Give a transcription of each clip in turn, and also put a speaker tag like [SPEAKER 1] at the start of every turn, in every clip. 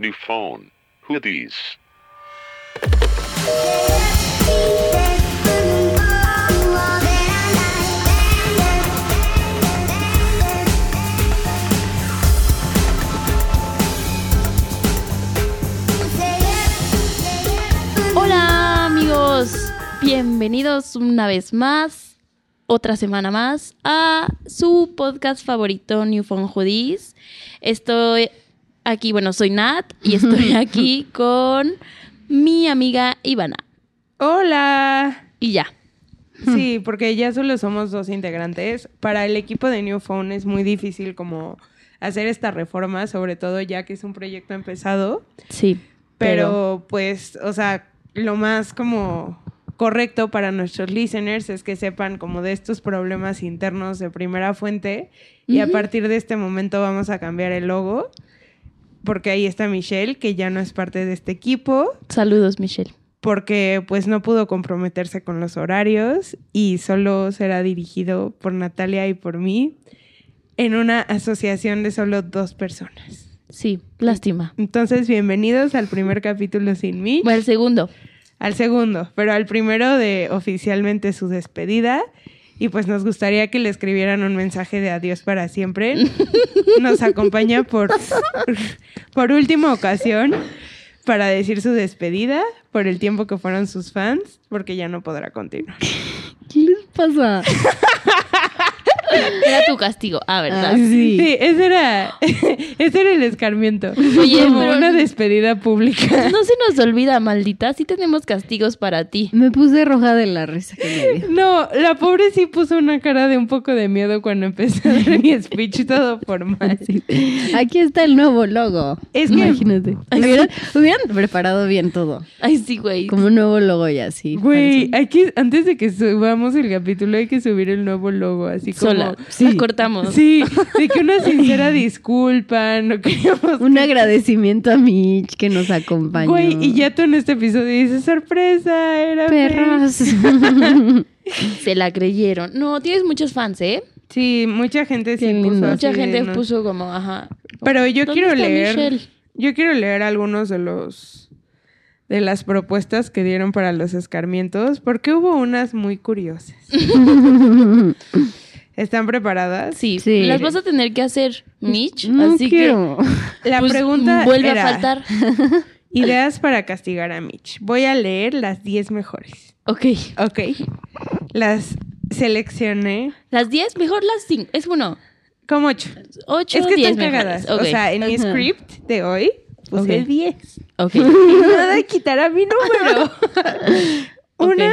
[SPEAKER 1] New phone. Who these?
[SPEAKER 2] Hola amigos, bienvenidos una vez más, otra semana más, a su podcast favorito New Phone Hoodies. Estoy aquí, bueno, soy Nat y estoy aquí con mi amiga Ivana.
[SPEAKER 3] Hola.
[SPEAKER 2] Y ya.
[SPEAKER 3] Sí, porque ya solo somos dos integrantes. Para el equipo de New Phone es muy difícil como hacer esta reforma, sobre todo ya que es un proyecto empezado.
[SPEAKER 2] Sí.
[SPEAKER 3] Pero pues, o sea, lo más como correcto para nuestros listeners es que sepan como de estos problemas internos de primera fuente y a
[SPEAKER 2] Ujú.
[SPEAKER 3] partir de este momento vamos a cambiar el logo porque ahí está Michelle que ya no es parte de este equipo
[SPEAKER 2] Saludos, Michelle.
[SPEAKER 3] porque pues no pudo comprometerse con los horarios y solo será dirigido por Natalia y por mí en una asociación de solo dos personas.
[SPEAKER 2] Sí, lástima.
[SPEAKER 3] Entonces, bienvenidos al primer capítulo sin mí,
[SPEAKER 2] Bueno, el segundo.
[SPEAKER 3] al segundo, pero al primero de oficialmente su despedida. Y pues nos gustaría que le escribieran un mensaje de adiós para siempre. Nos acompaña por, por última ocasión para decir su despedida por el tiempo que fueron sus fans, porque ya no podrá continuar.
[SPEAKER 2] ¿Qué les pasa? Era tu castigo. Ah, ¿verdad?
[SPEAKER 3] sí. ese era, ese era el escarmiento.
[SPEAKER 2] Oye,
[SPEAKER 3] Como
[SPEAKER 2] pero-
[SPEAKER 3] una despedida pública.
[SPEAKER 2] No se nos olvida, maldita. Sí tenemos castigos para ti.
[SPEAKER 4] Me puse roja de la risa que me dio.
[SPEAKER 3] No, la pobre sí puso una cara de un poco de miedo cuando empecé a dar mi speech todo formal.
[SPEAKER 4] Aquí está el nuevo logo.
[SPEAKER 3] Es que-
[SPEAKER 4] Imagínate.
[SPEAKER 2] Ay, sí.
[SPEAKER 4] Hubieran, hubieran preparado bien todo.
[SPEAKER 2] Ay, sí, güey.
[SPEAKER 4] Como un nuevo logo y así.
[SPEAKER 3] Güey, hay que, antes de que subamos el capítulo hay que subir el nuevo logo, así como...
[SPEAKER 2] Sola. La
[SPEAKER 4] Sí.
[SPEAKER 2] cortamos.
[SPEAKER 3] Sí, de que una sincera disculpa, no queríamos...
[SPEAKER 4] Parece. Un
[SPEAKER 3] que-
[SPEAKER 4] agradecimiento a Mitch que nos acompañó.
[SPEAKER 3] Güey, y ya tú en este episodio dices, sorpresa, era... Fer".
[SPEAKER 4] Perras.
[SPEAKER 2] Se la creyeron. No, tienes muchos fans, ¿eh?
[SPEAKER 3] Sí, mucha gente Mm. sí
[SPEAKER 4] Qué
[SPEAKER 3] puso
[SPEAKER 4] lindo.
[SPEAKER 3] así
[SPEAKER 2] Mucha
[SPEAKER 3] de,
[SPEAKER 2] gente
[SPEAKER 3] "No".
[SPEAKER 2] puso como, ajá.
[SPEAKER 3] Pero yo
[SPEAKER 2] ¿Dónde
[SPEAKER 3] quiero
[SPEAKER 2] está
[SPEAKER 3] leer...
[SPEAKER 2] Michelle?
[SPEAKER 3] Yo quiero leer algunos de los... De las propuestas que dieron para los escarmientos, porque hubo unas muy curiosas. ¿Están preparadas?
[SPEAKER 2] Sí,
[SPEAKER 4] Sí.
[SPEAKER 2] las vas a tener que hacer, Mitch.
[SPEAKER 4] no
[SPEAKER 2] así
[SPEAKER 4] quiero.
[SPEAKER 2] que.
[SPEAKER 3] La
[SPEAKER 2] pues,
[SPEAKER 3] pregunta
[SPEAKER 2] Vuelve
[SPEAKER 3] era,
[SPEAKER 2] a faltar.
[SPEAKER 3] Ideas para castigar a Mitch. Voy a leer las 10 mejores.
[SPEAKER 2] Ok.
[SPEAKER 3] Ok. Las seleccioné
[SPEAKER 2] Las 10, mejor las 5. Es bueno,
[SPEAKER 3] como 8.
[SPEAKER 2] 8
[SPEAKER 3] Es que están cagadas. O sea, en mi
[SPEAKER 4] Ajá.
[SPEAKER 3] script de hoy puse
[SPEAKER 2] Ok.
[SPEAKER 3] 10.
[SPEAKER 2] ok.
[SPEAKER 3] Y nada quitará mi número. Una,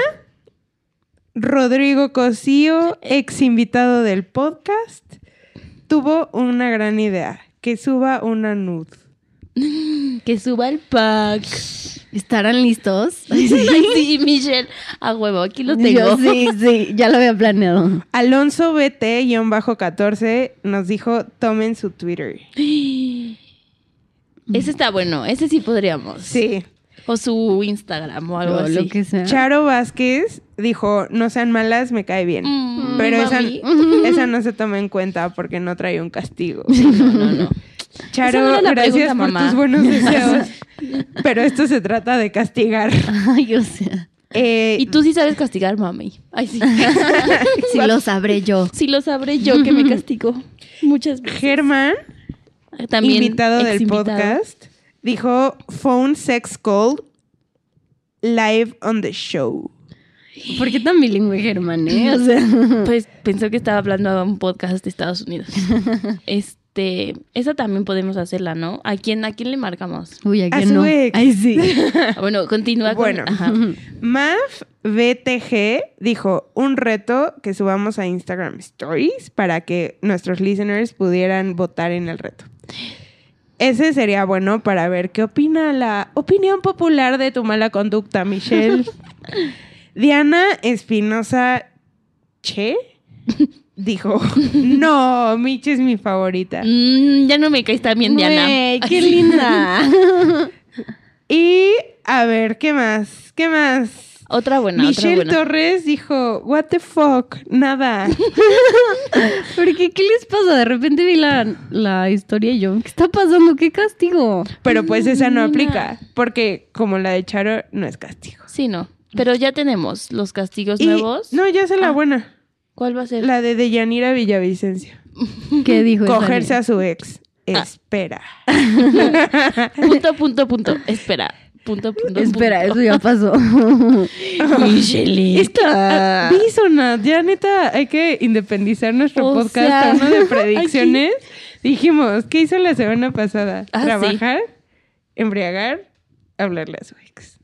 [SPEAKER 3] Rodrigo Cosío, ex invitado del podcast, tuvo una gran idea. Que suba una nude.
[SPEAKER 2] Que suba el pack.
[SPEAKER 4] ¿Estarán listos?
[SPEAKER 2] Ay, sí, Michelle. A huevo, aquí lo
[SPEAKER 4] Yo
[SPEAKER 2] tengo.
[SPEAKER 4] sí, sí, ya lo había planeado.
[SPEAKER 3] Alonso BT-14 nos dijo, tomen su Twitter.
[SPEAKER 2] Ese está bueno. Ese sí podríamos.
[SPEAKER 3] Sí.
[SPEAKER 2] O su Instagram o algo
[SPEAKER 4] O
[SPEAKER 2] así.
[SPEAKER 4] lo que sea.
[SPEAKER 3] Charo Vázquez dijo, no sean malas, me cae bien.
[SPEAKER 2] Mm,
[SPEAKER 3] Pero esa,
[SPEAKER 2] mami.
[SPEAKER 3] esa no se toma en cuenta porque no trae un castigo.
[SPEAKER 2] No, no, no.
[SPEAKER 3] Charo,
[SPEAKER 2] no era la
[SPEAKER 3] gracias
[SPEAKER 2] pregunta,
[SPEAKER 3] por
[SPEAKER 2] mamá.
[SPEAKER 3] tus buenos deseos. pero esto se trata de castigar.
[SPEAKER 4] Ay, o sea.
[SPEAKER 3] Eh,
[SPEAKER 2] Y tú sí sabes castigar, mami. Ay, sí.
[SPEAKER 4] Si lo sabré yo.
[SPEAKER 2] sí lo sabré yo que me castigo muchas veces.
[SPEAKER 3] Germán,
[SPEAKER 2] También
[SPEAKER 3] invitado del
[SPEAKER 2] ex-invitado.
[SPEAKER 3] podcast, dijo, phone sex call live on the show.
[SPEAKER 4] ¿Por qué tan bilingüe, Germán? eh? O sea.
[SPEAKER 2] Pues pensó que estaba hablando a un podcast de Estados Unidos. Este, esa también podemos hacerla, ¿no? ¿A quién, a quién le marcamos?
[SPEAKER 4] Uy, ¿a
[SPEAKER 3] A
[SPEAKER 4] quién
[SPEAKER 3] su
[SPEAKER 4] no?
[SPEAKER 3] ex.
[SPEAKER 4] Ay, sí.
[SPEAKER 2] Ah, Bueno, continúa con-
[SPEAKER 3] Bueno.
[SPEAKER 2] ajá.
[SPEAKER 3] Maf BTG dijo un reto que subamos a Instagram Stories para que nuestros listeners pudieran votar en el reto. Ese sería bueno para ver qué opina la opinión popular de tu mala conducta, Michelle. Diana Espinosa Che dijo, no, Mich es mi favorita.
[SPEAKER 2] Mm, ya no me caes tan bien, Diana.
[SPEAKER 4] Güey, qué linda.
[SPEAKER 3] Y a ver, ¿qué más? ¿Qué más?
[SPEAKER 2] Otra buena,
[SPEAKER 3] Michelle
[SPEAKER 2] otra buena.
[SPEAKER 3] Torres dijo, what the fuck, nada.
[SPEAKER 4] Porque, ¿qué les pasa? De repente vi la, la historia y yo, ¿qué está pasando? ¿Qué castigo?
[SPEAKER 3] Pero pues esa no
[SPEAKER 2] Nena.
[SPEAKER 3] aplica, porque como la de Charo, no es castigo.
[SPEAKER 2] Sí, no. Pero ya tenemos los castigos
[SPEAKER 3] Y-
[SPEAKER 2] nuevos.
[SPEAKER 3] No, ya sé la
[SPEAKER 2] Ah.
[SPEAKER 3] buena.
[SPEAKER 2] ¿Cuál va a ser?
[SPEAKER 3] La de Deyanira Villavicencio.
[SPEAKER 4] ¿Qué dijo? esa
[SPEAKER 3] Cogerse
[SPEAKER 4] niña?
[SPEAKER 3] a su ex.
[SPEAKER 2] Pues, Ah.
[SPEAKER 3] Espera.
[SPEAKER 2] Punto, punto, punto. Espera. Punto, punto.
[SPEAKER 4] Espera, eso ya pasó.
[SPEAKER 2] punto. Michelle. ah,
[SPEAKER 3] Esta Bisonat, Ah. ya neta, hay que independizar nuestro
[SPEAKER 2] O
[SPEAKER 3] podcast
[SPEAKER 2] sea,
[SPEAKER 3] a uno de predicciones. Dijimos, ¿qué hizo la semana pasada?
[SPEAKER 2] Ah, sí.
[SPEAKER 3] Trabajar, embriagar, hablarle a su ex.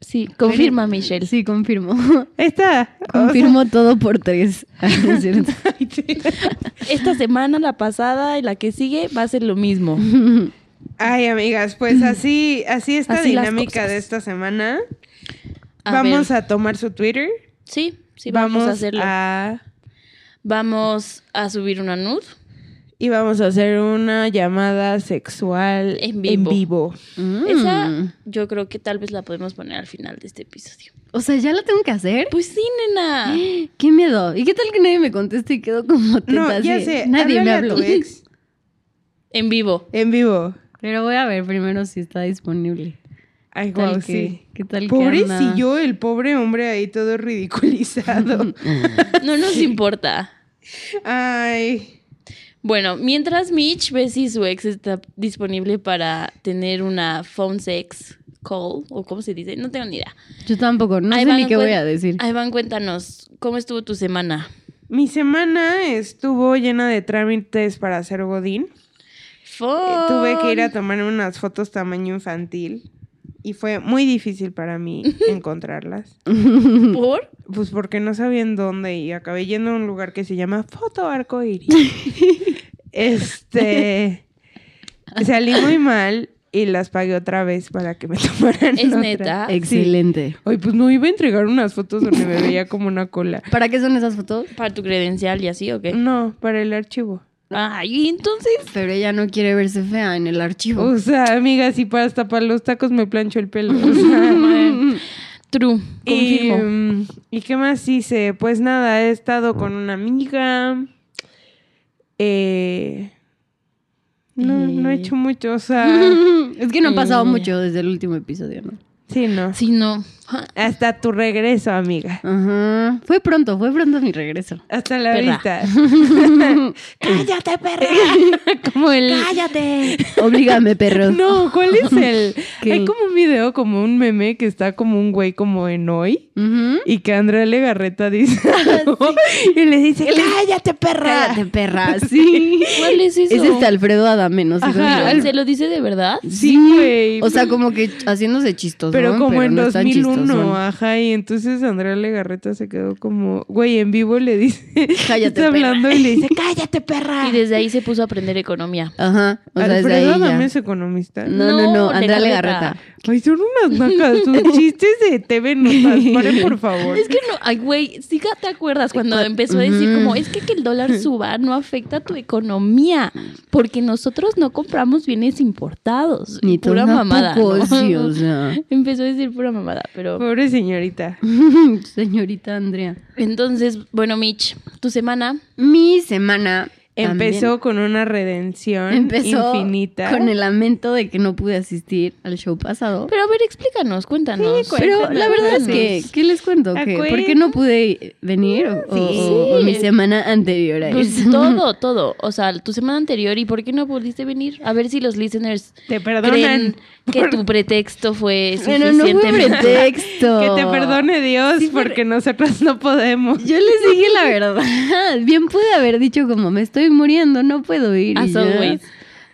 [SPEAKER 2] Sí, confirma, Michelle.
[SPEAKER 4] sí, confirmo.
[SPEAKER 3] Ahí está. O sea,
[SPEAKER 4] Confirmo todo por tres. No es cierto.
[SPEAKER 2] Esta semana, la pasada y la que sigue va a ser lo mismo.
[SPEAKER 3] Ay, amigas, pues así, así esta
[SPEAKER 2] Mm. Así las
[SPEAKER 3] dinámica
[SPEAKER 2] cosas.
[SPEAKER 3] de esta semana.
[SPEAKER 2] A
[SPEAKER 3] vamos
[SPEAKER 2] ver.
[SPEAKER 3] a tomar su Twitter.
[SPEAKER 2] Sí, sí, vamos, a hacerlo.
[SPEAKER 3] a-
[SPEAKER 2] Vamos a subir una nude.
[SPEAKER 3] y vamos a hacer una llamada sexual
[SPEAKER 2] En vivo.
[SPEAKER 4] Mm.
[SPEAKER 2] Esa yo creo que tal vez la podemos poner al final de este episodio.
[SPEAKER 4] O sea, ¿ya la tengo que hacer?
[SPEAKER 2] Pues sí, nena.
[SPEAKER 4] Qué miedo. ¿Y qué tal que nadie me conteste y quedó como teta?
[SPEAKER 3] No, ya
[SPEAKER 4] así?
[SPEAKER 3] sé.
[SPEAKER 4] Nadie
[SPEAKER 3] háblale
[SPEAKER 4] me
[SPEAKER 3] a
[SPEAKER 4] habló.
[SPEAKER 3] tu ex
[SPEAKER 2] En vivo.
[SPEAKER 3] En vivo.
[SPEAKER 4] Pero voy a ver primero si está disponible.
[SPEAKER 3] Ay,
[SPEAKER 4] ¿Qué tal
[SPEAKER 3] guau,
[SPEAKER 4] que-
[SPEAKER 3] sí.
[SPEAKER 4] ¿Qué tal que anda?
[SPEAKER 3] Pobrecillo, el pobre hombre ahí todo ridiculizado.
[SPEAKER 2] No nos importa.
[SPEAKER 3] Ay.
[SPEAKER 2] Bueno, mientras Mitch ve si su ex está disponible para tener una phone sex call, o cómo se dice, no tengo ni idea.
[SPEAKER 4] Yo tampoco, no sé
[SPEAKER 2] Iván,
[SPEAKER 4] ni qué
[SPEAKER 2] cuen-
[SPEAKER 4] voy a decir.
[SPEAKER 2] Iván, cuéntanos, ¿cómo estuvo tu semana?
[SPEAKER 3] Mi semana estuvo llena de trámites para hacer Godín. Eh,
[SPEAKER 2] Fun.
[SPEAKER 3] Tuve que ir a tomarme unas fotos tamaño infantil y fue muy difícil para mí encontrarlas.
[SPEAKER 2] ¿Por?
[SPEAKER 3] Pues porque no sabía en dónde y acabé yendo a un lugar que se llama Foto Arcoíris. este. Salí muy mal y las pagué otra vez para que me tomaran.
[SPEAKER 2] ¿Es
[SPEAKER 3] otra.
[SPEAKER 2] neta?
[SPEAKER 3] Sí.
[SPEAKER 4] Excelente.
[SPEAKER 3] Ay, pues no iba a entregar unas fotos donde me veía como una cola.
[SPEAKER 4] ¿Para qué son esas fotos?
[SPEAKER 2] ¿Para tu credencial y así o qué?
[SPEAKER 3] No, para el archivo.
[SPEAKER 2] Ay, entonces...
[SPEAKER 4] Pero ella no quiere verse fea en el archivo.
[SPEAKER 3] O sea, amiga, si para hasta para los tacos me plancho el pelo. O sea,
[SPEAKER 2] True,
[SPEAKER 3] Y,
[SPEAKER 2] confirmo.
[SPEAKER 3] mm, ¿Y qué más hice? Pues nada, he estado con una amiga. Eh, no, no he
[SPEAKER 4] Eh.
[SPEAKER 3] hecho mucho, o sea. Ah.
[SPEAKER 4] es que no ha pasado
[SPEAKER 2] Eh.
[SPEAKER 4] mucho desde el último episodio, ¿no?
[SPEAKER 3] sí, no.
[SPEAKER 2] Si no... Ah, Ja,
[SPEAKER 3] Hasta tu regreso, amiga.
[SPEAKER 4] Ajá. Fue pronto, fue pronto mi regreso.
[SPEAKER 3] Hasta la
[SPEAKER 2] Perra.
[SPEAKER 3] vista.
[SPEAKER 2] ¡Cállate, perra!
[SPEAKER 3] Como el.
[SPEAKER 2] ¡Cállate!
[SPEAKER 4] Oblígame, perro.
[SPEAKER 3] No, ¿cuál es el?
[SPEAKER 4] ¿Qué?
[SPEAKER 3] Hay como un video, como un meme que está como un güey como en hoy.
[SPEAKER 4] Ujú.
[SPEAKER 3] Y que Andrea Legarreta dice algo, Ah, y le dice, cállate, perra.
[SPEAKER 4] Cállate, perra. Sí.
[SPEAKER 2] ¿Cuál es eso?
[SPEAKER 4] Es este Alfredo Adame, no sé
[SPEAKER 3] Ajá,
[SPEAKER 4] cómo se llama.
[SPEAKER 2] ¿Se lo dice de verdad?
[SPEAKER 3] Sí, güey.
[SPEAKER 4] O sea, como que haciéndose chistos.
[SPEAKER 3] Pero como en
[SPEAKER 4] no es tan
[SPEAKER 3] 2001,
[SPEAKER 4] chistosón.
[SPEAKER 3] ajá, y entonces Andrea Legarreta se quedó como, güey, en vivo le dice,
[SPEAKER 4] Cállate,
[SPEAKER 3] está
[SPEAKER 4] perra.
[SPEAKER 3] hablando y le dice, cállate, perra.
[SPEAKER 2] Y desde ahí se puso a aprender economía.
[SPEAKER 4] Ajá. O sea, desde
[SPEAKER 3] Alfredo
[SPEAKER 4] ahí ya. Mm.
[SPEAKER 3] Adame es economista.
[SPEAKER 4] No, no,
[SPEAKER 2] No,
[SPEAKER 4] no. Andrea
[SPEAKER 2] Legarreta.
[SPEAKER 4] Legarreta.
[SPEAKER 3] Ay, son unas nacas, sus chistes de TV Notas, paren, por favor.
[SPEAKER 2] Es que no, ay, güey, sí que te acuerdas cuando empezó a decir
[SPEAKER 4] Ujú.
[SPEAKER 2] como, es que que el dólar suba no afecta tu economía, porque nosotros no compramos bienes importados. y
[SPEAKER 4] Ni tú
[SPEAKER 2] pura mamada.
[SPEAKER 4] tampoco,
[SPEAKER 2] ¿no?
[SPEAKER 4] sí, o sea.
[SPEAKER 2] Empezó a decir pura mamada, pero...
[SPEAKER 3] Pobre señorita.
[SPEAKER 4] Señorita Andrea.
[SPEAKER 2] Entonces, bueno, Mitch, tu semana,
[SPEAKER 4] Mi semana
[SPEAKER 3] Empezó con una redención
[SPEAKER 4] también empezó
[SPEAKER 3] infinita.
[SPEAKER 4] con el lamento de que no pude asistir al show pasado.
[SPEAKER 2] pero a ver, explícanos, cuéntanos.
[SPEAKER 3] Sí, cuéntanos.
[SPEAKER 4] Pero la verdad es que,
[SPEAKER 3] Cuéntanos.
[SPEAKER 4] ¿qué les cuento? ¿Qué? ¿Por qué no pude venir? O, o- o- o mi semana anterior a
[SPEAKER 2] Pues,
[SPEAKER 4] eso.
[SPEAKER 2] todo, todo. O sea, tu semana anterior y por qué no pudiste venir. A ver si los listeners
[SPEAKER 3] Te perdonan.
[SPEAKER 2] creen que
[SPEAKER 3] por-
[SPEAKER 2] tu pretexto fue
[SPEAKER 4] Pero no fue
[SPEAKER 2] suficientemente
[SPEAKER 4] pretexto.
[SPEAKER 3] Que te perdone Dios,
[SPEAKER 4] Sí, pero-
[SPEAKER 3] porque nosotros no podemos.
[SPEAKER 4] Yo les dije la verdad. Bien pude haber dicho como me estoy muriendo, no puedo ir. y
[SPEAKER 2] As
[SPEAKER 4] ya.
[SPEAKER 2] always.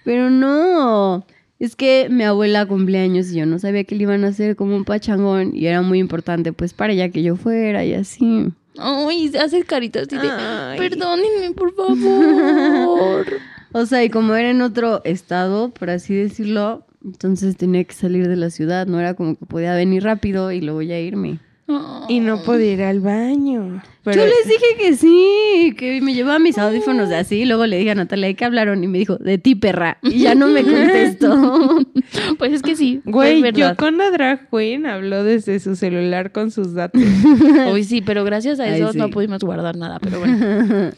[SPEAKER 4] Pero no. Es que mi abuela cumpleaños y yo no sabía que le iban a hacer como un pachangón y era muy importante pues para ella que yo fuera y así.
[SPEAKER 2] Ay, haces caritas así de,
[SPEAKER 3] Ay.
[SPEAKER 2] perdónenme, por favor.
[SPEAKER 4] O sea, y como era en otro estado, por así decirlo, entonces tenía que salir de la ciudad, no era como que podía venir rápido y luego ya irme.
[SPEAKER 3] Y no podía ir al baño. Pero-
[SPEAKER 4] Yo les dije que sí, que me llevaba mis audífonos de así. y Luego le dije a Natalia, ¿de qué hablaron? Y me dijo, de ti, perra. Y ya no me contestó.
[SPEAKER 2] Pues es que sí.
[SPEAKER 3] Güey,
[SPEAKER 2] es verdad.
[SPEAKER 3] Yoconda Drag Queen habló desde su celular con sus datos.
[SPEAKER 2] Hoy sí, pero gracias a
[SPEAKER 4] Ay,
[SPEAKER 2] eso
[SPEAKER 4] sí.
[SPEAKER 2] no pudimos guardar nada, pero bueno.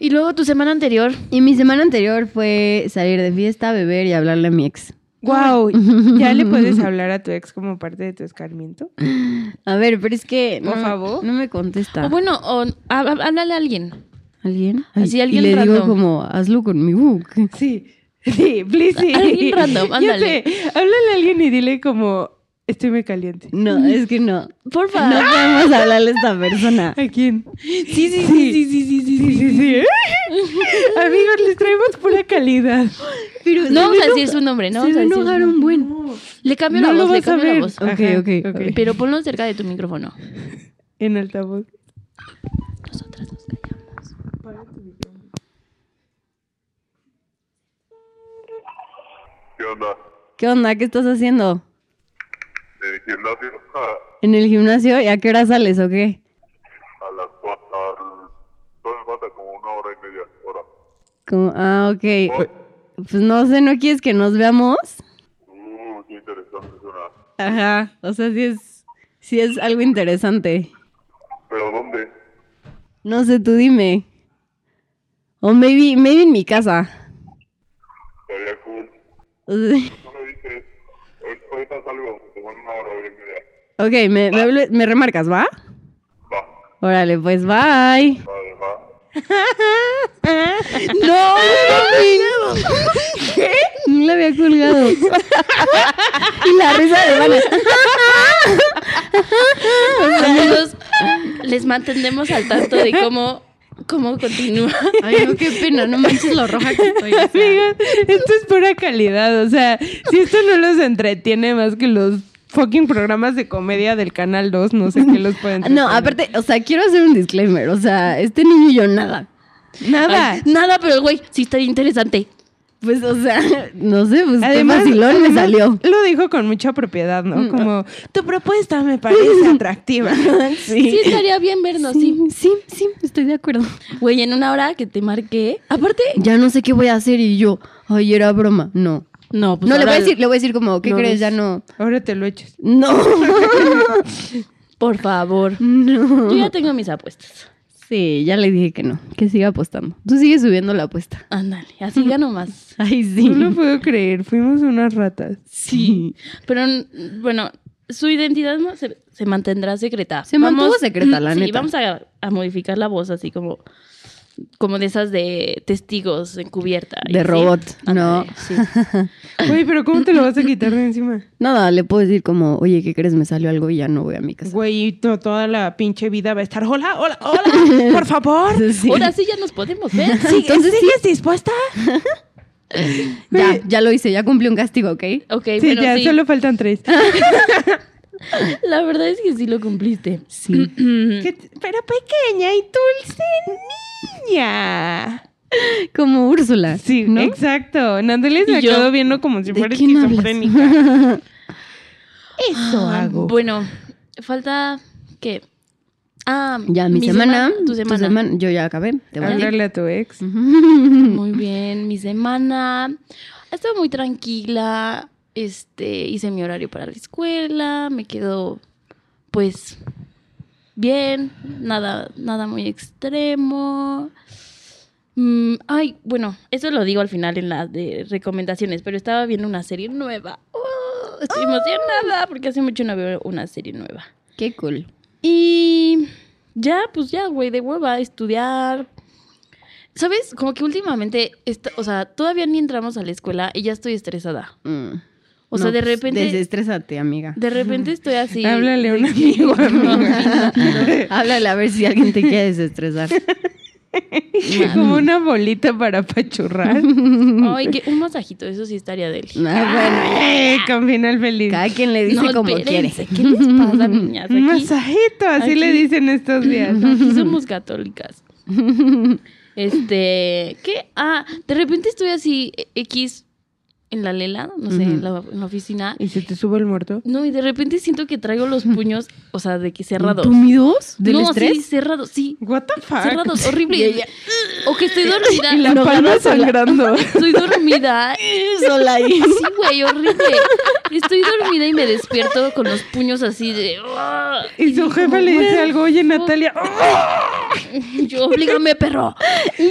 [SPEAKER 2] Y luego tu semana anterior.
[SPEAKER 4] y mi semana anterior fue salir de fiesta, beber y hablarle a mi ex.
[SPEAKER 3] wow, ¿ya le puedes hablar a tu ex como parte de tu escarmiento?
[SPEAKER 4] A ver, pero es que. no
[SPEAKER 3] Por
[SPEAKER 4] me-
[SPEAKER 3] favor.
[SPEAKER 4] No me contesta.
[SPEAKER 2] O bueno, o hab- hab- háblale a alguien.
[SPEAKER 4] ¿Alguien?
[SPEAKER 2] Así,
[SPEAKER 4] Y-
[SPEAKER 2] alguien
[SPEAKER 4] Y le digo
[SPEAKER 2] random.
[SPEAKER 4] como, hazlo conmigo. ¿qué?
[SPEAKER 3] Sí, sí, please sí.
[SPEAKER 2] Alguien random,
[SPEAKER 3] Ya
[SPEAKER 2] ándale.
[SPEAKER 3] sé, háblale a alguien y dile como, estoy muy caliente.
[SPEAKER 4] No, es que no.
[SPEAKER 2] Porfa.
[SPEAKER 4] No podemos hablarle a esta persona.
[SPEAKER 3] ¿A quién?
[SPEAKER 2] Sí, sí, sí, sí, sí, sí, sí, sí.
[SPEAKER 3] sí. Amigos, les traemos pura calidad.
[SPEAKER 4] Pero
[SPEAKER 2] No vamos a
[SPEAKER 4] se me
[SPEAKER 2] decir su nombre,
[SPEAKER 4] enoja-
[SPEAKER 2] no vamos
[SPEAKER 4] Se
[SPEAKER 2] a
[SPEAKER 4] me
[SPEAKER 2] decir su
[SPEAKER 4] enojaron
[SPEAKER 2] nombre.
[SPEAKER 4] buen.
[SPEAKER 2] Le cambio
[SPEAKER 3] No
[SPEAKER 2] la
[SPEAKER 3] lo
[SPEAKER 2] voz, le
[SPEAKER 3] vas a
[SPEAKER 2] cambio la
[SPEAKER 3] ver.
[SPEAKER 2] voz.
[SPEAKER 4] Ok,
[SPEAKER 3] Ajá,
[SPEAKER 4] ok,
[SPEAKER 3] ok.
[SPEAKER 4] ok.
[SPEAKER 2] Pero ponlo cerca de tu micrófono.
[SPEAKER 3] En altavoz.
[SPEAKER 2] Nosotras nos callamos.
[SPEAKER 5] ¿Qué onda?
[SPEAKER 4] ¿Qué onda? ¿Qué estás haciendo?
[SPEAKER 5] ¿De gimnasio? A
[SPEAKER 4] ¿En el gimnasio? ¿Y a qué hora sales o qué?
[SPEAKER 5] las cuatro. Todo me falta como una hora y media. Hora.
[SPEAKER 4] Como, ah, ok. Pues no sé, ¿no quieres que nos veamos?
[SPEAKER 5] Uh, qué interesante suena.
[SPEAKER 4] Ajá. O sea, sí es, sí es algo interesante.
[SPEAKER 5] ¿Pero dónde?
[SPEAKER 4] No sé, tú dime. O maybe, maybe en mi casa.
[SPEAKER 5] Estaría cool.
[SPEAKER 4] O sea,
[SPEAKER 5] No me dices. Ahor- Ahorita salgo. Como en una hora y media.
[SPEAKER 4] ok, me, me, habl- me remarcas, ¿va?
[SPEAKER 5] Va.
[SPEAKER 4] Órale, pues bye.
[SPEAKER 5] Vale, va.
[SPEAKER 4] No, ¿Qué? No la había colgado. y la risa de Vane.
[SPEAKER 2] Amigos, les mantendremos al tanto de cómo, cómo continúa.
[SPEAKER 4] Ay, no, qué pena, no manches lo roja que estoy.
[SPEAKER 3] Amigos, esto es pura calidad. O sea, si esto no los entretiene más que los fucking programas de comedia del Canal 2, no sé qué los pueden
[SPEAKER 4] No, aparte, o sea, quiero hacer un disclaimer. O sea, este niño y yo nada.
[SPEAKER 3] Nada.
[SPEAKER 2] Ay, nada, pero güey, sí está interesante.
[SPEAKER 4] Pues, o sea, no sé, pues qué vacilón me
[SPEAKER 3] además,
[SPEAKER 4] salió. Mm.
[SPEAKER 3] Lo dijo con mucha propiedad, ¿no? Como, tu propuesta me parece atractiva.
[SPEAKER 2] Sí estaría bien vernos, sí.
[SPEAKER 4] sí, sí, sí, estoy de acuerdo.
[SPEAKER 2] Güey, en una hora que te marqué. Aparte,
[SPEAKER 4] Ya no sé qué voy a hacer y yo, ay, era broma. No.
[SPEAKER 2] no, pues
[SPEAKER 4] no, le voy
[SPEAKER 2] ahora-
[SPEAKER 4] a decir, le voy a decir como, ¿qué
[SPEAKER 2] no
[SPEAKER 4] crees?
[SPEAKER 2] ves.
[SPEAKER 4] Ya no.
[SPEAKER 3] Ahora te lo echas.
[SPEAKER 4] No.
[SPEAKER 2] Por favor.
[SPEAKER 4] no.
[SPEAKER 2] Yo ya tengo mis apuestas.
[SPEAKER 4] Sí, ya le dije que no, que siga apostando. Tú sigues subiendo la apuesta.
[SPEAKER 2] Ándale, así gano más.
[SPEAKER 4] Ay, sí.
[SPEAKER 3] No lo puedo creer, fuimos unas ratas.
[SPEAKER 4] Sí.
[SPEAKER 2] Pero mm, bueno, su identidad no- se, se mantendrá secreta.
[SPEAKER 4] Se mantuvo secreta, la
[SPEAKER 2] sí,
[SPEAKER 4] neta.
[SPEAKER 2] vamos a, a modificar la voz así como, como de esas de testigos encubierta. y
[SPEAKER 4] De
[SPEAKER 2] así.
[SPEAKER 4] robot,
[SPEAKER 2] Ándale,
[SPEAKER 4] no.
[SPEAKER 2] sí.
[SPEAKER 3] Güey, pero ¿cómo te lo vas a quitar de encima?
[SPEAKER 4] Nada, le puedo decir como, oye, ¿qué crees? Me salió algo y ya no voy a mi casa.
[SPEAKER 3] Güey, y to- toda la pinche vida va a estar, hola, hola, hola, por favor.
[SPEAKER 4] Sí.
[SPEAKER 2] Ahora sí ya nos podemos ver.
[SPEAKER 3] Sí,
[SPEAKER 4] Entonces,
[SPEAKER 3] ¿sigues dispuesta?
[SPEAKER 4] Ya, ya lo hice, ya cumplí un castigo, ¿ok?
[SPEAKER 2] Ok,
[SPEAKER 3] Sí,
[SPEAKER 2] bueno,
[SPEAKER 3] ya,
[SPEAKER 2] sí.
[SPEAKER 3] solo faltan tres.
[SPEAKER 2] La verdad es que sí lo cumpliste.
[SPEAKER 4] Sí.
[SPEAKER 3] Que t- pero pequeña y dulce niña.
[SPEAKER 4] Como Úrsula.
[SPEAKER 3] Sí,
[SPEAKER 4] ¿no?
[SPEAKER 3] exacto. Natalia se
[SPEAKER 2] Y yo,
[SPEAKER 3] quedó viendo como si
[SPEAKER 4] ¿De
[SPEAKER 3] fuera
[SPEAKER 4] quién hablas?
[SPEAKER 3] esquizofrénica. Eso hago.
[SPEAKER 2] Ah, Bueno, falta que. Ah,
[SPEAKER 4] Ya, mi,
[SPEAKER 2] mi
[SPEAKER 4] semana,
[SPEAKER 2] Tu semana.
[SPEAKER 4] Yo ya acabé. Te voy a decir.
[SPEAKER 3] Hablarle a tu ex.
[SPEAKER 2] Muy bien, mi semana. Estaba muy tranquila. Este, hice mi horario para la escuela. Me quedó, pues, bien. Nada, nada muy extremo. Mm, ay, bueno, eso lo digo al final en las de recomendaciones, pero estaba viendo una serie nueva. ¡Oh! estoy emocionada porque hace mucho no veo una serie nueva.
[SPEAKER 4] Qué cool.
[SPEAKER 2] Y ya, pues ya, güey, de hueva, estudiar. ¿Sabes? Como que últimamente, esta- o sea, todavía ni entramos a la escuela y ya estoy estresada.
[SPEAKER 4] Mm.
[SPEAKER 2] O sea, de repente-
[SPEAKER 4] desestrésate, amiga.
[SPEAKER 2] De repente estoy así.
[SPEAKER 3] Háblale a un amigo, amiga.
[SPEAKER 4] Háblale a ver si alguien te quiere desestresar.
[SPEAKER 3] como una bolita para pachurrar.
[SPEAKER 2] Ay, que un masajito, eso sí estaría de él.
[SPEAKER 4] Ah,
[SPEAKER 3] Eh, con final feliz.
[SPEAKER 4] bueno, cada quien le dice como quiere.
[SPEAKER 2] ¿Qué les pasa, niñas?
[SPEAKER 3] Un
[SPEAKER 2] Aquí,
[SPEAKER 3] masajito, así
[SPEAKER 2] aquí-
[SPEAKER 3] le dicen estos días.
[SPEAKER 2] aquí somos católicas. Este, ¿qué? Ah, de repente estoy así, X, e, en la lela, no sé, en, la, en la oficina.
[SPEAKER 3] ¿Y se te sube el muerto?
[SPEAKER 2] No, y de repente siento que traigo los puños, o sea, de que cerrados.
[SPEAKER 4] ¿Tumidos? ¿Del
[SPEAKER 2] no,
[SPEAKER 4] estrés?
[SPEAKER 2] sí, cerrados, sí.
[SPEAKER 3] What the fuck?
[SPEAKER 2] Cerrados, horrible.
[SPEAKER 4] Y ella-
[SPEAKER 2] O que estoy dormida.
[SPEAKER 3] Y la
[SPEAKER 4] No,
[SPEAKER 3] palma
[SPEAKER 4] ganas a la-
[SPEAKER 3] sangrando.
[SPEAKER 2] Estoy dormida.
[SPEAKER 4] Sola ahí.
[SPEAKER 2] Sí, güey, horrible. Estoy dormida y me despierto con los puños así de. ah,
[SPEAKER 3] Y su jefe le dice algo, oye, Natalia.
[SPEAKER 2] oh, Yo, oblígame, perro.
[SPEAKER 4] ¿Les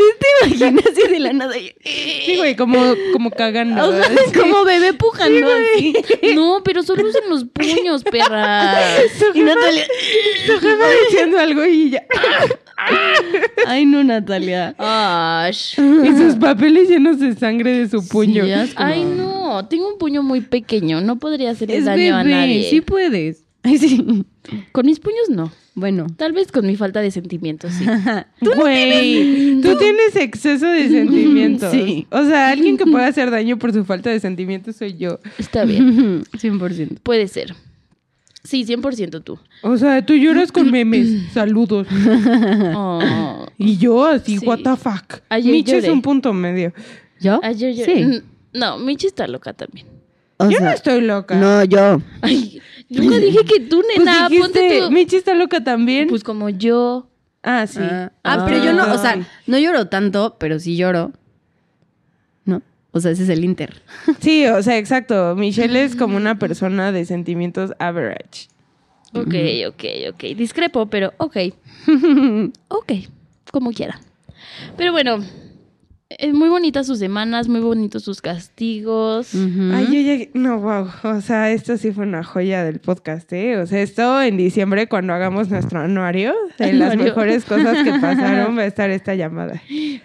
[SPEAKER 4] te imaginas así de la nada? y-
[SPEAKER 3] Sí, güey, como, como cagando.
[SPEAKER 4] O sea,
[SPEAKER 3] así.
[SPEAKER 4] como bebé pujando así.
[SPEAKER 2] No, pero solo usan los puños, perra.
[SPEAKER 3] Su
[SPEAKER 4] Y
[SPEAKER 3] jefa-
[SPEAKER 4] Natalia...
[SPEAKER 3] su jefa diciendo algo y ya.
[SPEAKER 4] Ay, no, Natalia.
[SPEAKER 2] Ash.
[SPEAKER 3] Y sus papeles llenos de sangre de su puño.
[SPEAKER 4] ya sé.
[SPEAKER 2] Ay, no. Tengo un puño muy pequeño. No podría hacerle
[SPEAKER 4] Es
[SPEAKER 2] daño a
[SPEAKER 4] bebé,
[SPEAKER 2] nadie.
[SPEAKER 4] sí puedes. Ay, sí.
[SPEAKER 2] Con mis puños, no.
[SPEAKER 4] Bueno.
[SPEAKER 2] Tal vez con mi falta de sentimientos, sí.
[SPEAKER 3] Güey, tú tienes exceso de sentimientos.
[SPEAKER 4] Sí.
[SPEAKER 3] O sea, alguien que pueda hacer daño por su falta de sentimientos soy yo.
[SPEAKER 2] Está bien.
[SPEAKER 4] 100%.
[SPEAKER 2] Puede ser. Sí, 100% tú.
[SPEAKER 3] O sea, tú lloras con memes. Saludos.
[SPEAKER 2] Oh.
[SPEAKER 3] Y yo así,
[SPEAKER 2] Sí.
[SPEAKER 3] what the fuck.
[SPEAKER 2] Ayer
[SPEAKER 3] Micho es
[SPEAKER 2] lloré.
[SPEAKER 3] un punto medio.
[SPEAKER 4] ¿Yo?
[SPEAKER 2] Ayer Ah, yo.
[SPEAKER 4] Sí.
[SPEAKER 2] N- No, Michi está loca también.
[SPEAKER 4] O
[SPEAKER 3] yo
[SPEAKER 4] sea,
[SPEAKER 3] no estoy loca.
[SPEAKER 4] No, yo.
[SPEAKER 2] Ay, yo no dije que tú,
[SPEAKER 3] Pues
[SPEAKER 2] nena,
[SPEAKER 3] dijiste,
[SPEAKER 2] ponte tu...
[SPEAKER 3] Michi está loca también.
[SPEAKER 2] Pues como yo.
[SPEAKER 3] ah, sí.
[SPEAKER 4] Ah, ah, pero yo no, o sea,
[SPEAKER 3] Sí.
[SPEAKER 4] no lloro tanto, pero sí lloro. No. O sea, ese es el Inter.
[SPEAKER 3] Sí, o sea, exacto. Michelle es como una persona de sentimientos average.
[SPEAKER 2] Ok, ok, ok. Discrepo, pero ok. ok, como quiera. Pero bueno, eh, muy bonitas sus semanas, muy bonitos sus castigos.
[SPEAKER 3] Ay, yo ya... No, wow. O sea, esto sí fue una joya del podcast, ¿eh? O sea, esto en diciembre cuando hagamos nuestro anuario de las
[SPEAKER 2] Anuario.
[SPEAKER 3] mejores cosas que pasaron va a estar esta llamada.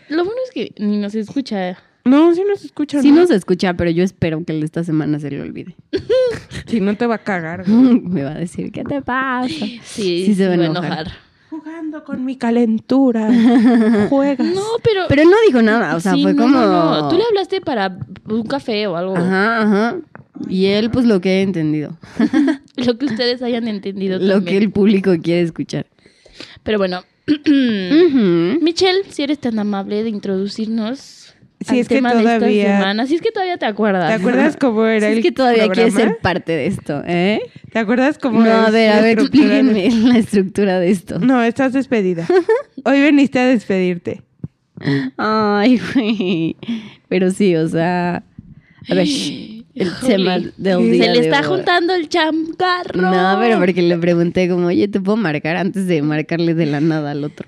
[SPEAKER 2] Lo bueno es que ni nos escucha.
[SPEAKER 3] No, si nos escuchan.
[SPEAKER 4] Sí
[SPEAKER 3] ¿no?
[SPEAKER 4] nos escucha, pero yo espero que el de esta semana se le olvide.
[SPEAKER 3] Si no te va a cagar. güey.
[SPEAKER 4] Me va a decir, ¿qué te pasa?
[SPEAKER 2] Sí, sí se va a enojar.
[SPEAKER 3] Jugando con mi calentura. Juegas.
[SPEAKER 2] No, pero...
[SPEAKER 4] Pero él no dijo nada, o sea,
[SPEAKER 2] Sí,
[SPEAKER 4] fue
[SPEAKER 2] no,
[SPEAKER 4] como...
[SPEAKER 2] no, no. Tú le hablaste para un café o algo.
[SPEAKER 4] Ajá, ajá. Y él, pues lo que he entendido.
[SPEAKER 2] Lo que ustedes hayan entendido
[SPEAKER 4] Lo que
[SPEAKER 2] también.
[SPEAKER 4] el público quiere escuchar.
[SPEAKER 2] Pero bueno,
[SPEAKER 4] Ujú.
[SPEAKER 2] Michelle, si eres tan amable de introducirnos
[SPEAKER 3] Si
[SPEAKER 2] al
[SPEAKER 3] es que
[SPEAKER 2] tema de
[SPEAKER 3] todavía-
[SPEAKER 2] esta semana. Si es que todavía te acuerdas.
[SPEAKER 3] ¿Te acuerdas cómo era
[SPEAKER 4] Si
[SPEAKER 3] el
[SPEAKER 4] es que todavía
[SPEAKER 3] programa?
[SPEAKER 4] quiere ser parte de esto, ¿eh?
[SPEAKER 3] ¿Te acuerdas cómo
[SPEAKER 4] No,
[SPEAKER 3] era
[SPEAKER 4] a ver,
[SPEAKER 3] la
[SPEAKER 4] a ver,
[SPEAKER 3] estructura de-
[SPEAKER 4] explíquenme la estructura de esto.
[SPEAKER 3] No, estás despedida. Hoy veniste a despedirte.
[SPEAKER 4] Ay, güey. Pero sí, o sea. A ver, el
[SPEAKER 2] Híjole.
[SPEAKER 4] tema del día.
[SPEAKER 2] Se le
[SPEAKER 4] de
[SPEAKER 2] está
[SPEAKER 4] hoy.
[SPEAKER 2] juntando el chamcarro.
[SPEAKER 4] No, pero porque le pregunté, como, oye, ¿te puedo marcar antes de marcarle de la nada al otro?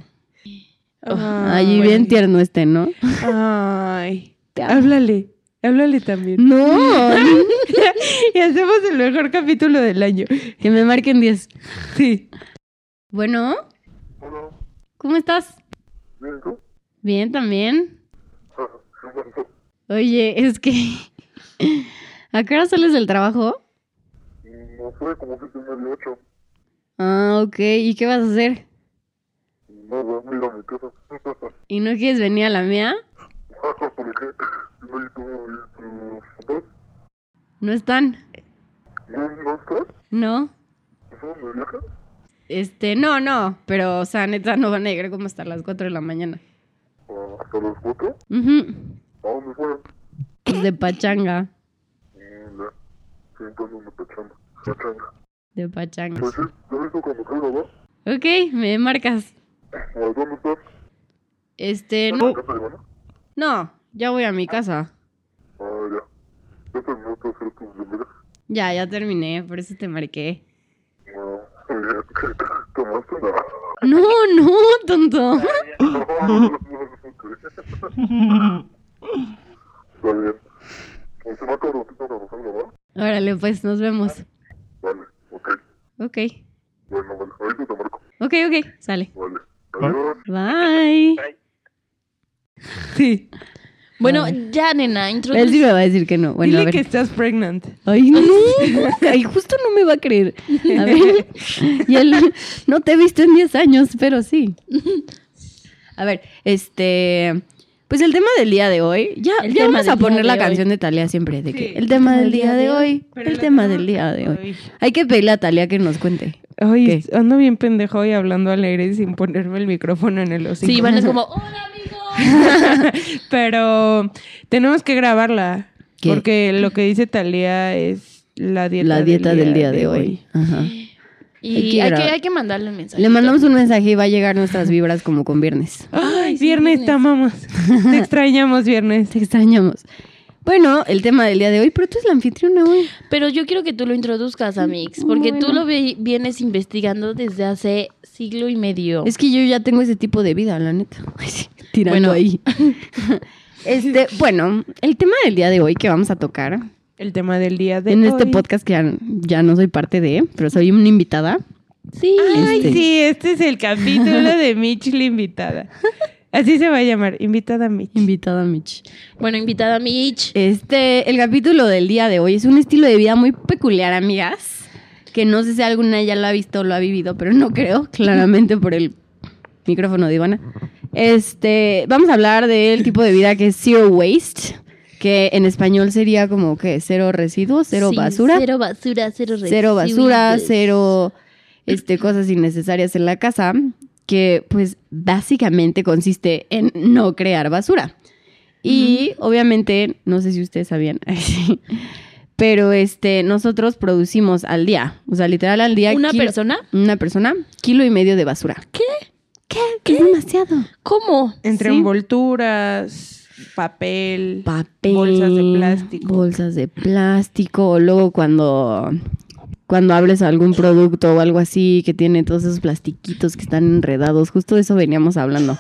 [SPEAKER 2] Ah,
[SPEAKER 4] Ay, y bien tierno este, ¿no?
[SPEAKER 3] Ah, Ay. Háblale. Háblale también.
[SPEAKER 4] No,
[SPEAKER 3] y hacemos el mejor capítulo del año.
[SPEAKER 4] que me marquen 10.
[SPEAKER 3] Sí.
[SPEAKER 4] Bueno,
[SPEAKER 5] Bueno,
[SPEAKER 4] ¿cómo estás?
[SPEAKER 5] ¿bien tú?
[SPEAKER 4] Bien, también.
[SPEAKER 5] ¿Qué pasó?
[SPEAKER 4] Oye, es que. ¿A qué hora sales del trabajo?
[SPEAKER 5] No sé, como siete y medio, ocho.
[SPEAKER 4] Ah, ok. ¿Y qué vas a hacer?
[SPEAKER 5] No, voy a ir a mi casa.
[SPEAKER 4] ¿Y no quieres venir a la mía?
[SPEAKER 5] ¿Por qué? No, ¿y tú? ¿Y tus papás?
[SPEAKER 4] No están.
[SPEAKER 5] ¿No, no estás?
[SPEAKER 4] No.
[SPEAKER 5] ¿Estás de viaje?
[SPEAKER 4] Este, no, no, pero, o sea, neta, no van a llegar como hasta las 4 de la mañana.
[SPEAKER 5] Ah, ¿Hasta las cuatro?
[SPEAKER 4] Ujú.
[SPEAKER 5] ¿A dónde fueron?
[SPEAKER 4] Pues de pachanga,
[SPEAKER 5] Mm, ya. Estoy entrando una pachanga. Pachanga.
[SPEAKER 4] de pachanga.
[SPEAKER 5] Pues sí, yo he visto cuando fui ¿verdad?
[SPEAKER 4] Ok, me marcas.
[SPEAKER 5] ¿O ¿Dónde estás?
[SPEAKER 4] Este,
[SPEAKER 5] ¿En la
[SPEAKER 4] no,
[SPEAKER 5] casa de Ivana?
[SPEAKER 4] no, ya voy a mi casa.
[SPEAKER 5] Ah, ya. Ya terminaste de hacer tus deberes.
[SPEAKER 4] Ya, ya terminé, por eso te marqué.
[SPEAKER 5] No, muy bien. ¿Tomaste nada?
[SPEAKER 4] No, no, tonto.
[SPEAKER 5] Está bien. Pues se va a acabar ratito cuando salga, ¿va?
[SPEAKER 4] Órale, pues, nos vemos.
[SPEAKER 5] Vale, ok.
[SPEAKER 4] Ok,
[SPEAKER 5] Bueno, vale. Ahorita te marco.
[SPEAKER 4] ok, ok, sale.
[SPEAKER 5] Vale. Adiós.
[SPEAKER 4] Bye.
[SPEAKER 3] Sí.
[SPEAKER 2] Bueno, ya, nena,
[SPEAKER 4] Él sí
[SPEAKER 2] introduce.
[SPEAKER 4] me va a decir que no. Bueno, a
[SPEAKER 3] Dile
[SPEAKER 4] ver.
[SPEAKER 3] que estás pregnant.
[SPEAKER 4] Ay, no. Ay, justo no me va a creer. A ver. Y él, no te he visto en 10 años, pero sí. A ver, este. Pues el tema del día de hoy. Ya,
[SPEAKER 2] El
[SPEAKER 4] ya
[SPEAKER 2] tema
[SPEAKER 4] vamos a
[SPEAKER 2] del día
[SPEAKER 4] poner
[SPEAKER 2] de
[SPEAKER 4] la
[SPEAKER 2] hoy.
[SPEAKER 4] canción de Talía siempre. De que
[SPEAKER 3] Sí,
[SPEAKER 4] el tema del día de hoy. El tema del día de hoy. Hay que pedirle a Talía que nos cuente.
[SPEAKER 3] Ay, ando bien pendejo y hablando al aire sin ponerme el micrófono en el hocico.
[SPEAKER 2] Sí, Iván es como, hola, amigos.
[SPEAKER 3] Pero tenemos que grabarla.
[SPEAKER 4] que
[SPEAKER 3] Porque lo que dice Talía es la dieta,
[SPEAKER 4] la dieta del día, de hoy. Ajá.
[SPEAKER 2] Y
[SPEAKER 4] Hay
[SPEAKER 2] hay
[SPEAKER 4] que
[SPEAKER 2] que,
[SPEAKER 4] grabar.
[SPEAKER 2] hay que mandarle un mensaje.
[SPEAKER 4] Le mandamos un mensaje y va a llegar nuestras vibras como con viernes.
[SPEAKER 3] Ay,
[SPEAKER 2] sí,
[SPEAKER 3] viernes,
[SPEAKER 2] viernes.
[SPEAKER 3] te amamos. Te extrañamos, viernes.
[SPEAKER 4] Te extrañamos. Bueno, el tema del día de hoy, pero tú es la anfitriona hoy.
[SPEAKER 2] Pero yo quiero que tú lo introduzcas, Amix, porque tú
[SPEAKER 4] Mm, Bueno.
[SPEAKER 2] lo vi- vienes investigando desde hace siglo y medio.
[SPEAKER 4] Es que yo ya tengo ese tipo de vida, la neta. Ay, sí, tirando
[SPEAKER 2] Bueno.
[SPEAKER 4] ahí. Este, bueno, el tema del día de hoy que vamos a tocar
[SPEAKER 3] El tema del día de
[SPEAKER 4] en
[SPEAKER 3] hoy.
[SPEAKER 4] este podcast que ya, ya no soy parte de, pero soy una invitada.
[SPEAKER 2] Sí.
[SPEAKER 3] Ay,
[SPEAKER 4] Este.
[SPEAKER 3] sí, este es el capítulo de Mitch la invitada. Así se va a llamar, invitada Mitch.
[SPEAKER 4] Invitada Mitch.
[SPEAKER 2] Bueno, invitada Mitch.
[SPEAKER 4] Este, el capítulo del día de hoy es un estilo de vida muy peculiar, amigas. Que no sé si alguna ya lo ha visto o lo ha vivido, pero no creo, claramente por el micrófono de Ivana. Este, vamos a hablar del tipo de vida que es zero waste, que en español sería como que cero residuos, cero
[SPEAKER 2] Sí,
[SPEAKER 4] basura, cero,
[SPEAKER 2] Cero basura, cero
[SPEAKER 4] basura,
[SPEAKER 2] residuibles.
[SPEAKER 4] cero este, cosas innecesarias en la casa, que pues básicamente consiste en no crear basura. Y obviamente, no sé si ustedes sabían, sí, pero este, nosotros producimos al día, o sea, literal al día.
[SPEAKER 2] ¿Una
[SPEAKER 4] kilo-
[SPEAKER 2] persona?
[SPEAKER 4] Una persona, kilo y medio de basura. ¿Qué? ¿Qué? Es demasiado.
[SPEAKER 2] ¿Cómo?
[SPEAKER 3] Entre
[SPEAKER 4] Sí.
[SPEAKER 3] envolturas, papel.
[SPEAKER 4] Papel.
[SPEAKER 3] Bolsas de plástico.
[SPEAKER 4] Bolsas de plástico. O luego cuando, cuando hables algún producto o algo así que tiene todos esos plastiquitos que están enredados. Justo de eso veníamos hablando.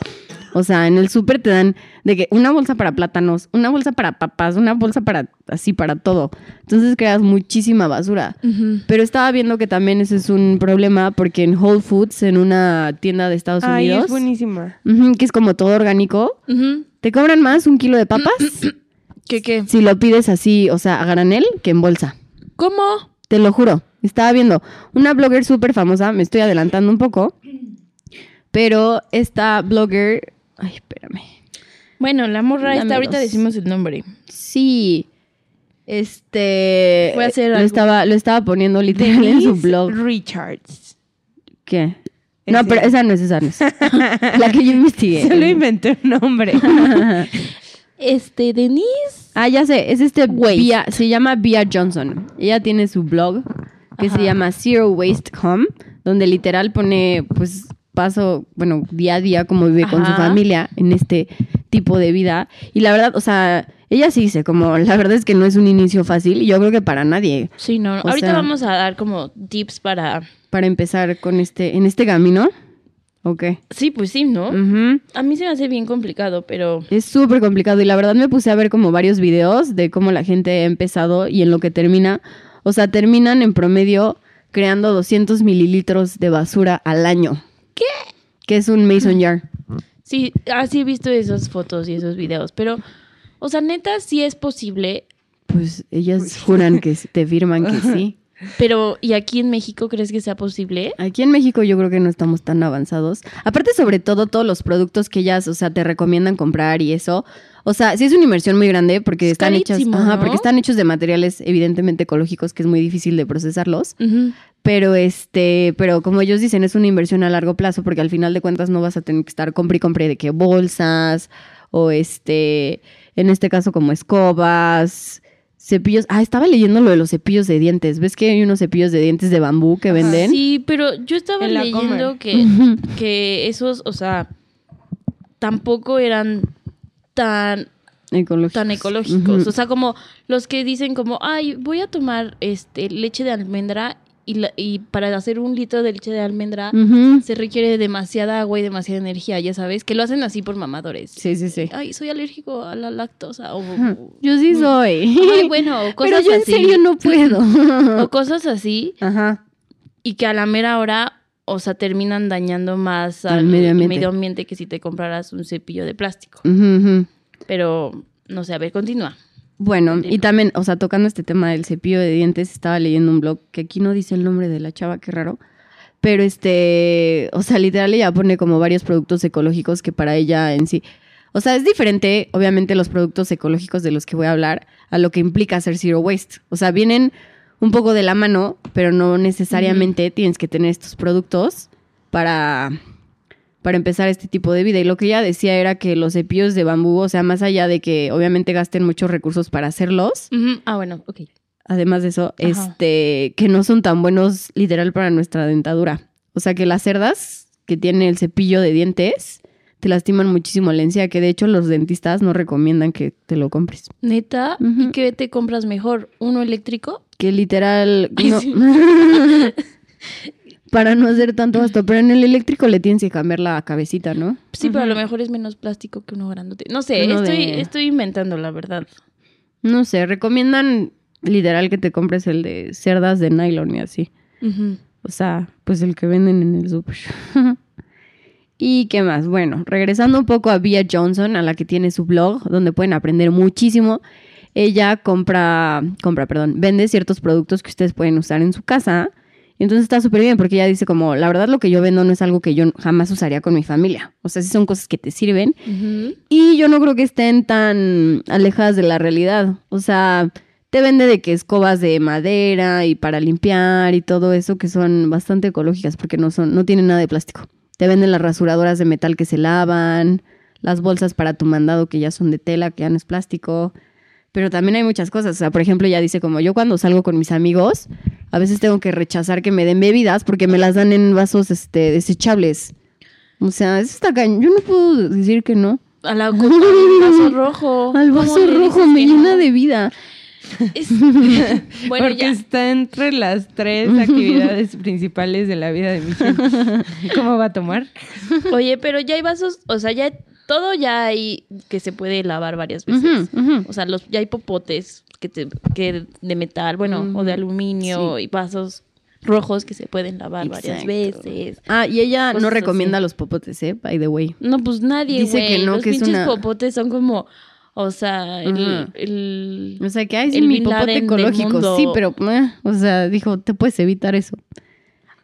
[SPEAKER 4] O sea, en el súper te dan de que una bolsa para plátanos, una bolsa para papas, una bolsa para así, para todo. Entonces creas muchísima basura.
[SPEAKER 2] Ujú.
[SPEAKER 4] Pero estaba viendo que también ese es un problema porque en Whole Foods, en una tienda de Estados
[SPEAKER 3] Ay,
[SPEAKER 4] Unidos,
[SPEAKER 3] es buenísima.
[SPEAKER 4] ujú, que es como todo orgánico,
[SPEAKER 2] Ujú.
[SPEAKER 4] te cobran más un kilo de papas
[SPEAKER 2] ¿Qué qué?
[SPEAKER 4] si lo pides así, o sea, a granel que en bolsa.
[SPEAKER 2] ¿Cómo?
[SPEAKER 4] Te lo juro. Estaba viendo una blogger súper famosa, me estoy adelantando un poco, pero esta blogger... Ay, espérame.
[SPEAKER 6] Bueno, la morra
[SPEAKER 4] Dame
[SPEAKER 6] esta ahorita
[SPEAKER 4] dos.
[SPEAKER 6] decimos el nombre.
[SPEAKER 4] Sí. Este...
[SPEAKER 6] Voy a hacer
[SPEAKER 4] lo,
[SPEAKER 6] algo.
[SPEAKER 4] estaba, lo estaba poniendo literal en su
[SPEAKER 3] Denise
[SPEAKER 4] blog.
[SPEAKER 3] Richards.
[SPEAKER 4] ¿Qué?
[SPEAKER 3] Ese.
[SPEAKER 4] No, pero esa no es, esa no es. La que yo investigué.
[SPEAKER 3] Solo inventé un nombre.
[SPEAKER 2] Este, Denise.
[SPEAKER 4] Ah, ya sé, es este
[SPEAKER 2] Waste.
[SPEAKER 4] Bia, se llama Bia Johnson. Ella tiene su blog que se llama Zero Waste Home, donde literal pone, pues, paso, bueno, día a día como vive con su
[SPEAKER 2] Ajá.
[SPEAKER 4] familia en este tipo de vida. Y la verdad, o sea, ella sí dice, como, la verdad es que no es un inicio fácil y yo creo que para nadie,
[SPEAKER 2] Sí, no.
[SPEAKER 4] O
[SPEAKER 2] ahorita
[SPEAKER 4] sea-
[SPEAKER 2] vamos a dar como tips para.
[SPEAKER 4] para empezar con este, en este camino. Ok.
[SPEAKER 2] Sí, pues sí, ¿no?
[SPEAKER 4] Ujú.
[SPEAKER 2] A mí se me hace bien complicado, pero.
[SPEAKER 4] Es súper complicado y la verdad me puse a ver como varios videos de cómo la gente ha empezado y en lo que termina. O sea, terminan en promedio creando 200 mililitros de basura al año.
[SPEAKER 2] ¿Qué?
[SPEAKER 4] Que es un mason jar.
[SPEAKER 2] Sí, así he visto esas fotos y esos videos, pero. O sea, neta, sí es posible,
[SPEAKER 4] Pues ellas juran que sí, te firman que sí.
[SPEAKER 2] pero. ¿Y aquí en México crees que sea posible?
[SPEAKER 4] Aquí en México yo creo que no estamos tan avanzados. Aparte, sobre todo, todos los productos que ellas, o sea, te recomiendan comprar y eso. O sea, sí es una inversión muy grande porque
[SPEAKER 2] Es
[SPEAKER 4] están hechas,
[SPEAKER 2] carísimo,
[SPEAKER 4] ajá,
[SPEAKER 2] ¿no?
[SPEAKER 4] porque están hechos de materiales evidentemente ecológicos que es muy difícil de procesarlos.
[SPEAKER 2] Ujú.
[SPEAKER 4] Pero este, pero como ellos dicen, es una inversión a largo plazo, porque al final de cuentas no vas a tener que estar compre y compre de qué bolsas, o este, en este caso como escobas, cepillos. Ah, estaba leyendo lo de los cepillos de dientes. ¿Ves que hay unos cepillos de dientes de bambú que venden?
[SPEAKER 2] Sí, pero yo estaba
[SPEAKER 3] En la
[SPEAKER 2] leyendo
[SPEAKER 3] Comer.
[SPEAKER 2] que,
[SPEAKER 4] Ujú.
[SPEAKER 2] que esos, o sea, tampoco eran tan,
[SPEAKER 4] Ecológicos.
[SPEAKER 2] tan ecológicos.
[SPEAKER 4] Ujú.
[SPEAKER 2] O sea, como los que dicen como, ay, voy a tomar este leche de almendra y, la- y para hacer un litro de leche de almendra
[SPEAKER 4] Ujú.
[SPEAKER 2] se requiere demasiada agua y demasiada energía, ya sabes, que lo hacen así por mamadores.
[SPEAKER 4] Sí, sí, sí.
[SPEAKER 2] Ay, soy alérgico a la lactosa. O, o-
[SPEAKER 4] Yo sí soy.
[SPEAKER 2] Ay, bueno, o
[SPEAKER 4] pero
[SPEAKER 2] cosas
[SPEAKER 4] yo en
[SPEAKER 2] así.
[SPEAKER 4] serio no
[SPEAKER 2] O
[SPEAKER 4] puedo.
[SPEAKER 2] cosas así.
[SPEAKER 4] Ajá.
[SPEAKER 2] y que a la mera hora, o sea, terminan dañando más al, medio, ambiente. que si te compraras un cepillo de plástico.
[SPEAKER 4] Ujú, ujú.
[SPEAKER 2] Pero, no sé, a ver, continúa.
[SPEAKER 4] Bueno,
[SPEAKER 2] Continúa.
[SPEAKER 4] y también, o sea, tocando este tema del cepillo de dientes, estaba leyendo un blog que aquí no dice el nombre de la chava, qué raro. Pero este, o sea, literal ella pone como varios productos ecológicos que para ella en sí. O sea, es diferente, obviamente, los productos ecológicos de los que voy a hablar a lo que implica hacer zero waste. O sea, vienen un poco de la mano, pero no necesariamente tienes que tener estos productos para, para empezar este tipo de vida. Y lo que ella decía era que los cepillos de bambú, o sea, más allá de que obviamente gasten muchos recursos para hacerlos,
[SPEAKER 2] Ujú, Ah, bueno, ok.
[SPEAKER 4] además de eso,
[SPEAKER 2] Ajá.
[SPEAKER 4] este, que no son tan buenos literal para nuestra dentadura. O sea, que las cerdas que tiene el cepillo de dientes te lastiman muchísimo la encía, que de hecho los dentistas no recomiendan que te lo compres.
[SPEAKER 2] Neta,
[SPEAKER 4] Ujú.
[SPEAKER 2] ¿y qué te compras mejor? ¿Uno eléctrico?
[SPEAKER 4] Que literal...
[SPEAKER 2] Ay,
[SPEAKER 4] no-
[SPEAKER 2] sí.
[SPEAKER 4] para no hacer tanto gasto, pero en el eléctrico le tienes que cambiar la cabecita, ¿no?
[SPEAKER 2] Sí, pero a lo mejor es menos plástico que uno grandote. No sé,
[SPEAKER 4] Uno
[SPEAKER 2] estoy,
[SPEAKER 4] de-
[SPEAKER 2] estoy inventando, la verdad.
[SPEAKER 4] No sé, recomiendan literal que te compres el de cerdas de nylon y así.
[SPEAKER 2] Ujú.
[SPEAKER 4] O sea, pues el que venden en el super. ¿Y qué más? Bueno, regresando un poco a Bia Johnson, a la que tiene su blog, donde pueden aprender muchísimo. Ella compra, compra, perdón, vende ciertos productos que ustedes pueden usar en su casa. Y entonces está súper bien porque ella dice como, la verdad lo que yo vendo no es algo que yo jamás usaría con mi familia. O sea, sí son cosas que te sirven
[SPEAKER 2] Ujú.
[SPEAKER 4] y yo no creo que estén tan alejadas de la realidad. O sea, te vende de que escobas de madera y para limpiar y todo eso que son bastante ecológicas porque no son, no tienen nada de plástico. Te venden las rasuradoras de metal que se lavan, las bolsas para tu mandado que ya son de tela, que ya no es plástico. Pero también hay muchas cosas. O sea, por ejemplo, ella dice como yo cuando salgo con mis amigos, a veces tengo que rechazar que me den bebidas porque me las dan en vasos este, desechables. O sea, eso está cañón. Yo no puedo decir que no.
[SPEAKER 2] A la copa del vaso rojo.
[SPEAKER 4] Al
[SPEAKER 2] ¿Cómo
[SPEAKER 4] vaso
[SPEAKER 2] le
[SPEAKER 4] rojo
[SPEAKER 2] dices
[SPEAKER 4] me
[SPEAKER 2] que
[SPEAKER 4] llena
[SPEAKER 2] no?
[SPEAKER 4] de vida.
[SPEAKER 2] Es- bueno,
[SPEAKER 3] Porque
[SPEAKER 2] ya.
[SPEAKER 3] está entre las tres actividades principales de la vida de Michelle. ¿Cómo va a tomar?
[SPEAKER 2] Oye, pero ya hay vasos, o sea, ya todo ya hay que se puede lavar varias veces. O sea, los, ya hay popotes que, te- que de metal, bueno, o de aluminio y vasos rojos que se pueden lavar varias
[SPEAKER 4] Exacto.
[SPEAKER 2] veces.
[SPEAKER 4] Ah, y ella no
[SPEAKER 2] Cosas
[SPEAKER 4] recomienda
[SPEAKER 2] así.
[SPEAKER 4] los popotes, ¿eh? By the way.
[SPEAKER 2] No, pues nadie,
[SPEAKER 4] Dice que
[SPEAKER 2] güey.
[SPEAKER 4] no,
[SPEAKER 2] los
[SPEAKER 4] que es
[SPEAKER 2] pinches
[SPEAKER 4] una-
[SPEAKER 2] popotes son como, o sea, el,
[SPEAKER 4] Ajá.
[SPEAKER 2] el-
[SPEAKER 4] O sea, que hay
[SPEAKER 2] El
[SPEAKER 4] mi
[SPEAKER 2] Bin
[SPEAKER 4] popote
[SPEAKER 2] Laden del
[SPEAKER 4] ecológico.
[SPEAKER 2] mundo.
[SPEAKER 4] Sí, pero, eh, o sea, dijo, te puedes evitar eso.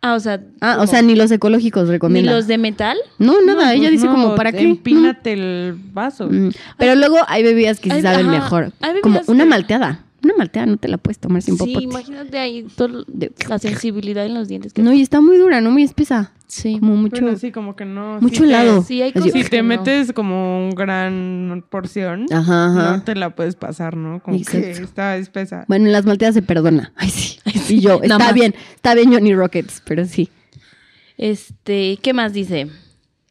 [SPEAKER 2] Ah, o sea...
[SPEAKER 4] Ah, o
[SPEAKER 2] como-
[SPEAKER 4] sea, ni los ecológicos
[SPEAKER 2] ni
[SPEAKER 4] recomienda.
[SPEAKER 2] los de metal.
[SPEAKER 4] No, nada, Ah, ella
[SPEAKER 3] pues
[SPEAKER 4] dice
[SPEAKER 3] no,
[SPEAKER 4] como, ¿para qué?
[SPEAKER 3] Empínate el vaso.
[SPEAKER 4] Mm. Pero luego hay bebidas que sí
[SPEAKER 2] Hay-
[SPEAKER 4] saben
[SPEAKER 2] ajá,
[SPEAKER 4] mejor.
[SPEAKER 2] hay
[SPEAKER 4] Como
[SPEAKER 2] bebidas
[SPEAKER 4] una
[SPEAKER 2] que-
[SPEAKER 4] malteada. Una malteada no te la puedes tomar sin
[SPEAKER 2] Sí,
[SPEAKER 4] popote.
[SPEAKER 2] imagínate ahí toda
[SPEAKER 4] De-
[SPEAKER 2] la sensibilidad en los dientes. Que
[SPEAKER 4] No, y está muy dura, no muy espesa.
[SPEAKER 2] Sí.
[SPEAKER 4] Como mucho,
[SPEAKER 3] Bueno, sí, como que no.
[SPEAKER 4] mucho
[SPEAKER 3] sí te-
[SPEAKER 4] helado.
[SPEAKER 2] sí, hay
[SPEAKER 4] Así-
[SPEAKER 3] Si
[SPEAKER 2] cosas-
[SPEAKER 3] te
[SPEAKER 2] No.
[SPEAKER 3] metes como un gran porción,
[SPEAKER 4] Ajá, ajá.
[SPEAKER 3] no te la puedes pasar, ¿no? Como
[SPEAKER 4] Exacto.
[SPEAKER 3] que está espesa.
[SPEAKER 4] Bueno, en las malteadas se perdona. Ay, sí. Y yo,
[SPEAKER 2] Nada
[SPEAKER 4] está
[SPEAKER 2] más.
[SPEAKER 4] bien, está bien Johnny Rockets, pero sí.
[SPEAKER 2] Este, ¿qué más dice?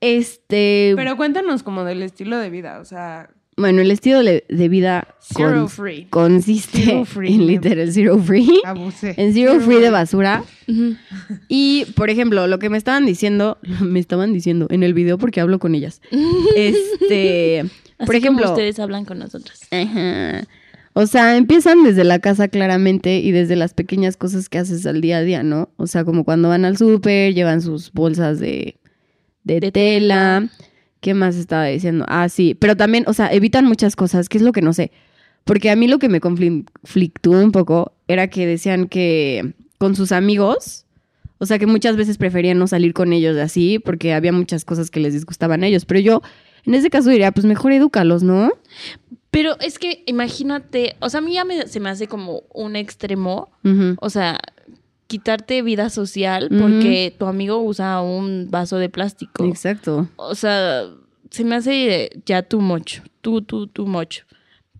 [SPEAKER 4] Este,
[SPEAKER 3] Pero cuéntanos como del estilo de vida, o sea,
[SPEAKER 4] bueno, el estilo de, de vida
[SPEAKER 3] Zero
[SPEAKER 4] cons-
[SPEAKER 3] free.
[SPEAKER 4] consiste
[SPEAKER 3] Zero free, Ah,
[SPEAKER 4] en
[SPEAKER 3] ma'am.
[SPEAKER 4] literal zero free,
[SPEAKER 3] abusé.
[SPEAKER 4] en zero free de basura. Y, por ejemplo, lo que me estaban diciendo, me estaban diciendo en el video porque hablo con ellas.
[SPEAKER 2] Eh,
[SPEAKER 4] Este,
[SPEAKER 2] Así
[SPEAKER 4] por ejemplo,
[SPEAKER 2] como ustedes hablan con nosotros.
[SPEAKER 4] Ajá. O sea, empiezan desde la casa claramente y desde las pequeñas cosas que haces al día a día, ¿no? O sea, como cuando van al súper, llevan sus bolsas de, de
[SPEAKER 2] De
[SPEAKER 4] tela. ¿Qué más estaba diciendo? Ah, sí. Pero también, o sea, evitan muchas cosas, que es lo que no sé. Porque a mí lo que me confli- conflictó un poco era que decían que con sus amigos, o sea, que muchas veces preferían no salir con ellos así porque había muchas cosas que les disgustaban a ellos. Pero yo, en ese caso, diría, pues mejor edúcalos, ¿no?
[SPEAKER 2] Pero es que imagínate, o sea, a mí ya me- se me hace como un extremo,
[SPEAKER 4] Ujú.
[SPEAKER 2] o sea, quitarte vida social
[SPEAKER 4] Ujú.
[SPEAKER 2] porque tu amigo usa un vaso de plástico.
[SPEAKER 4] Exacto.
[SPEAKER 2] O sea, se me hace ya too much, too, too, too much.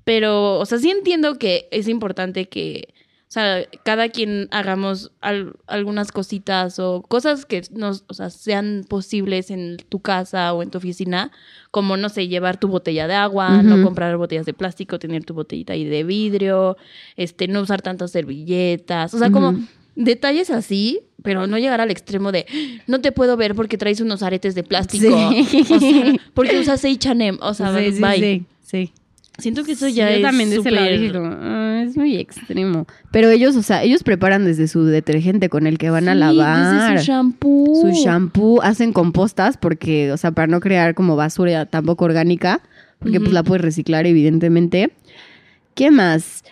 [SPEAKER 2] Pero, o sea, sí entiendo que es importante que, o sea, cada quien hagamos al- algunas cositas o cosas que nos, o sea, sean posibles en tu casa o en tu oficina, como, no sé, llevar tu botella de agua,
[SPEAKER 4] Ujú.
[SPEAKER 2] no comprar botellas de plástico, tener tu botellita ahí de vidrio, este, no usar tantas servilletas, o sea, como
[SPEAKER 4] Ujú.
[SPEAKER 2] detalles así, pero no llegar al extremo de, "Ah, no te puedo ver porque traes unos aretes de plástico,
[SPEAKER 4] Sí.
[SPEAKER 2] o sea, porque usas H&M, o sea, bye. Siento que eso ya
[SPEAKER 4] yo
[SPEAKER 2] es
[SPEAKER 4] también de ese lado
[SPEAKER 2] súper-
[SPEAKER 4] dije como, "Ah, es muy extremo. Pero ellos, o sea, ellos preparan desde su detergente con el que van a
[SPEAKER 2] Sí,
[SPEAKER 4] lavar.
[SPEAKER 2] desde su shampoo.
[SPEAKER 3] Mm.
[SPEAKER 4] su shampoo, hacen compostas porque, o sea, para no crear como basura tampoco orgánica, porque pues
[SPEAKER 2] Ujú.
[SPEAKER 4] la puedes reciclar evidentemente. ¿Qué más?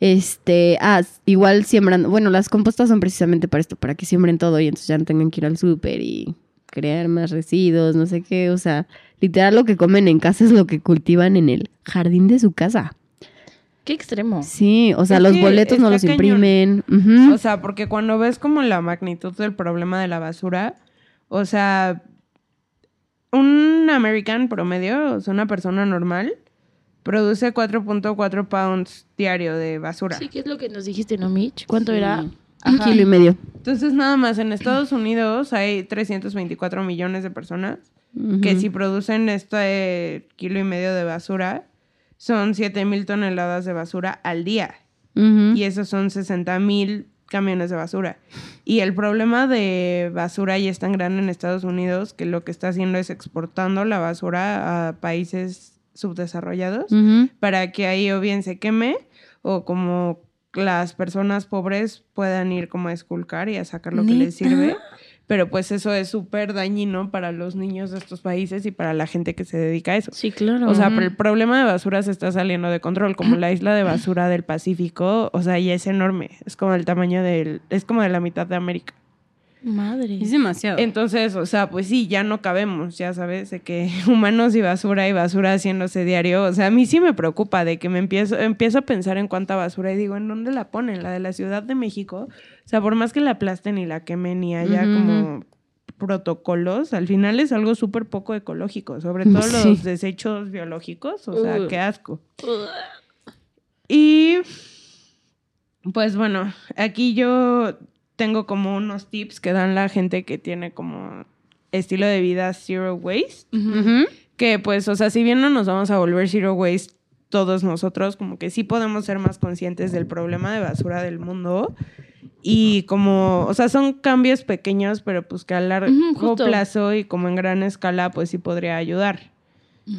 [SPEAKER 4] Este, ah, s- igual siembran, bueno, las compostas son precisamente para esto, para que siembren todo y entonces ya no tengan que ir al súper y crear más residuos, no sé qué, o sea, literal lo que comen en casa es lo que cultivan en el jardín de su casa.
[SPEAKER 2] Qué extremo.
[SPEAKER 4] Sí, o sea,
[SPEAKER 3] Es
[SPEAKER 4] los
[SPEAKER 3] que
[SPEAKER 4] boletos no
[SPEAKER 3] está
[SPEAKER 4] los
[SPEAKER 3] cañón.
[SPEAKER 4] imprimen. ujú.
[SPEAKER 3] O sea, porque cuando ves como la magnitud del problema de la basura, o sea, un American promedio, o sea, una persona normal, produce 4.4 pounds diario de basura.
[SPEAKER 2] Sí, ¿qué es lo que nos dijiste, no, Mitch? ¿Cuánto
[SPEAKER 4] Sí.
[SPEAKER 2] era?
[SPEAKER 4] Un kilo y medio.
[SPEAKER 3] Entonces, nada más, en Estados Unidos hay 324 millones de personas que
[SPEAKER 4] Ujú.
[SPEAKER 3] si producen este kilo y medio de basura, son 7 mil toneladas de basura al día.
[SPEAKER 4] Ujú.
[SPEAKER 3] Y esos son 60 mil camiones de basura. Y el problema de basura ya es tan grande en Estados Unidos que lo que está haciendo es exportando la basura a países subdesarrollados
[SPEAKER 4] Ujú.
[SPEAKER 3] para que ahí o bien se queme o como las personas pobres puedan ir como a esculcar y a sacar lo que les
[SPEAKER 2] ¿Neta?
[SPEAKER 3] sirve. Pero pues eso es súper dañino para los niños de estos países y para la gente que se dedica a eso.
[SPEAKER 2] Sí, claro.
[SPEAKER 3] O sea, pero el problema de basura se está saliendo de control, como la isla de basura del Pacífico, o sea, ya es enorme, es como el tamaño del, es como de la mitad de América.
[SPEAKER 2] Madre.
[SPEAKER 4] Es demasiado.
[SPEAKER 3] Entonces, o sea, pues sí, ya no cabemos, ya sabes, de que humanos y basura y basura haciéndose diario, o sea, a mí sí me preocupa de que me empiezo, empiezo a pensar en cuánta basura y digo, ¿en dónde la ponen? La de la Ciudad de México, o sea, por más que la aplasten y la quemen y haya
[SPEAKER 4] Ujú,
[SPEAKER 3] como protocolos, al final es algo súper poco ecológico, sobre todo
[SPEAKER 4] Sí.
[SPEAKER 3] los desechos biológicos, o sea,
[SPEAKER 2] Uy.
[SPEAKER 3] qué asco. Y pues bueno, aquí yo tengo como unos tips que dan la gente que tiene como estilo de vida zero waste,
[SPEAKER 4] Ujú.
[SPEAKER 3] que pues, o sea, si bien no nos vamos a volver zero waste todos nosotros, como que sí podemos ser más conscientes del problema de basura del mundo. Y como, o sea, son cambios pequeños, pero pues que a largo
[SPEAKER 2] Ujú, justo.
[SPEAKER 3] plazo y como en gran escala, pues sí podría ayudar.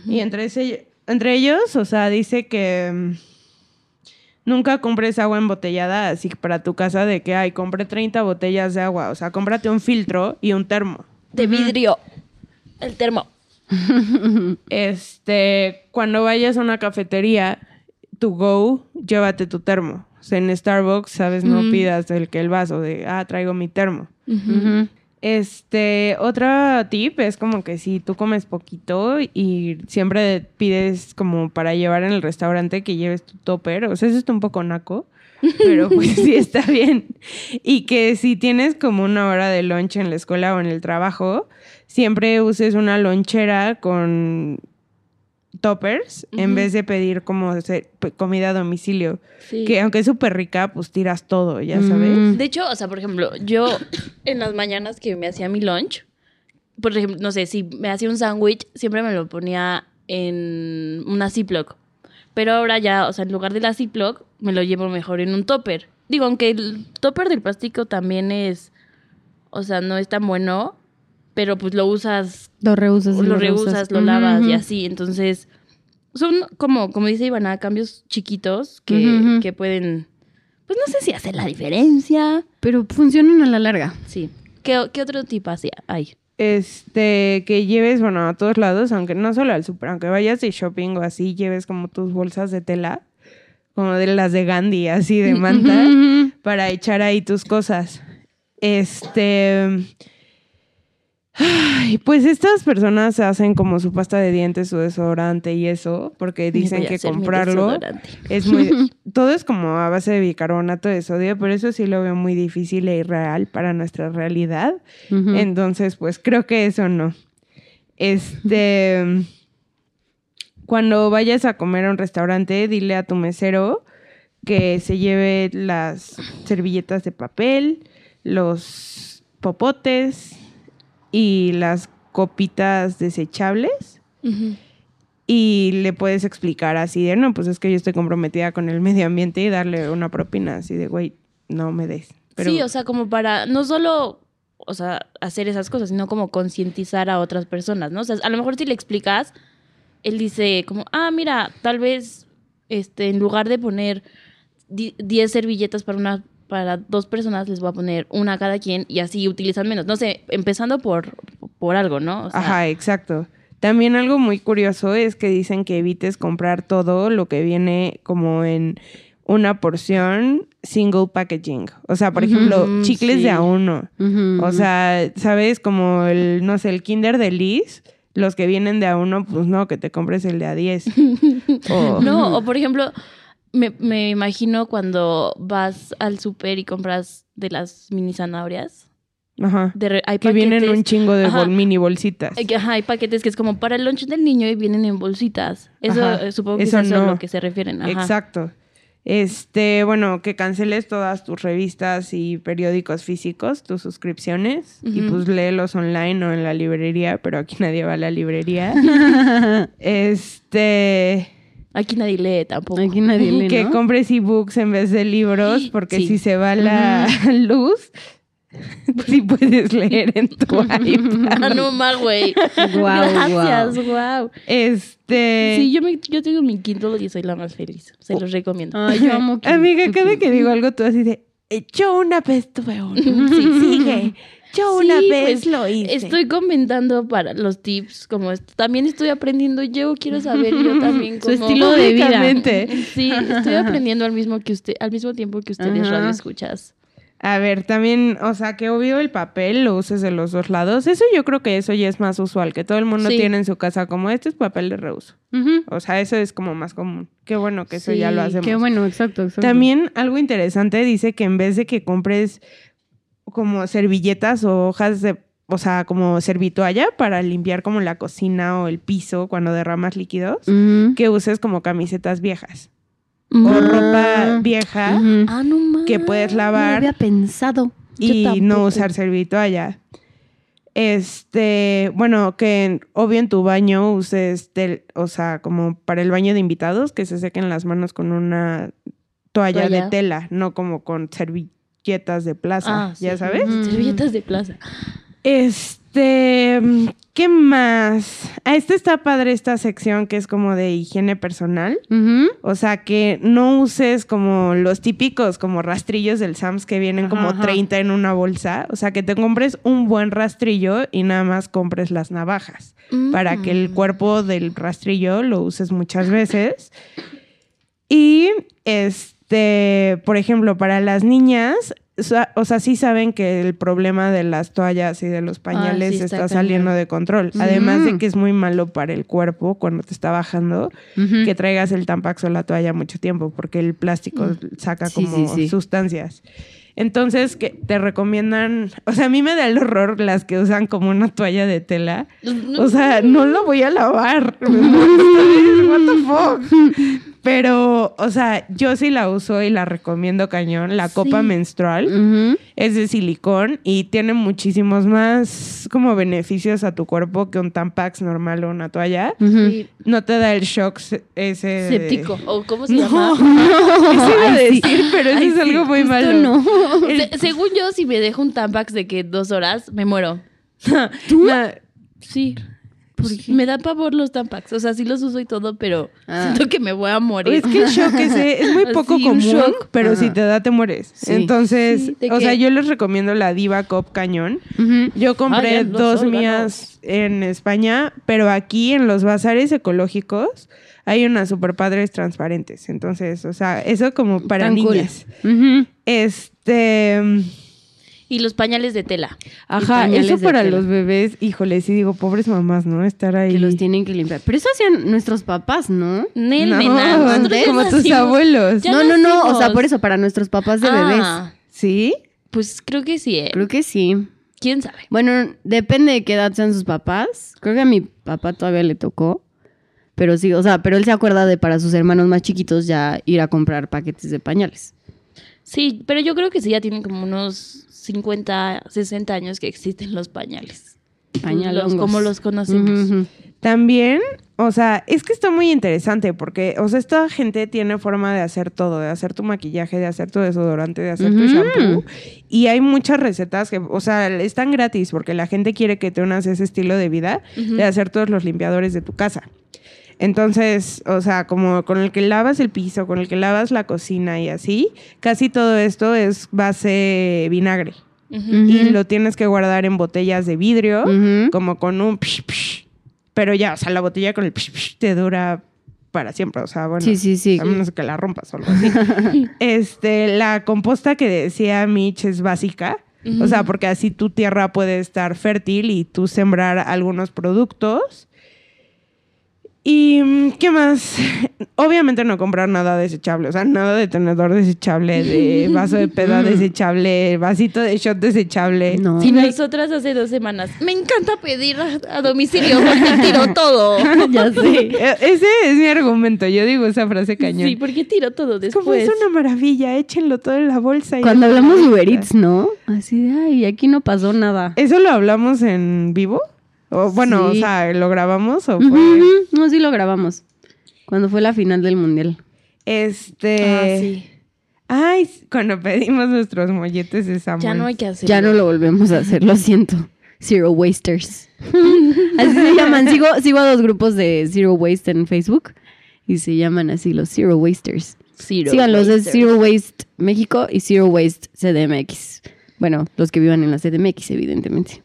[SPEAKER 3] Y entre, ese- entre ellos, o sea, dice que mm, nunca compres agua embotellada, así que para tu casa de que, ay, compré 30 botellas de agua, o sea, cómprate un filtro y un termo.
[SPEAKER 2] De vidrio. El termo.
[SPEAKER 3] Este, cuando vayas a una cafetería, tu go, llévate tu termo. O sea, en Starbucks, sabes, no
[SPEAKER 2] Mm.
[SPEAKER 3] pidas el que el vaso de, ah, traigo mi termo.
[SPEAKER 4] Ujú.
[SPEAKER 3] Este, otro tip es como que si tú comes poquito y siempre pides como para llevar en el restaurante que lleves tu topper, o sea, eso está un poco naco, pero pues sí está bien. Y que si tienes como una hora de lunch en la escuela o en el trabajo, siempre uses una lonchera con toppers en
[SPEAKER 2] Ujú.
[SPEAKER 3] vez de pedir como se- p- comida a domicilio,
[SPEAKER 2] Sí.
[SPEAKER 3] que aunque es súper rica, pues tiras todo, ya sabes.
[SPEAKER 4] Mm.
[SPEAKER 2] De hecho, o sea, por ejemplo, yo en las mañanas que me hacía mi lunch, por ejemplo, no sé, si me hacía un sándwich, siempre me lo ponía en una Ziploc. Pero ahora ya, o sea, en lugar de la Ziploc, me lo llevo mejor en un topper. Digo, aunque el topper del plástico también es, o sea, no es tan bueno, pero pues lo usas,
[SPEAKER 4] Lo reusas. y
[SPEAKER 2] lo reusas, lo
[SPEAKER 4] Ujú,
[SPEAKER 2] lavas y
[SPEAKER 4] ujú.
[SPEAKER 2] así. Entonces, son como, como dice Ivana, cambios chiquitos que,
[SPEAKER 4] Ujú, ujú.
[SPEAKER 2] que pueden, pues no sé si hacen la diferencia.
[SPEAKER 4] Pero funcionan a la larga.
[SPEAKER 2] Sí. ¿Qué, qué otro tipo hacía? Ay.
[SPEAKER 3] Este, que lleves, bueno, a todos lados, aunque no solo al super, aunque vayas de shopping o así, lleves como tus bolsas de tela, como de las de Gandhi, así de manta,
[SPEAKER 4] Ujú.
[SPEAKER 3] para echar ahí tus cosas. Este. ay, pues estas personas hacen como su pasta de dientes, su desodorante y eso, porque dicen
[SPEAKER 2] Voy a
[SPEAKER 3] que
[SPEAKER 2] hacer mi
[SPEAKER 3] comprarlo
[SPEAKER 2] desodorante.
[SPEAKER 3] es muy. todo es como a base de bicarbonato de sodio, pero eso sí lo veo muy difícil e irreal para nuestra realidad.
[SPEAKER 4] Ujú.
[SPEAKER 3] Entonces, pues creo que eso no. Este, cuando vayas a comer a un restaurante, dile a tu mesero que se lleve las servilletas de papel, los popotes y las copitas desechables. Y le puedes explicar así de, no, pues es que yo estoy comprometida con el medio ambiente y darle una propina así de, güey, no me des. Pero-
[SPEAKER 2] Sí, o sea, como para no solo, o sea, hacer esas cosas, sino como concientizar a otras personas, ¿no? O sea, a lo mejor si le explicas, él dice como, ah, mira, tal vez, este, en lugar de poner di- 10 servilletas para una para dos personas les voy a poner una a cada quien y así utilizan menos. No sé, empezando por, por algo, ¿no? O sea,
[SPEAKER 3] Ajá, exacto. También algo muy curioso es que dicen que evites comprar todo lo que viene como en una porción single packaging. O sea, por ejemplo,
[SPEAKER 2] Ujú,
[SPEAKER 3] chicles
[SPEAKER 2] sí.
[SPEAKER 3] de a uno.
[SPEAKER 4] Ujú.
[SPEAKER 3] O sea, ¿sabes? Como el, no sé, el Kinder de Liz, los que vienen de a uno, pues no, que te compres el de a 10. O-
[SPEAKER 2] No, o por ejemplo, me, me imagino cuando vas al súper y compras de las mini zanahorias.
[SPEAKER 3] Ajá.
[SPEAKER 2] De re- hay
[SPEAKER 3] que vienen
[SPEAKER 2] paquetes-
[SPEAKER 3] un chingo de
[SPEAKER 2] Ajá.
[SPEAKER 3] bol- mini bolsitas.
[SPEAKER 2] Eh, que, Ajá, hay paquetes que es como para el lunch del niño y vienen en bolsitas. Eso
[SPEAKER 3] Ajá.
[SPEAKER 2] eh, supongo que
[SPEAKER 3] Eso
[SPEAKER 2] es eso
[SPEAKER 3] no.
[SPEAKER 2] a lo que se refieren. Ajá.
[SPEAKER 3] Exacto. Este, bueno, que canceles todas tus revistas y periódicos físicos, tus suscripciones, y
[SPEAKER 2] Ujú.
[SPEAKER 3] pues léelos online o en la librería, pero aquí nadie va a la librería. este,
[SPEAKER 2] Aquí nadie lee tampoco.
[SPEAKER 4] Aquí nadie lee,
[SPEAKER 3] que
[SPEAKER 4] ¿no?
[SPEAKER 3] compres ebooks en vez de libros, porque
[SPEAKER 4] Sí.
[SPEAKER 3] si se va la luz, pues sí puedes leer en tu iPad.
[SPEAKER 2] Ah, no más, güey.
[SPEAKER 4] Guau,
[SPEAKER 2] Gracias,
[SPEAKER 4] guau.
[SPEAKER 2] guau.
[SPEAKER 3] Este,
[SPEAKER 2] Sí, yo, me, yo tengo mi Kindle y soy la más feliz. Se los
[SPEAKER 3] Ah,
[SPEAKER 2] recomiendo.
[SPEAKER 4] Ay, yo amo que-
[SPEAKER 3] Amiga, cada
[SPEAKER 4] que-
[SPEAKER 3] que digo algo tú así de, "Eh, yo una vez tuve uno.
[SPEAKER 2] Sí.
[SPEAKER 3] Sigue. Yo
[SPEAKER 2] Sí,
[SPEAKER 3] una
[SPEAKER 2] pues,
[SPEAKER 3] vez lo hice.
[SPEAKER 2] Estoy comentando para los tips, como esto. también estoy aprendiendo yo, quiero saber yo también
[SPEAKER 4] Su
[SPEAKER 2] cómo...
[SPEAKER 4] estilo de vida.
[SPEAKER 3] Públicamente.
[SPEAKER 2] Sí, estoy aprendiendo al mismo que usted, al mismo tiempo que ustedes
[SPEAKER 4] Ajá.
[SPEAKER 2] radio escuchas.
[SPEAKER 3] A ver, también, o sea, que obvio el papel lo uses de los dos lados. Eso yo creo que eso ya es más usual, que todo el mundo
[SPEAKER 2] Sí.
[SPEAKER 3] tiene en su casa como este es papel de reuso.
[SPEAKER 4] Ujú.
[SPEAKER 3] O sea, eso es como más común. Qué bueno que eso ya lo
[SPEAKER 4] Sí,
[SPEAKER 3] hacemos.
[SPEAKER 4] Qué bueno, exacto, exacto.
[SPEAKER 3] También algo interesante dice que en vez de que compres como servilletas o hojas de, o sea, como servitoalla para limpiar como la cocina o el piso cuando derramas líquidos,
[SPEAKER 4] Ujú.
[SPEAKER 3] que uses como camisetas viejas o
[SPEAKER 4] Ah.
[SPEAKER 3] ropa vieja
[SPEAKER 4] Ujú.
[SPEAKER 2] Mm. Ah, no mames.
[SPEAKER 3] que puedes
[SPEAKER 4] No lo
[SPEAKER 3] lavar
[SPEAKER 4] había pensado.
[SPEAKER 3] y no
[SPEAKER 2] tampoco.
[SPEAKER 3] usar servitoalla. Este, bueno, que en- obvio en tu baño uses, tel- o sea, como para el baño de invitados, que se sequen las manos con una toalla, de
[SPEAKER 2] Toalla.
[SPEAKER 3] tela, no como con servilletas de plaza,
[SPEAKER 2] Ah, sí.
[SPEAKER 3] ¿ya sabes?
[SPEAKER 4] Ujú.
[SPEAKER 2] Servilletas de plaza.
[SPEAKER 3] Este, ¿qué más? Ah, esta está padre esta sección que es como de higiene personal.
[SPEAKER 4] Ujú.
[SPEAKER 3] O sea, que no uses como los típicos, como rastrillos del Sams que vienen como
[SPEAKER 4] Ajá, ajá.
[SPEAKER 3] 30 en una bolsa. O sea, que te compres un buen rastrillo y nada más compres las navajas para que
[SPEAKER 2] Mm.
[SPEAKER 3] el cuerpo del rastrillo lo uses muchas veces. Y este, por ejemplo, para las niñas, o sea- o sea, sí saben que el problema de las toallas y de los pañales
[SPEAKER 2] sí, está
[SPEAKER 3] está, saliendo
[SPEAKER 2] cañón.
[SPEAKER 3] de control. Además de
[SPEAKER 4] Mm.
[SPEAKER 3] que es muy malo para el cuerpo cuando te está bajando
[SPEAKER 4] Ujú.
[SPEAKER 3] que traigas el tampax o la toalla mucho tiempo, porque el plástico saca
[SPEAKER 4] Mm. Sí,
[SPEAKER 3] como
[SPEAKER 4] sí, sí.
[SPEAKER 3] sustancias. Entonces, que te recomiendan, o sea, a mí me da el horror las que usan como una toalla de tela. O sea, no lo voy a lavar. Me molesta, What the fuck? Pero, o sea, yo sí la uso y la recomiendo cañón, la copa
[SPEAKER 2] Sí.
[SPEAKER 3] menstrual
[SPEAKER 4] Ujú.
[SPEAKER 3] es de silicón y tiene muchísimos más como beneficios a tu cuerpo que un Tampax normal o una toalla.
[SPEAKER 4] Ujú.
[SPEAKER 2] Sí,
[SPEAKER 3] No te da el shock se- ese. de-
[SPEAKER 2] Séptico. ¿O cómo se
[SPEAKER 3] No.
[SPEAKER 2] llama?
[SPEAKER 3] Eso iba a
[SPEAKER 4] Ay, sí.
[SPEAKER 3] decir, pero eso
[SPEAKER 4] Ay,
[SPEAKER 3] es
[SPEAKER 4] sí,
[SPEAKER 3] algo muy
[SPEAKER 4] justo
[SPEAKER 3] malo.
[SPEAKER 4] no.
[SPEAKER 2] Se- según yo, si me dejo un Tampax de que dos horas, me muero.
[SPEAKER 3] ¿Tú?
[SPEAKER 2] Sí. me da pavor los Tampax. O sea, sí los uso y todo, pero
[SPEAKER 4] Ah.
[SPEAKER 2] siento que me voy a morir.
[SPEAKER 3] Es que el shock ese es muy poco
[SPEAKER 2] Sí, un
[SPEAKER 3] común,
[SPEAKER 2] shock.
[SPEAKER 3] pero
[SPEAKER 4] Ajá.
[SPEAKER 3] si te da te mueres.
[SPEAKER 4] Sí.
[SPEAKER 3] Entonces,
[SPEAKER 2] Sí, de
[SPEAKER 3] o sea,
[SPEAKER 2] que-
[SPEAKER 3] yo les recomiendo la Diva Cop Cañón.
[SPEAKER 4] Ujú.
[SPEAKER 3] Yo compré
[SPEAKER 2] Ah, ya, los
[SPEAKER 3] dos
[SPEAKER 2] órganos.
[SPEAKER 3] mías en España, pero aquí en los bazares ecológicos hay unas super padres transparentes. Entonces, o sea, eso como para
[SPEAKER 4] Tan cool.
[SPEAKER 3] niñas.
[SPEAKER 4] Ujú.
[SPEAKER 3] Este,
[SPEAKER 2] Y los pañales de tela.
[SPEAKER 3] ajá,
[SPEAKER 4] pañales
[SPEAKER 3] eso
[SPEAKER 4] de
[SPEAKER 3] para
[SPEAKER 4] tela.
[SPEAKER 3] los bebés, híjole, sí digo, pobres mamás, ¿no? Estar ahí.
[SPEAKER 4] Que los tienen que limpiar. Pero eso hacían nuestros papás, ¿no?
[SPEAKER 2] Nel,
[SPEAKER 3] No,
[SPEAKER 2] nena, nosotros ya
[SPEAKER 3] como tus
[SPEAKER 2] nacimos-
[SPEAKER 3] abuelos.
[SPEAKER 2] Ya
[SPEAKER 4] no, no, no. O sea,
[SPEAKER 2] nacimos.
[SPEAKER 4] por eso, para nuestros papás de bebés.
[SPEAKER 2] Ah,
[SPEAKER 3] ¿Sí?
[SPEAKER 2] Pues creo que sí, ¿eh?
[SPEAKER 4] Creo que sí.
[SPEAKER 2] ¿Quién sabe?
[SPEAKER 4] Bueno, depende de qué edad sean sus papás. Creo que a mi papá todavía le tocó. Pero sí, o sea, pero él se acuerda de para sus hermanos más chiquitos ya ir a comprar paquetes de pañales.
[SPEAKER 2] Sí, pero yo creo que sí, ya tienen como unos 50, 60 años que existen los pañales.
[SPEAKER 4] Pañalongos.
[SPEAKER 2] Los- como los conocemos.
[SPEAKER 4] Ujú, ujú.
[SPEAKER 3] También, o sea, es que está muy interesante porque, o sea, esta gente tiene forma de hacer todo, de hacer tu maquillaje, de hacer tu desodorante, de hacer tu
[SPEAKER 4] Ujú.
[SPEAKER 3] shampoo. Y hay muchas recetas que, o sea, están gratis porque la gente quiere que te unas a ese estilo de vida, de hacer todos los limpiadores de tu casa. Entonces, o sea, como con el que lavas el piso, con el que lavas la cocina y así, casi todo esto es base vinagre.
[SPEAKER 2] Ujú.
[SPEAKER 3] Y
[SPEAKER 4] Ujú.
[SPEAKER 3] lo tienes que guardar en botellas de vidrio
[SPEAKER 4] Ujú.
[SPEAKER 3] como con un psh, psh. pero ya, o sea, la botella con el psh, psh te dura para siempre, o sea, bueno,
[SPEAKER 4] Sí, sí, sí.
[SPEAKER 3] a menos que la rompas o algo así. este, la composta que decía Mitch es básica, o sea, porque así tu tierra puede estar fértil y tú sembrar algunos productos. ¿Y mm, qué más? Obviamente no comprar nada desechable, o sea, nada de tenedor desechable, de vaso de peda desechable, vasito de shot desechable.
[SPEAKER 4] No.
[SPEAKER 2] Si nosotras hace dos semanas, me encanta pedir a, a domicilio porque tiro todo.
[SPEAKER 4] ya sé.
[SPEAKER 3] E- Ese es mi argumento, yo digo esa frase cañón.
[SPEAKER 2] Sí, porque tiro todo
[SPEAKER 3] Como
[SPEAKER 2] después.
[SPEAKER 3] es una maravilla, échenlo todo en la bolsa. y-
[SPEAKER 4] Cuando hablamos de Uber Eats, ¿no? Así de, ay, aquí no pasó nada.
[SPEAKER 3] ¿Eso lo hablamos en vivo? O, bueno,
[SPEAKER 4] Sí.
[SPEAKER 3] o sea, ¿lo grabamos o fue...?
[SPEAKER 4] Ujú, ujú. No, sí lo grabamos. Cuando fue la final del mundial.
[SPEAKER 3] Este...
[SPEAKER 2] Ah, sí.
[SPEAKER 3] Ay, s- cuando pedimos nuestros molletes de Samón.
[SPEAKER 2] Ya no hay que hacer.
[SPEAKER 4] Ya no lo volvemos a hacer, lo siento. Zero Wasters. así se llaman. Sigo, sigo a dos grupos de Zero Waste en Facebook y se llaman así los Zero Wasters.
[SPEAKER 2] Zero
[SPEAKER 4] Sigan los de
[SPEAKER 2] wasters.
[SPEAKER 4] Zero Waste México y Zero Waste CDMX. Bueno, los que vivan en la CDMX, evidentemente.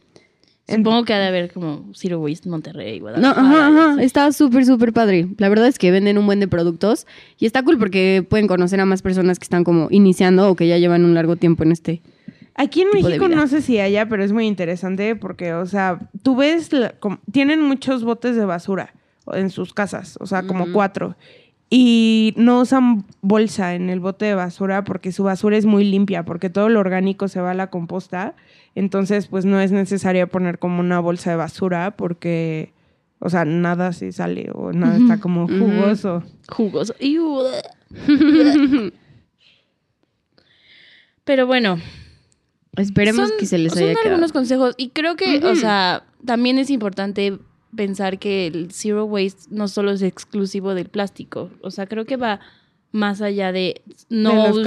[SPEAKER 2] Supongo que ha de haber como Zero Waste Monterrey,
[SPEAKER 4] No,
[SPEAKER 2] Guadalajara.
[SPEAKER 4] ajá,
[SPEAKER 2] y
[SPEAKER 4] ajá.
[SPEAKER 2] así.
[SPEAKER 4] Está súper, súper padre. La verdad es que venden un buen de productos y está cool porque pueden conocer a más personas que están como iniciando o que ya llevan un largo tiempo en este.
[SPEAKER 3] Aquí en
[SPEAKER 4] tipo de
[SPEAKER 3] México
[SPEAKER 4] vida.
[SPEAKER 3] no sé si haya, pero es muy interesante porque, o sea, tú ves, la- com- tienen muchos botes de basura en sus casas, o sea, como cuatro. Y no usan bolsa en el bote de basura porque su basura es muy limpia, porque todo lo orgánico se va a la composta. Entonces, pues no es necesario poner como una bolsa de basura porque, o sea, nada se sale o nada está como
[SPEAKER 4] Ujú.
[SPEAKER 3] jugoso.
[SPEAKER 2] Jugoso. Iu. Pero bueno,
[SPEAKER 4] Esperemos
[SPEAKER 2] son-
[SPEAKER 4] que se les
[SPEAKER 2] son
[SPEAKER 4] haya quedado.
[SPEAKER 2] algunos consejos. Y creo que, o sea, también es importante pensar que el zero waste no solo es exclusivo del plástico. O sea, creo que va más allá de no,
[SPEAKER 3] De los
[SPEAKER 2] us- ajá, de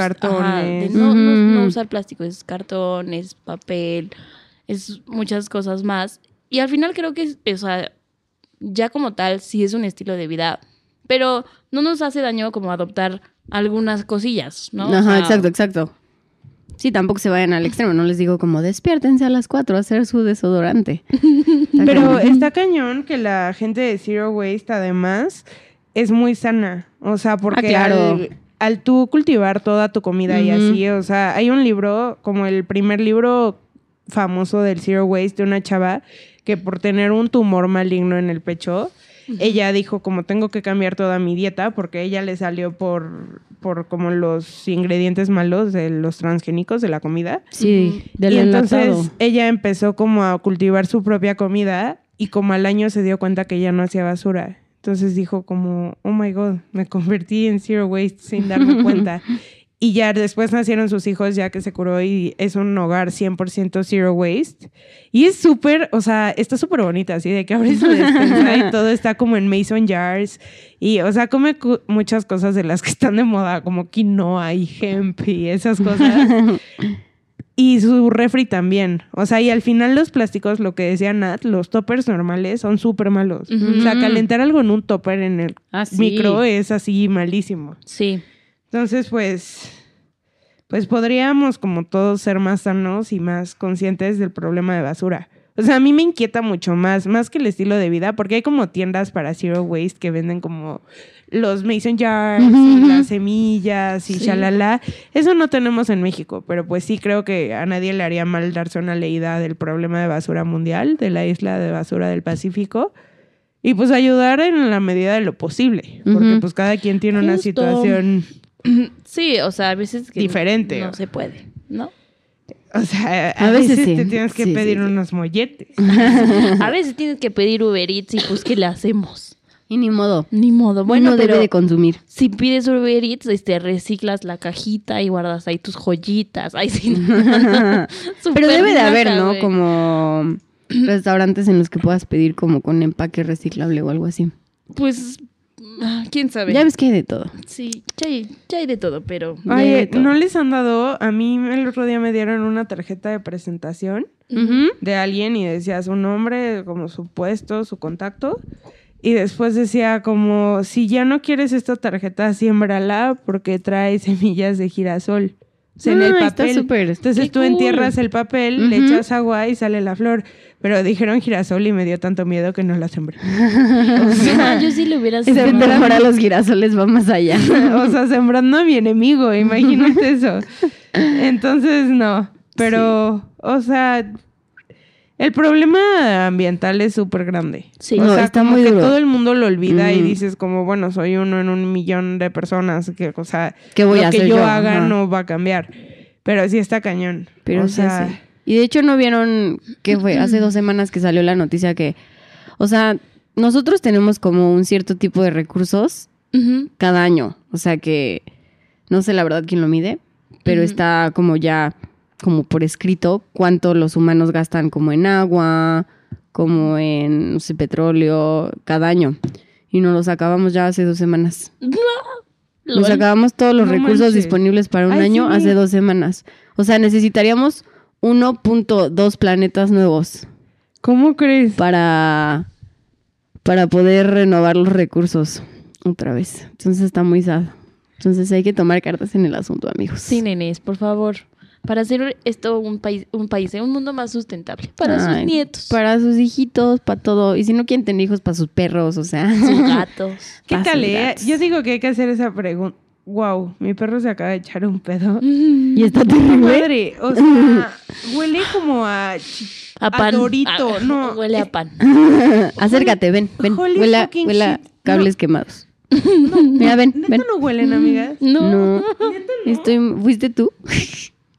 [SPEAKER 3] cartones.
[SPEAKER 2] no, no- no
[SPEAKER 4] Ujú.
[SPEAKER 2] usar plástico. Es cartón, es papel, es muchas cosas más. Y al final creo que, o sea, ya como tal, sí es un estilo de vida. Pero no nos hace daño como adoptar algunas cosillas, ¿no? O
[SPEAKER 4] Ajá,
[SPEAKER 2] sea,
[SPEAKER 4] exacto, exacto. Sí, tampoco se vayan al extremo. No les digo como despiértense a las 4 a hacer su desodorante. Está
[SPEAKER 3] Pero
[SPEAKER 4] como-
[SPEAKER 3] está cañón que la gente de Zero Waste, además, es muy sana. O sea, porque
[SPEAKER 4] Ah, claro.
[SPEAKER 3] al, al tú cultivar toda tu comida y
[SPEAKER 4] Ujú.
[SPEAKER 3] así, o sea, hay un libro, como el primer libro famoso del Zero Waste de una chava que por tener un tumor maligno en el pecho, ella dijo como tengo que cambiar toda mi dieta porque ella le salió por, por como los ingredientes malos de los transgénicos de la comida
[SPEAKER 4] Sí, del
[SPEAKER 3] y entonces
[SPEAKER 4] enlatado.
[SPEAKER 3] ella empezó como a cultivar su propia comida y como al año se dio cuenta que ya no hacía basura. Entonces dijo como, oh my god, me convertí en zero waste sin darme cuenta. Y ya después nacieron sus hijos ya que se curó y es un hogar 100% zero waste. Y es súper, o sea, está súper bonita, así de que abres su despensa y todo está como en mason jars. Y, o sea, come cu- muchas cosas de las que están de moda, como quinoa y hemp y esas cosas. Y su refri también. O sea, y al final los plásticos, lo que decía Nat, los toppers normales son súper malos.
[SPEAKER 2] Ujú.
[SPEAKER 3] O sea, calentar algo en un topper en el
[SPEAKER 4] Ah, sí.
[SPEAKER 3] micro es así malísimo.
[SPEAKER 2] Sí.
[SPEAKER 3] Entonces, pues, pues podríamos como todos ser más sanos y más conscientes del problema de basura. O sea, a mí me inquieta mucho más, más que el estilo de vida, porque hay como tiendas para zero waste que venden como los mason jars y
[SPEAKER 4] Ujú.
[SPEAKER 3] las semillas y
[SPEAKER 2] Sí.
[SPEAKER 3] shalala. Eso no tenemos en México, pero pues sí creo que a nadie le haría mal darse una leída del problema de basura mundial, de la isla de basura del Pacífico. Y pues ayudar en la medida de lo posible, porque
[SPEAKER 4] Ujú.
[SPEAKER 3] pues cada quien tiene una
[SPEAKER 2] Justo.
[SPEAKER 3] situación
[SPEAKER 2] Sí, o sea, a veces que
[SPEAKER 3] Diferente.
[SPEAKER 2] no se puede, ¿no?
[SPEAKER 3] O sea,
[SPEAKER 4] A
[SPEAKER 3] a,
[SPEAKER 4] veces
[SPEAKER 3] veces,
[SPEAKER 4] sí.
[SPEAKER 3] te tienes que
[SPEAKER 4] Sí, sí,
[SPEAKER 3] pedir
[SPEAKER 4] sí.
[SPEAKER 3] unos molletes.
[SPEAKER 2] A veces tienes que pedir Uber Eats y pues ¿qué le hacemos?
[SPEAKER 4] Y ni modo.
[SPEAKER 2] Ni modo. Bueno,
[SPEAKER 4] Bueno, Uno
[SPEAKER 2] pero
[SPEAKER 4] debe de consumir.
[SPEAKER 2] si pides Uber Eats, este, reciclas la cajita y guardas ahí tus joyitas. Ay, sí.
[SPEAKER 4] Pero
[SPEAKER 2] Súper
[SPEAKER 4] debe de
[SPEAKER 2] naca,
[SPEAKER 4] haber, ¿no?
[SPEAKER 2] güey.
[SPEAKER 4] Como restaurantes en los que puedas pedir como con empaque reciclable o algo así.
[SPEAKER 2] Pues, ah, quién sabe.
[SPEAKER 4] Ya ves que hay de todo.
[SPEAKER 2] Sí, ya hay, ya hay de todo, pero...
[SPEAKER 4] Ya hay de
[SPEAKER 3] Oye,
[SPEAKER 4] todo.
[SPEAKER 3] eh, ¿no les han dado? A mí el otro día me dieron una tarjeta de presentación
[SPEAKER 4] Ujú.
[SPEAKER 3] de alguien y decía su nombre, como su puesto, su contacto. Y después decía como, si ya no quieres esta tarjeta, siémbrala porque trae semillas de girasol. O sea, en el
[SPEAKER 4] Ah,
[SPEAKER 3] papel.
[SPEAKER 4] está súper.
[SPEAKER 3] Entonces
[SPEAKER 2] ¡Qué
[SPEAKER 3] tú
[SPEAKER 2] cool!
[SPEAKER 3] entierras el papel, le
[SPEAKER 4] Ujú.
[SPEAKER 3] echas agua y sale la flor. Pero dijeron girasol y me dio tanto miedo que no la sembré. O sea,
[SPEAKER 2] No, yo sí lo hubiera
[SPEAKER 4] Ese
[SPEAKER 2] sembrado.
[SPEAKER 4] temor Este, a los girasoles va más allá.
[SPEAKER 3] o sea, sembrando a mi enemigo, imagínate eso. Entonces, no. Pero, o sea, El problema ambiental es súper grande.
[SPEAKER 2] Sí.
[SPEAKER 3] O
[SPEAKER 4] No,
[SPEAKER 3] sea,
[SPEAKER 4] está
[SPEAKER 3] como
[SPEAKER 4] muy
[SPEAKER 3] que
[SPEAKER 4] duro.
[SPEAKER 3] todo el mundo lo olvida y
[SPEAKER 4] Mm.
[SPEAKER 3] dices como, bueno, soy uno en un millón de personas, que o sea,
[SPEAKER 4] ¿Qué voy
[SPEAKER 3] lo
[SPEAKER 4] a
[SPEAKER 3] que
[SPEAKER 4] hacer
[SPEAKER 3] yo,
[SPEAKER 4] yo?
[SPEAKER 3] haga
[SPEAKER 4] Ajá.
[SPEAKER 3] no va a cambiar. Pero sí está cañón.
[SPEAKER 4] Pero
[SPEAKER 3] o
[SPEAKER 4] sí,
[SPEAKER 3] sea,
[SPEAKER 4] sí. Y de hecho no vieron que fue hace dos semanas que salió la noticia que, o sea, nosotros tenemos como un cierto tipo de recursos
[SPEAKER 2] Ujú.
[SPEAKER 4] cada año, o sea que no sé la verdad quién lo mide, pero
[SPEAKER 2] Ujú.
[SPEAKER 4] está como ya como por escrito cuánto los humanos gastan como en agua, como en no sé, petróleo cada año. Y nos los acabamos ya hace dos semanas. Nos
[SPEAKER 2] Lol.
[SPEAKER 4] acabamos todos los
[SPEAKER 3] No
[SPEAKER 4] recursos
[SPEAKER 3] manches.
[SPEAKER 4] disponibles para un
[SPEAKER 3] Ay,
[SPEAKER 4] año
[SPEAKER 3] sí.
[SPEAKER 4] hace dos semanas. O sea, necesitaríamos 1.2 planetas nuevos
[SPEAKER 3] ¿Cómo crees?
[SPEAKER 4] para, para poder renovar los recursos otra vez. Entonces está muy sad. Entonces hay que tomar cartas en el asunto, amigos.
[SPEAKER 2] Sí, nenes, por favor. Para hacer esto un país, un país, ¿eh? un mundo más sustentable. Para
[SPEAKER 4] Ay,
[SPEAKER 2] sus nietos, para
[SPEAKER 4] Para sus hijitos, para todo. Y si no quieren tener hijos, para sus perros, o sea.
[SPEAKER 2] sus gatos.
[SPEAKER 3] ¿Qué
[SPEAKER 4] pasen
[SPEAKER 3] tal? eh?
[SPEAKER 4] gatos.
[SPEAKER 3] Yo digo que hay que hacer esa pregunta. Wow, mi perro se acaba de echar un pedo.
[SPEAKER 4] Y está
[SPEAKER 3] ¡Puta
[SPEAKER 4] terrible.
[SPEAKER 3] Madre, o sea, huele como a chi-
[SPEAKER 2] A pan.
[SPEAKER 3] Dorito,
[SPEAKER 2] A-
[SPEAKER 3] no.
[SPEAKER 2] Ah, Huele a pan.
[SPEAKER 4] Acércate, ven, ven.
[SPEAKER 3] Holy
[SPEAKER 4] Huela,
[SPEAKER 3] fucking
[SPEAKER 4] huela
[SPEAKER 3] shit.
[SPEAKER 4] cables quemados. Mira, ven,
[SPEAKER 3] ¿Neta
[SPEAKER 4] ven. Mm,
[SPEAKER 3] no huelen, amigas?
[SPEAKER 2] No.
[SPEAKER 4] No. Estoy, ¿Fuiste tú?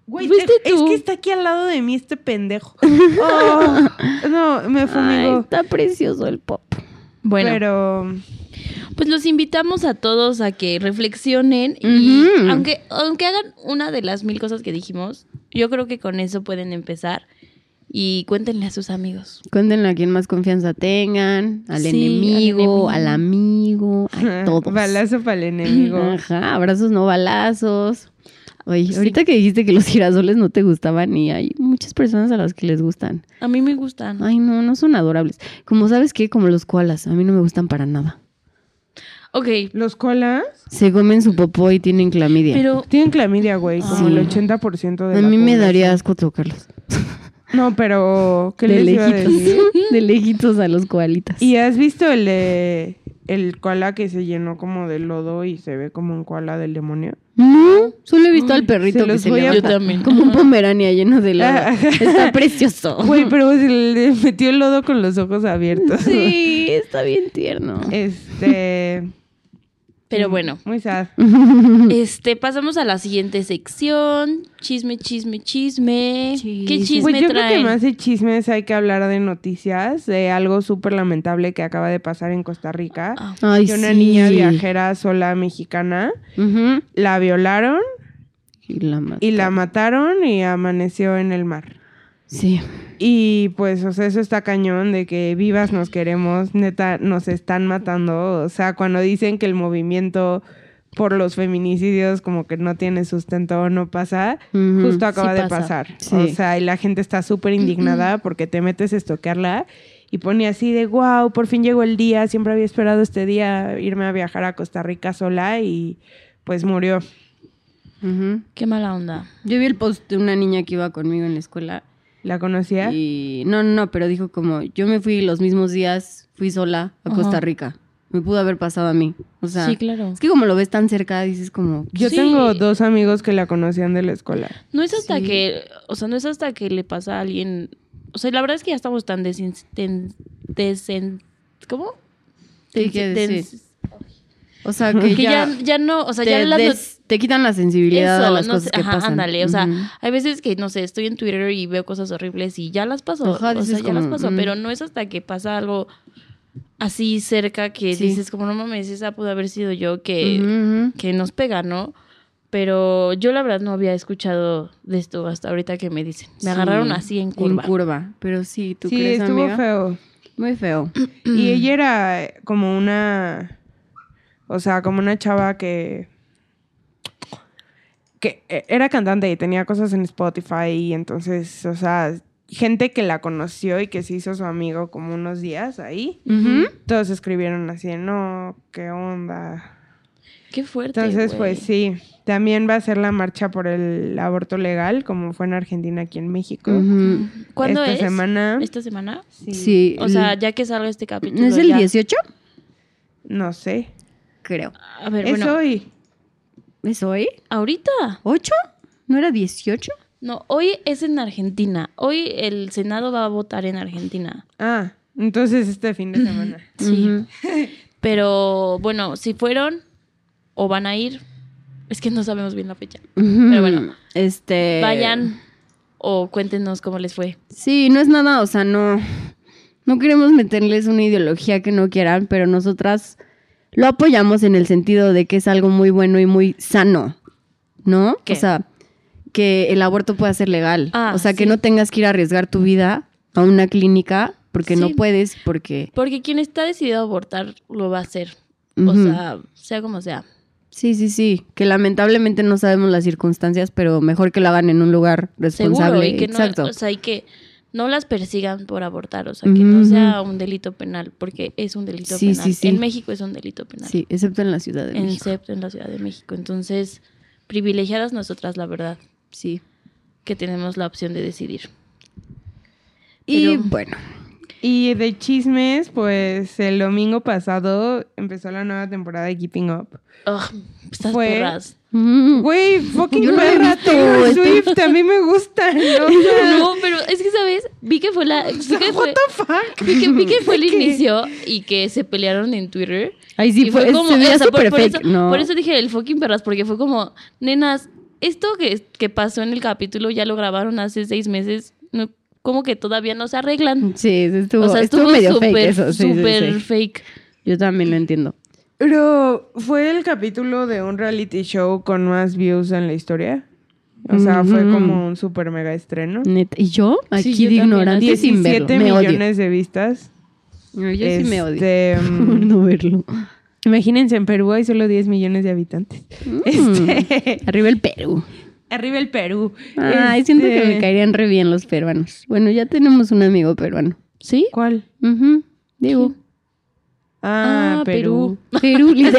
[SPEAKER 3] Güey,
[SPEAKER 2] ¿Fuiste
[SPEAKER 3] te- es
[SPEAKER 2] tú?
[SPEAKER 3] que está aquí al lado de mí este pendejo. Oh, no, me
[SPEAKER 4] Ay,
[SPEAKER 3] fumigó.
[SPEAKER 4] está precioso el pop.
[SPEAKER 2] Bueno,
[SPEAKER 3] Pero
[SPEAKER 2] pues los invitamos a todos a que reflexionen
[SPEAKER 4] Ujú.
[SPEAKER 2] y aunque, aunque hagan una de las mil cosas que dijimos, yo creo que con eso pueden empezar y cuéntenle a sus amigos.
[SPEAKER 4] Cuéntenle a quien más confianza tengan, al
[SPEAKER 2] Sí, al
[SPEAKER 4] enemigo,
[SPEAKER 2] enemigo.
[SPEAKER 4] al amigo, a todos.
[SPEAKER 3] balazo para el enemigo.
[SPEAKER 4] Ajá, abrazos no balazos. Oye, ahorita que dijiste que los girasoles no te gustaban y hay muchas personas a las que les gustan.
[SPEAKER 2] A mí me gustan.
[SPEAKER 4] Ay, no, no son adorables. Como sabes que como los koalas, a mí no me gustan para nada.
[SPEAKER 2] Ok,
[SPEAKER 3] ¿Los colas?
[SPEAKER 4] Se comen su popó y tienen clamidia.
[SPEAKER 2] pero
[SPEAKER 3] Tienen clamidia, güey, como
[SPEAKER 4] Sí.
[SPEAKER 3] el 80% de
[SPEAKER 4] a
[SPEAKER 3] la
[SPEAKER 4] mí me
[SPEAKER 3] población.
[SPEAKER 4] daría asco tocarlos.
[SPEAKER 3] No, pero ¿qué
[SPEAKER 4] de
[SPEAKER 3] les iba a
[SPEAKER 4] lejitos.
[SPEAKER 3] decir?
[SPEAKER 4] de lejitos a los koalitas.
[SPEAKER 3] ¿Y has visto el de- el koala que se llenó como de lodo y se ve como un koala del demonio?
[SPEAKER 4] No, solo he visto al
[SPEAKER 3] se
[SPEAKER 4] perrito que
[SPEAKER 3] los
[SPEAKER 4] se
[SPEAKER 3] voy a-
[SPEAKER 2] Yo
[SPEAKER 4] le
[SPEAKER 2] también.
[SPEAKER 4] como un pomerania lleno de
[SPEAKER 3] Ah.
[SPEAKER 4] lava. Está precioso.
[SPEAKER 3] Güey, pero se le metió el lodo con los ojos abiertos.
[SPEAKER 4] Sí, está bien tierno.
[SPEAKER 3] Este, mm,
[SPEAKER 2] pero bueno,
[SPEAKER 3] muy sad.
[SPEAKER 2] este pasamos a la siguiente sección, chisme, chisme, chisme.
[SPEAKER 4] Chis-
[SPEAKER 2] ¿Qué chisme
[SPEAKER 3] Pues yo creo
[SPEAKER 2] traen?
[SPEAKER 3] que más de chismes hay que hablar de noticias, de algo súper lamentable que acaba de pasar en Costa Rica.
[SPEAKER 2] Ah,
[SPEAKER 4] Ay,
[SPEAKER 3] Que una
[SPEAKER 4] sí.
[SPEAKER 3] niña viajera sola mexicana
[SPEAKER 4] Ujú.
[SPEAKER 3] la violaron
[SPEAKER 4] Y la mata.
[SPEAKER 3] y la mataron y amaneció en el mar.
[SPEAKER 4] Sí.
[SPEAKER 3] Y pues, o sea, eso está cañón de que vivas nos queremos, neta, nos están matando. O sea, cuando dicen que el movimiento por los feminicidios como que no tiene sustento o no pasa,
[SPEAKER 4] Ujú.
[SPEAKER 3] justo acaba
[SPEAKER 2] Sí
[SPEAKER 3] de
[SPEAKER 2] pasa.
[SPEAKER 3] pasar.
[SPEAKER 4] Sí.
[SPEAKER 3] O sea, y la gente está súper indignada porque te metes a estoquearla y pone así de, wow, por fin llegó el día, siempre había esperado este día irme a viajar a Costa Rica sola y pues murió.
[SPEAKER 4] Ujú.
[SPEAKER 2] Qué mala onda.
[SPEAKER 4] Yo vi el post de una niña que iba conmigo en la escuela.
[SPEAKER 3] ¿La conocía?
[SPEAKER 4] Y no, no, no, pero dijo como, yo me fui los mismos días, fui sola a
[SPEAKER 2] Ajá.
[SPEAKER 4] Costa Rica. Me pudo haber pasado a mí. O sea,
[SPEAKER 2] sí, claro.
[SPEAKER 4] es que como lo ves tan cerca, dices como,
[SPEAKER 3] Yo
[SPEAKER 2] Sí.
[SPEAKER 3] tengo dos amigos que la conocían de la escuela.
[SPEAKER 2] No es hasta
[SPEAKER 4] Sí.
[SPEAKER 2] que, o sea, no es hasta que le pasa a alguien. O sea, la verdad es que ya estamos tan desin, ten- desen- ¿cómo?
[SPEAKER 4] Sí, que
[SPEAKER 2] Dens-
[SPEAKER 4] sí.
[SPEAKER 2] dens-
[SPEAKER 4] o sea, que,
[SPEAKER 2] que
[SPEAKER 4] ya,
[SPEAKER 2] ya, ya no, o sea, ya
[SPEAKER 4] te,
[SPEAKER 2] las not-
[SPEAKER 4] des- te quitan la sensibilidad
[SPEAKER 2] Eso,
[SPEAKER 4] a las
[SPEAKER 2] no
[SPEAKER 4] cosas
[SPEAKER 2] sé,
[SPEAKER 4] que
[SPEAKER 2] ajá,
[SPEAKER 4] pasan.
[SPEAKER 2] ándale, o sea,
[SPEAKER 4] Ujú.
[SPEAKER 2] Hay veces que, no sé, estoy en Twitter y veo cosas horribles y ya las paso.
[SPEAKER 4] Ajá,
[SPEAKER 2] o sea,
[SPEAKER 4] dices
[SPEAKER 2] ya las
[SPEAKER 4] como,
[SPEAKER 2] paso.
[SPEAKER 4] mm.
[SPEAKER 2] Pero no es hasta que pasa algo así cerca que
[SPEAKER 4] Sí.
[SPEAKER 2] dices, como no mames, esa pudo haber sido yo que,
[SPEAKER 4] Ujú, ujú.
[SPEAKER 2] que nos pega, ¿no? Pero yo la verdad no había escuchado de esto hasta ahorita que me dicen. Me
[SPEAKER 4] Sí,
[SPEAKER 2] agarraron así en curva.
[SPEAKER 4] En curva, pero sí, ¿tú
[SPEAKER 3] sí,
[SPEAKER 4] crees,
[SPEAKER 3] estuvo
[SPEAKER 4] amiga?
[SPEAKER 3] feo.
[SPEAKER 4] Muy feo.
[SPEAKER 3] Y
[SPEAKER 2] Mm.
[SPEAKER 3] ella era eh, como una. O sea, como una chava que. que eh, era cantante y tenía cosas en Spotify y entonces, o sea, gente que la conoció y que se hizo su amigo como unos días ahí. Todos escribieron así, de, no, qué onda.
[SPEAKER 2] Qué fuerte.
[SPEAKER 3] Entonces,
[SPEAKER 2] güey.
[SPEAKER 3] pues sí, también va a ser la marcha por el aborto legal, como fue en Argentina aquí en México.
[SPEAKER 4] Ujú.
[SPEAKER 2] ¿Cuándo
[SPEAKER 3] Esta
[SPEAKER 2] es? Este-
[SPEAKER 3] semana.
[SPEAKER 2] ¿Esta semana?
[SPEAKER 4] Sí.
[SPEAKER 2] O sea,
[SPEAKER 4] el-
[SPEAKER 2] ya que salga este capítulo.
[SPEAKER 4] ¿no es el
[SPEAKER 2] ya.
[SPEAKER 4] 18?
[SPEAKER 3] No sé.
[SPEAKER 4] Creo.
[SPEAKER 2] A ver,
[SPEAKER 3] Es
[SPEAKER 2] bueno.
[SPEAKER 3] hoy.
[SPEAKER 4] ¿Es hoy?
[SPEAKER 2] ¿Ahorita?
[SPEAKER 4] ¿8? ¿No era 18?
[SPEAKER 2] No, hoy es en Argentina. Hoy el Senado va a votar en Argentina.
[SPEAKER 3] Ah, entonces este fin de semana.
[SPEAKER 2] Sí.
[SPEAKER 4] Ujú.
[SPEAKER 2] Pero bueno, si fueron o van a ir, es que no sabemos bien la fecha.
[SPEAKER 4] Ujú.
[SPEAKER 2] Pero bueno.
[SPEAKER 4] Este.
[SPEAKER 2] Vayan o cuéntenos cómo les fue.
[SPEAKER 4] Sí, no es nada, o sea, no. No queremos meterles una ideología que no quieran, pero nosotras lo apoyamos en el sentido de que es algo muy bueno y muy sano, ¿no?
[SPEAKER 2] ¿Qué?
[SPEAKER 4] O sea, que el aborto pueda ser legal.
[SPEAKER 2] Ah,
[SPEAKER 4] o sea, que
[SPEAKER 2] sí.
[SPEAKER 4] no tengas que ir a arriesgar tu vida a una clínica porque no
[SPEAKER 2] Sí.
[SPEAKER 4] puedes, porque.
[SPEAKER 2] Porque quien está decidido a abortar lo va a hacer. O
[SPEAKER 4] Ujú.
[SPEAKER 2] sea, sea como sea.
[SPEAKER 4] Sí, sí, sí. Que lamentablemente no sabemos las circunstancias, pero mejor que lo hagan en un lugar responsable.
[SPEAKER 2] Seguro. Y que no,
[SPEAKER 4] Exacto.
[SPEAKER 2] O sea, y que no las persigan por abortar. O sea, que no
[SPEAKER 4] Ujú.
[SPEAKER 2] sea un delito penal. Porque es un delito
[SPEAKER 4] Sí,
[SPEAKER 2] penal.
[SPEAKER 4] sí, sí.
[SPEAKER 2] En México es un delito penal.
[SPEAKER 4] sí, excepto en la Ciudad de
[SPEAKER 2] en,
[SPEAKER 4] México.
[SPEAKER 2] excepto en la Ciudad de México. Entonces, privilegiadas nosotras, la verdad,
[SPEAKER 4] Sí.
[SPEAKER 2] que tenemos la opción de decidir.
[SPEAKER 4] Y
[SPEAKER 2] Pero-
[SPEAKER 4] bueno.
[SPEAKER 3] Y de chismes, pues el domingo pasado empezó la nueva temporada de Keeping Up.
[SPEAKER 2] Ugh, Ah, estas
[SPEAKER 3] Fue-
[SPEAKER 2] porras.
[SPEAKER 4] Mm.
[SPEAKER 3] Güey, fucking
[SPEAKER 4] Yo no la he
[SPEAKER 3] perra,
[SPEAKER 4] visto,
[SPEAKER 3] Taylor
[SPEAKER 4] está-
[SPEAKER 3] Swift, a mí me gusta. ¿no? O sea,
[SPEAKER 2] No, pero es que, ¿sabes? Vi que fue la... Vi que
[SPEAKER 3] What
[SPEAKER 2] fue,
[SPEAKER 3] the fuck?
[SPEAKER 2] vi que- vi que fue el inicio y que se pelearon en Twitter.
[SPEAKER 4] Ay, sí,
[SPEAKER 2] y
[SPEAKER 4] fue,
[SPEAKER 2] fue como...
[SPEAKER 4] se veía
[SPEAKER 2] o sea, por,
[SPEAKER 4] súper
[SPEAKER 2] por
[SPEAKER 4] fake.
[SPEAKER 2] eso,
[SPEAKER 4] no.
[SPEAKER 2] por eso dije el fucking perras, porque fue como... Nenas, esto que, que pasó en el capítulo ya lo grabaron hace seis meses. No, como que todavía no se arreglan.
[SPEAKER 4] Sí, sí, estuvo,
[SPEAKER 2] o sea,
[SPEAKER 4] estuvo,
[SPEAKER 2] estuvo
[SPEAKER 4] medio
[SPEAKER 2] súper,
[SPEAKER 4] fake eso. Sí, sí,
[SPEAKER 2] súper
[SPEAKER 4] sí.
[SPEAKER 2] fake.
[SPEAKER 4] Yo también lo entiendo.
[SPEAKER 3] Pero fue el capítulo de un reality show con más views en la historia. O sea, fue
[SPEAKER 4] Ujú.
[SPEAKER 3] como un super mega estreno.
[SPEAKER 4] Neta. ¿Y yo? Mm. Aquí
[SPEAKER 2] yo
[SPEAKER 4] de
[SPEAKER 2] también,
[SPEAKER 4] ignorante sin verlo.
[SPEAKER 3] 17
[SPEAKER 4] Me odio.
[SPEAKER 3] millones de vistas.
[SPEAKER 4] No, Yo sí me odio.
[SPEAKER 3] Este,
[SPEAKER 4] Por
[SPEAKER 2] em,
[SPEAKER 3] mm,
[SPEAKER 4] no verlo.
[SPEAKER 3] Imagínense, en Perú hay solo 10 millones de habitantes. Este,
[SPEAKER 4] Mm. Arriba el Perú.
[SPEAKER 3] Arriba el Perú.
[SPEAKER 4] Ay,
[SPEAKER 3] Este,
[SPEAKER 4] siento que me caerían re bien los peruanos. Bueno, ya tenemos un amigo peruano.
[SPEAKER 2] ¿Sí?
[SPEAKER 3] ¿Cuál?
[SPEAKER 4] Ujú, Digo,
[SPEAKER 3] Ah,
[SPEAKER 2] Ah,
[SPEAKER 3] Perú.
[SPEAKER 4] Perú, liter-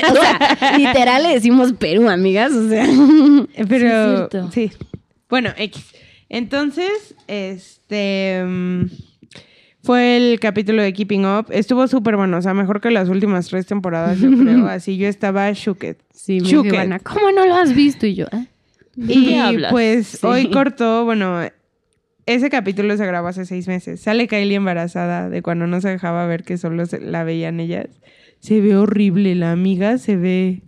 [SPEAKER 4] o sea, literal le decimos Perú, amigas, o sea.
[SPEAKER 3] Eh,
[SPEAKER 2] Sí,
[SPEAKER 3] Pero
[SPEAKER 2] es cierto.
[SPEAKER 3] sí, Bueno, X. Entonces, este mm, fue el capítulo de Keeping Up. Estuvo súper bueno, o sea, mejor que las últimas tres temporadas, yo creo. Así yo estaba shooked.
[SPEAKER 4] Sí, me
[SPEAKER 3] Chuquet.
[SPEAKER 4] dijo Ivana, ¿cómo no lo has visto? Y yo, ah,
[SPEAKER 2] ¿De
[SPEAKER 3] Y
[SPEAKER 2] qué hablas?
[SPEAKER 3] pues
[SPEAKER 4] Sí.
[SPEAKER 3] hoy cortó, bueno, ese capítulo se grabó hace seis meses. Sale Kylie embarazada de cuando no se dejaba ver que solo se- la veían ellas. Se ve horrible, la amiga se ve...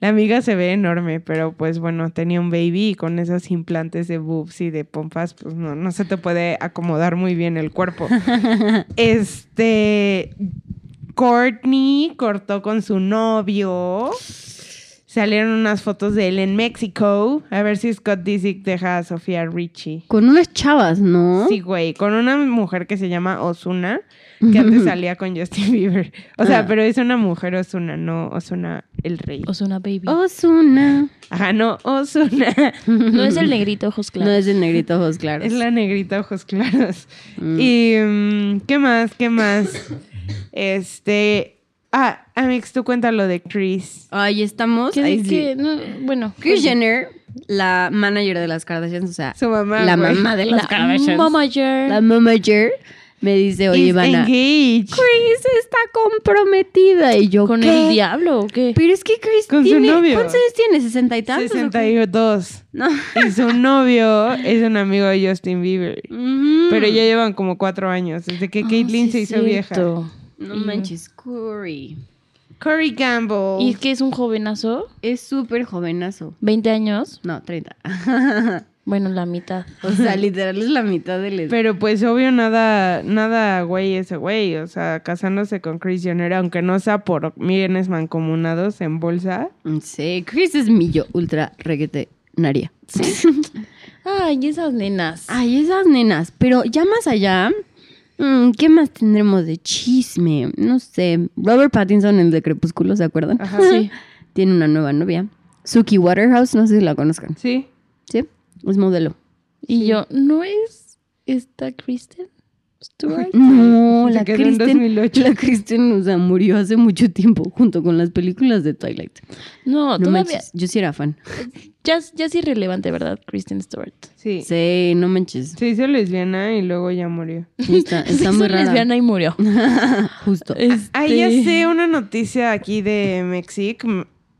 [SPEAKER 3] La amiga se ve enorme, pero pues bueno, tenía un baby y con esos implantes de boobs y de pompas, pues no, no se te puede acomodar muy bien el cuerpo. Este, Courtney cortó con su novio. Salieron unas fotos de él en México. A ver si Scott Disick deja a Sofía Richie.
[SPEAKER 4] con unas chavas, ¿no?
[SPEAKER 3] Sí, güey, con una mujer que se llama Osuna, que antes salía con Justin Bieber. O sea,
[SPEAKER 4] Ah.
[SPEAKER 3] pero es una mujer Osuna, no Osuna el rey.
[SPEAKER 2] Ozuna Baby.
[SPEAKER 4] Oh. Osuna.
[SPEAKER 3] Ajá, no, Osuna.
[SPEAKER 2] No es el negrito ojos
[SPEAKER 4] No
[SPEAKER 2] claros.
[SPEAKER 4] es el negrito ojos claros.
[SPEAKER 3] Es la negrita ojos claros.
[SPEAKER 4] Mm.
[SPEAKER 3] Y mm, ¿qué más? ¿Qué más? este, ah, Amix, tú cuenta lo de Chris.
[SPEAKER 4] Ahí estamos.
[SPEAKER 2] ¿Qué-
[SPEAKER 4] ahí sí.
[SPEAKER 2] qué- no, bueno.
[SPEAKER 4] Kris Jenner, la manager de las Kardashians, o sea,
[SPEAKER 3] Su mamá,
[SPEAKER 4] la
[SPEAKER 3] güey.
[SPEAKER 4] mamá de las
[SPEAKER 2] La
[SPEAKER 4] Kardashians.
[SPEAKER 2] Momager.
[SPEAKER 4] La manager me dice, oye,
[SPEAKER 3] Is
[SPEAKER 4] Ivana,
[SPEAKER 3] engaged.
[SPEAKER 4] Chris está comprometida. Y yo,
[SPEAKER 2] ¿Con
[SPEAKER 4] ¿qué?
[SPEAKER 2] el diablo o qué?
[SPEAKER 4] Pero es que Chris
[SPEAKER 3] Con su
[SPEAKER 4] tiene,
[SPEAKER 3] novio.
[SPEAKER 4] ¿cuántos años tiene? ¿60 y tantos? o qué?
[SPEAKER 3] 62.
[SPEAKER 4] No.
[SPEAKER 3] Y su novio es un amigo de Justin Bieber.
[SPEAKER 4] Mm.
[SPEAKER 3] Pero ya llevan como cuatro años, desde
[SPEAKER 4] Ah,
[SPEAKER 3] que Caitlyn se hizo vieja.
[SPEAKER 4] No manches, Curry.
[SPEAKER 3] Corey Gamble.
[SPEAKER 2] Y es que es un jovenazo,
[SPEAKER 4] Es súper jovenazo.
[SPEAKER 2] 20 años,
[SPEAKER 4] No, 30.
[SPEAKER 2] bueno, la mitad.
[SPEAKER 4] o sea, literal es la mitad del...
[SPEAKER 3] Pero pues obvio nada, nada güey ese güey. O sea, casándose con Chris Jenner, aunque no sea por millones mancomunados en bolsa.
[SPEAKER 4] Sí, Chris es mi yo ultra reguetenaria.
[SPEAKER 2] Ay, esas nenas.
[SPEAKER 4] Ay, esas nenas. Pero ya más allá, mm, ¿qué más tendremos de chisme? No sé. Robert Pattinson, el de Crepúsculo, ¿se acuerdan?
[SPEAKER 3] Ajá. Sí.
[SPEAKER 4] Tiene una nueva novia. Suki Waterhouse, no sé si la conozcan.
[SPEAKER 3] Sí.
[SPEAKER 4] ¿Sí? Es modelo.
[SPEAKER 2] y yo, ¿no es esta Kristen Stewart?
[SPEAKER 4] No,
[SPEAKER 3] Se
[SPEAKER 4] la
[SPEAKER 3] quedó en
[SPEAKER 4] Kristen,
[SPEAKER 3] 2008.
[SPEAKER 4] la Kristen, o sea, murió hace mucho tiempo junto con las películas de Twilight.
[SPEAKER 2] No,
[SPEAKER 4] No
[SPEAKER 2] todavía.
[SPEAKER 4] manches, yo sí era fan.
[SPEAKER 2] Ya, es- ya es irrelevante, ¿verdad? Kristen Stewart.
[SPEAKER 3] Sí.
[SPEAKER 4] Sí, no manches.
[SPEAKER 3] Se hizo lesbiana y luego ya murió.
[SPEAKER 4] Está, está
[SPEAKER 2] Se
[SPEAKER 4] muy
[SPEAKER 2] hizo
[SPEAKER 4] rara.
[SPEAKER 2] lesbiana y murió.
[SPEAKER 4] Justo.
[SPEAKER 2] Este,
[SPEAKER 3] Ah, ya sé una noticia aquí de Mexic.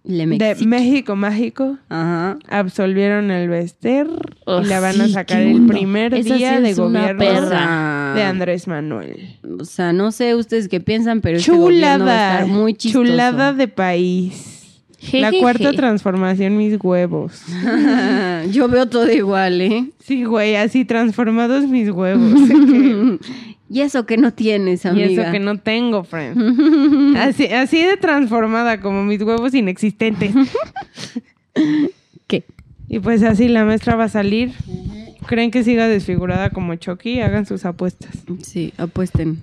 [SPEAKER 4] Le
[SPEAKER 3] de
[SPEAKER 4] Mexique.
[SPEAKER 3] México Mágico
[SPEAKER 4] Ajá.
[SPEAKER 3] absolvieron el Bester
[SPEAKER 2] Oh,
[SPEAKER 3] y la van a
[SPEAKER 2] sí,
[SPEAKER 3] sacar
[SPEAKER 2] qué
[SPEAKER 3] el
[SPEAKER 2] onda.
[SPEAKER 3] primer
[SPEAKER 2] Esa sí
[SPEAKER 3] día de
[SPEAKER 2] es una
[SPEAKER 3] gobierno
[SPEAKER 2] perra.
[SPEAKER 4] O sea,
[SPEAKER 3] de Andrés Manuel.
[SPEAKER 4] O sea, no sé ustedes qué piensan, pero este gobierno va a
[SPEAKER 3] Chulada.
[SPEAKER 4] estar muy chistoso.
[SPEAKER 3] chulada de país. La
[SPEAKER 2] Jejeje.
[SPEAKER 3] cuarta transformación, mis huevos.
[SPEAKER 4] Yo veo todo igual, ¿eh?
[SPEAKER 3] Sí, güey, así transformados mis huevos.
[SPEAKER 4] y eso que no tienes,
[SPEAKER 3] y
[SPEAKER 4] amiga.
[SPEAKER 3] eso que no tengo, friend. Así, así de transformada como mis huevos inexistentes.
[SPEAKER 4] ¿Qué?
[SPEAKER 3] Y pues así la maestra va a salir. ¿Creen que siga desfigurada como Chucky? Hagan sus apuestas.
[SPEAKER 4] Sí, apuesten.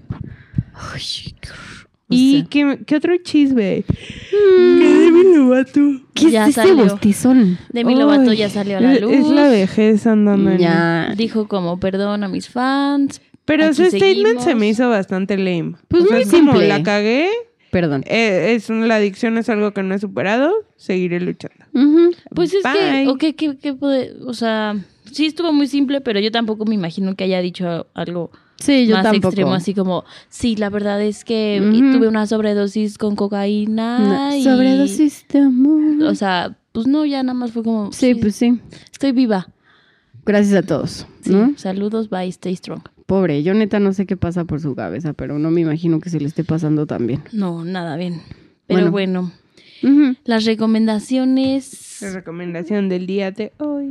[SPEAKER 4] Ay, qué horror. O
[SPEAKER 3] ¿Y
[SPEAKER 4] sea,
[SPEAKER 3] qué, qué otro chisme?
[SPEAKER 2] Mm.
[SPEAKER 3] ¿Qué de mi Lovato?
[SPEAKER 4] ¿qué
[SPEAKER 2] Ya
[SPEAKER 4] es ese
[SPEAKER 2] salió.
[SPEAKER 4] bostezón?
[SPEAKER 2] Demi Lovato ya salió a la
[SPEAKER 3] Es-
[SPEAKER 2] luz.
[SPEAKER 3] Es la vejez andando en mí.
[SPEAKER 4] Ya.
[SPEAKER 2] Dijo como perdón a mis fans.
[SPEAKER 3] Pero
[SPEAKER 2] Aquí
[SPEAKER 3] su statement
[SPEAKER 2] seguimos.
[SPEAKER 3] se me hizo bastante lame.
[SPEAKER 4] Pues muy
[SPEAKER 3] es como,
[SPEAKER 4] simple.
[SPEAKER 3] la cagué,
[SPEAKER 4] Perdón.
[SPEAKER 3] eh, es un- la adicción es algo que no he superado, seguiré luchando.
[SPEAKER 4] Ujú.
[SPEAKER 2] Pues es
[SPEAKER 3] Bye.
[SPEAKER 2] que, o que, que- que puede- o sea, sí estuvo muy simple, pero yo tampoco me imagino que haya dicho algo
[SPEAKER 4] Sí, yo
[SPEAKER 2] más
[SPEAKER 4] tampoco.
[SPEAKER 2] extremo, así como, sí, la verdad es que
[SPEAKER 4] Ujú.
[SPEAKER 2] tuve una sobredosis con cocaína.
[SPEAKER 4] No,
[SPEAKER 2] y-
[SPEAKER 4] Sobredosis de amor.
[SPEAKER 2] O sea, pues no, ya nada más fue como,
[SPEAKER 4] sí, pues sí.
[SPEAKER 2] estoy viva.
[SPEAKER 4] Gracias a todos.
[SPEAKER 2] Sí,
[SPEAKER 4] ¿no?
[SPEAKER 2] Saludos, bye, stay strong.
[SPEAKER 4] Pobre, yo neta no sé qué pasa por su cabeza, pero no me imagino que se le esté pasando también.
[SPEAKER 2] No, nada bien. Pero bueno,
[SPEAKER 4] bien.
[SPEAKER 2] las recomendaciones.
[SPEAKER 3] La recomendación del día de hoy.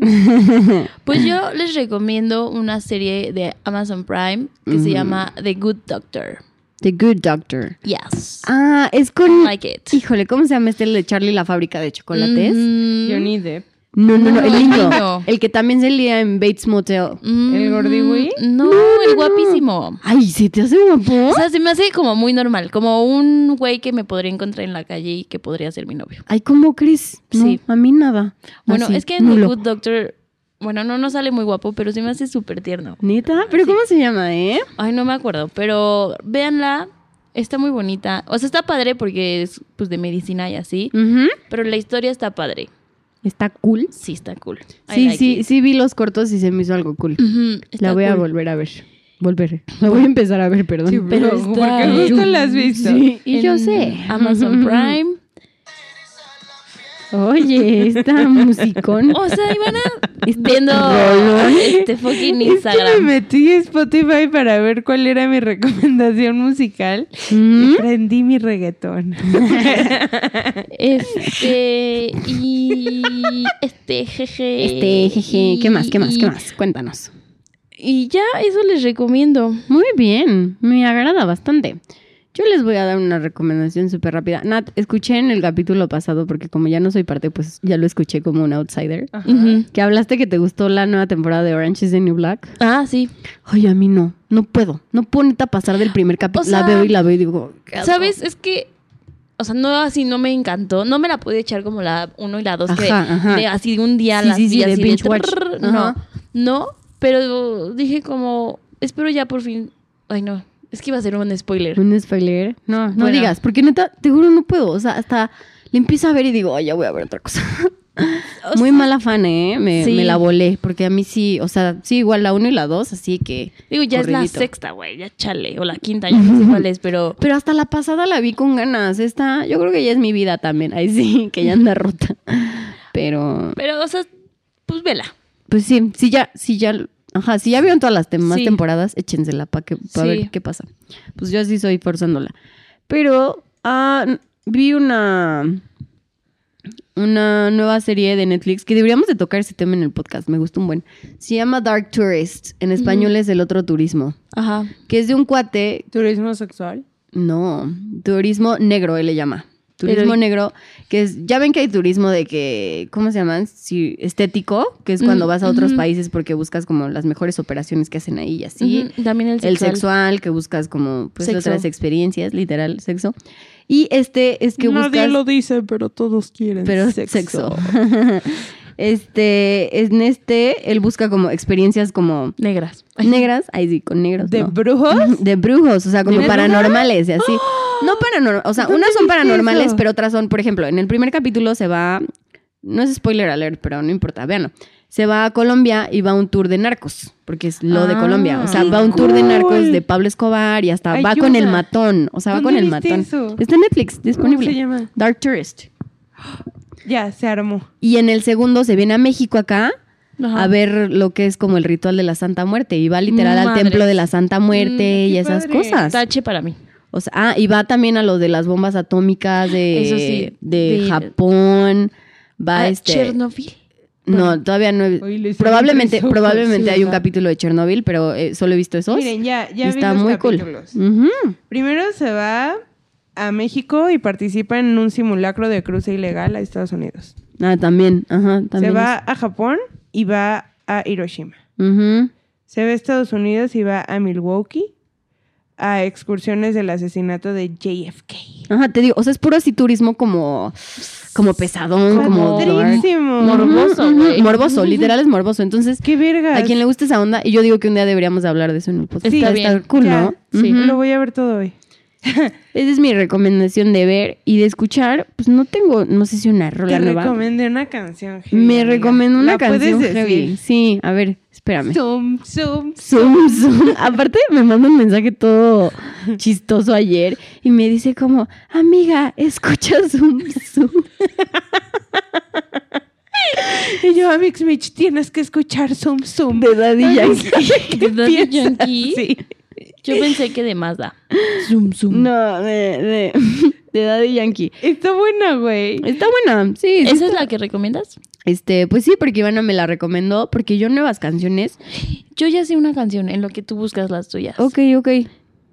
[SPEAKER 2] Pues
[SPEAKER 4] Mm.
[SPEAKER 2] yo les recomiendo una serie de Amazon Prime que se
[SPEAKER 4] Ujú.
[SPEAKER 2] llama The Good Doctor.
[SPEAKER 4] The Good Doctor.
[SPEAKER 2] Yes.
[SPEAKER 4] Ah, es
[SPEAKER 2] I
[SPEAKER 4] con...
[SPEAKER 2] like it.
[SPEAKER 4] Híjole, ¿cómo se llama este el de Charlie y la fábrica de chocolates?
[SPEAKER 2] Mm,
[SPEAKER 3] Johnny Depp.
[SPEAKER 4] No, no, no,
[SPEAKER 2] No,
[SPEAKER 4] el
[SPEAKER 2] el
[SPEAKER 4] niño.
[SPEAKER 2] niño.
[SPEAKER 4] El que también salía en Bates Motel.
[SPEAKER 2] mm,
[SPEAKER 3] ¿El gordigüey?
[SPEAKER 2] No, el guapísimo.
[SPEAKER 4] Ay, ¿se te hace guapo?
[SPEAKER 2] O sea, se me hace como muy normal, como un güey que me podría encontrar en la calle y que podría ser mi novio.
[SPEAKER 4] Ay, ¿cómo crees? No,
[SPEAKER 2] Sí.
[SPEAKER 4] a mí nada. Ah,
[SPEAKER 2] Bueno,
[SPEAKER 4] Así,
[SPEAKER 2] es que en
[SPEAKER 4] nulo.
[SPEAKER 2] The Good Doctor, bueno, no, no sale muy guapo, pero se me hace súper tierno.
[SPEAKER 4] ¿Neta? ¿Pero cómo se llama, eh?
[SPEAKER 2] Ay, no me acuerdo, pero véanla, está muy bonita. O sea, está padre porque es pues de medicina y así,
[SPEAKER 4] Ujú.
[SPEAKER 2] pero la historia está padre.
[SPEAKER 4] Está cool.
[SPEAKER 2] Sí, está cool. I
[SPEAKER 4] Sí,
[SPEAKER 2] like
[SPEAKER 4] sí,
[SPEAKER 2] it.
[SPEAKER 4] sí vi los cortos y se me hizo algo cool.
[SPEAKER 2] Ujú,
[SPEAKER 4] La
[SPEAKER 2] está
[SPEAKER 4] voy a
[SPEAKER 2] cool.
[SPEAKER 4] volver a ver. Volver. La voy a empezar a ver, perdón.
[SPEAKER 2] pero está-
[SPEAKER 3] porque justo la has visto.
[SPEAKER 4] Sí, y yo
[SPEAKER 2] en
[SPEAKER 4] sé.
[SPEAKER 2] Amazon Prime.
[SPEAKER 4] Oye, esta musicón.
[SPEAKER 2] O sea, Ivana
[SPEAKER 4] Este
[SPEAKER 2] viendo
[SPEAKER 4] rolón.
[SPEAKER 2] este fucking
[SPEAKER 3] Es que me
[SPEAKER 2] Instagram.
[SPEAKER 3] metí a Spotify para ver cuál era mi recomendación musical.
[SPEAKER 4] Mm.
[SPEAKER 3] Y prendí mi reggaetón.
[SPEAKER 2] Este y este jeje.
[SPEAKER 4] Este, jeje, ¿qué más, qué más, qué
[SPEAKER 2] y-
[SPEAKER 4] más? Cuéntanos.
[SPEAKER 2] Y ya eso les recomiendo.
[SPEAKER 4] Muy bien, me agrada bastante. Yo les voy a dar una recomendación súper rápida. Nat, escuché en el capítulo pasado, porque como ya no soy parte, pues ya lo escuché como un outsider,
[SPEAKER 2] Ujú.
[SPEAKER 4] que hablaste que te gustó la nueva temporada de Orange is the New Black.
[SPEAKER 2] Ah, sí.
[SPEAKER 4] Ay, a mí no, no puedo. No puedo neta pasar del primer capítulo.
[SPEAKER 2] O sea,
[SPEAKER 4] la veo y la veo y digo, ¿qué asco.
[SPEAKER 2] ¿Sabes? Es que o sea, no así no me encantó, no me la pude echar como la 1 y la 2 que
[SPEAKER 4] Ajá, ajá.
[SPEAKER 2] de así de un día a
[SPEAKER 4] Sí,
[SPEAKER 2] las
[SPEAKER 4] sí, sí,
[SPEAKER 2] días
[SPEAKER 4] de
[SPEAKER 2] así
[SPEAKER 4] binge watch.
[SPEAKER 2] trrr,
[SPEAKER 4] Ajá.
[SPEAKER 2] No, no, pero dije como espero ya por fin. Ay, no, es que iba a ser un spoiler.
[SPEAKER 4] ¿Un spoiler? No, no
[SPEAKER 2] Bueno.
[SPEAKER 4] digas, porque neta, te juro, no puedo. O sea, hasta le empiezo a ver y digo, ay, ya voy a ver otra cosa.
[SPEAKER 2] O
[SPEAKER 4] Muy
[SPEAKER 2] sea,
[SPEAKER 4] mala fan, ¿eh? Me,
[SPEAKER 2] Sí.
[SPEAKER 4] me la volé, porque a mí sí, o sea, sí, igual la uno y la dos, así que...
[SPEAKER 2] Digo, ya es
[SPEAKER 4] corridito.
[SPEAKER 2] la sexta, güey, ya chale, o la quinta, ya no sé cuál es, pero
[SPEAKER 4] Pero hasta la pasada la vi con ganas. Esta, yo creo que ya es mi vida también. Ahí sí, que ya anda rota. Pero,
[SPEAKER 2] pero o sea, pues vela.
[SPEAKER 4] pues sí, sí ya, sí ya, ajá, si ya vieron todas las demás
[SPEAKER 2] Sí.
[SPEAKER 4] temporadas, échensela para que, pa'
[SPEAKER 2] Sí.
[SPEAKER 4] ver qué pasa. Pues yo así soy forzándola. Pero ah, n- vi una una nueva serie de Netflix que deberíamos de tocar ese tema en el podcast. Me gusta un buen. Se llama Dark Tourist. En español es el otro turismo,
[SPEAKER 2] Ajá.
[SPEAKER 4] que es de un cuate
[SPEAKER 3] ¿Turismo sexual?
[SPEAKER 4] no, turismo negro, él le llama. Turismo
[SPEAKER 2] Pero-
[SPEAKER 4] negro, que es, ya ven que hay turismo de que, ¿cómo se llaman? Sí, estético, que es cuando
[SPEAKER 2] Mm,
[SPEAKER 4] vas a otros
[SPEAKER 2] ujú.
[SPEAKER 4] países porque buscas como las mejores operaciones que hacen ahí y así.
[SPEAKER 2] Ujú, También el
[SPEAKER 4] El
[SPEAKER 2] sexual.
[SPEAKER 4] sexual, que buscas como pues
[SPEAKER 2] Sexo.
[SPEAKER 4] otras experiencias, literal, sexo. Y este es que
[SPEAKER 3] Nadie
[SPEAKER 4] buscas
[SPEAKER 3] lo dice, pero todos quieren
[SPEAKER 4] pero
[SPEAKER 3] sexo.
[SPEAKER 4] sexo. este, en este, él busca como experiencias como
[SPEAKER 2] Negras.
[SPEAKER 4] negras, ahí sí, con negros.
[SPEAKER 3] ¿De
[SPEAKER 4] no.
[SPEAKER 3] brujos?
[SPEAKER 4] De brujos, o sea, como
[SPEAKER 3] ¿De
[SPEAKER 4] paranormales y así. No paranormales, o sea,
[SPEAKER 3] ¿Dónde
[SPEAKER 4] unas son
[SPEAKER 3] viste
[SPEAKER 4] paranormales,
[SPEAKER 3] eso?
[SPEAKER 4] pero otras son, por ejemplo, en el primer capítulo se va, no es spoiler alert, pero no importa, veanlo. Se va a Colombia y va a un tour de narcos, porque es lo de
[SPEAKER 2] Ah,
[SPEAKER 4] Colombia. O sea,
[SPEAKER 3] qué
[SPEAKER 4] va a un tour de
[SPEAKER 3] cool.
[SPEAKER 4] narcos de Pablo Escobar y hasta va con
[SPEAKER 3] Ayuda.
[SPEAKER 4] el matón. O sea, va
[SPEAKER 3] ¿Dónde
[SPEAKER 4] con el
[SPEAKER 3] viste
[SPEAKER 4] matón.
[SPEAKER 3] eso?
[SPEAKER 4] Está en Netflix,
[SPEAKER 3] ¿Cómo se
[SPEAKER 4] disponible.
[SPEAKER 3] llama?
[SPEAKER 4] Dark Tourist.
[SPEAKER 3] Ya, se armó.
[SPEAKER 4] Y en el segundo se viene a México acá
[SPEAKER 2] Ajá.
[SPEAKER 4] a ver lo que es como el ritual de la Santa Muerte. Y va literal al
[SPEAKER 2] Madres.
[SPEAKER 4] templo de la Santa Muerte
[SPEAKER 3] Mm,
[SPEAKER 4] y
[SPEAKER 3] qué
[SPEAKER 4] esas
[SPEAKER 3] padre.
[SPEAKER 4] cosas.
[SPEAKER 2] Tache para mí.
[SPEAKER 4] O sea, ah, y va también a lo de las bombas atómicas de,
[SPEAKER 2] Eso sí,
[SPEAKER 4] de,
[SPEAKER 2] de-
[SPEAKER 4] Japón. Va
[SPEAKER 2] Ah,
[SPEAKER 4] este.
[SPEAKER 2] Chernobyl.
[SPEAKER 4] No, todavía no. he-
[SPEAKER 3] Oye, le hicieron
[SPEAKER 4] probablemente
[SPEAKER 3] tres ojos,
[SPEAKER 4] probablemente hay un
[SPEAKER 3] Susa.
[SPEAKER 4] capítulo de Chernobyl, pero eh, solo he visto esos.
[SPEAKER 3] Miren, ya,
[SPEAKER 4] y
[SPEAKER 3] ya vi
[SPEAKER 4] está
[SPEAKER 3] los
[SPEAKER 4] muy
[SPEAKER 3] capítulos.
[SPEAKER 4] cool. Ujú.
[SPEAKER 3] Primero se va a México y participa en un simulacro de cruce ilegal a Estados Unidos.
[SPEAKER 4] Ah, también. Ajá, también.
[SPEAKER 3] Se va a Japón y va a Hiroshima.
[SPEAKER 4] es- Ujú.
[SPEAKER 3] Se va a Estados Unidos y va a Milwaukee a excursiones del asesinato de JFK.
[SPEAKER 4] Ajá, te digo, o sea, es puro así turismo como, como pesadón, como dark.
[SPEAKER 3] Padrísimo.
[SPEAKER 4] Ujú,
[SPEAKER 2] Morboso,
[SPEAKER 4] ujú,
[SPEAKER 2] güey.
[SPEAKER 4] Morboso, literal es morboso. Entonces,
[SPEAKER 3] ¡Qué verga!
[SPEAKER 4] a quien le guste esa onda, y yo digo que un día deberíamos de hablar de eso en el podcast.
[SPEAKER 2] Sí,
[SPEAKER 4] está,
[SPEAKER 2] bien.
[SPEAKER 4] está cool,
[SPEAKER 3] Ya,
[SPEAKER 4] ¿no?
[SPEAKER 3] Sí.
[SPEAKER 4] Ujú.
[SPEAKER 3] Lo voy a ver todo hoy.
[SPEAKER 4] Esa es mi recomendación de ver y de escuchar. Pues no tengo, no sé si una rola
[SPEAKER 3] Te
[SPEAKER 4] nueva.
[SPEAKER 3] recomendé una canción. heavy,
[SPEAKER 4] Me
[SPEAKER 3] amiga.
[SPEAKER 4] recomendó una
[SPEAKER 3] ¿La
[SPEAKER 4] canción
[SPEAKER 3] puedes
[SPEAKER 4] heavy.
[SPEAKER 3] decir?
[SPEAKER 4] Sí, a ver, espérame.
[SPEAKER 3] Zoom, zoom.
[SPEAKER 4] Zoom, zoom. Aparte me manda un mensaje todo chistoso ayer y me dice como, amiga, escucha Zoom, Zoom.
[SPEAKER 3] Y yo, Amix Mitch, tienes que escuchar zoom, zoom.
[SPEAKER 4] De Daddy Yankee.
[SPEAKER 2] ¿De Daddy
[SPEAKER 3] Piensa
[SPEAKER 2] Yankee?
[SPEAKER 3] así.
[SPEAKER 2] Yo pensé que de Mazda. Zoom, zoom.
[SPEAKER 4] No, de, de, de Daddy Yankee.
[SPEAKER 3] Está buena, güey.
[SPEAKER 4] Está buena, sí. sí.
[SPEAKER 2] ¿Esa es la que recomiendas?
[SPEAKER 4] Este, pues sí, porque Ivana me la recomendó, porque yo nuevas canciones.
[SPEAKER 2] Yo ya sé una canción en lo que tú buscas las tuyas.
[SPEAKER 4] Ok, ok.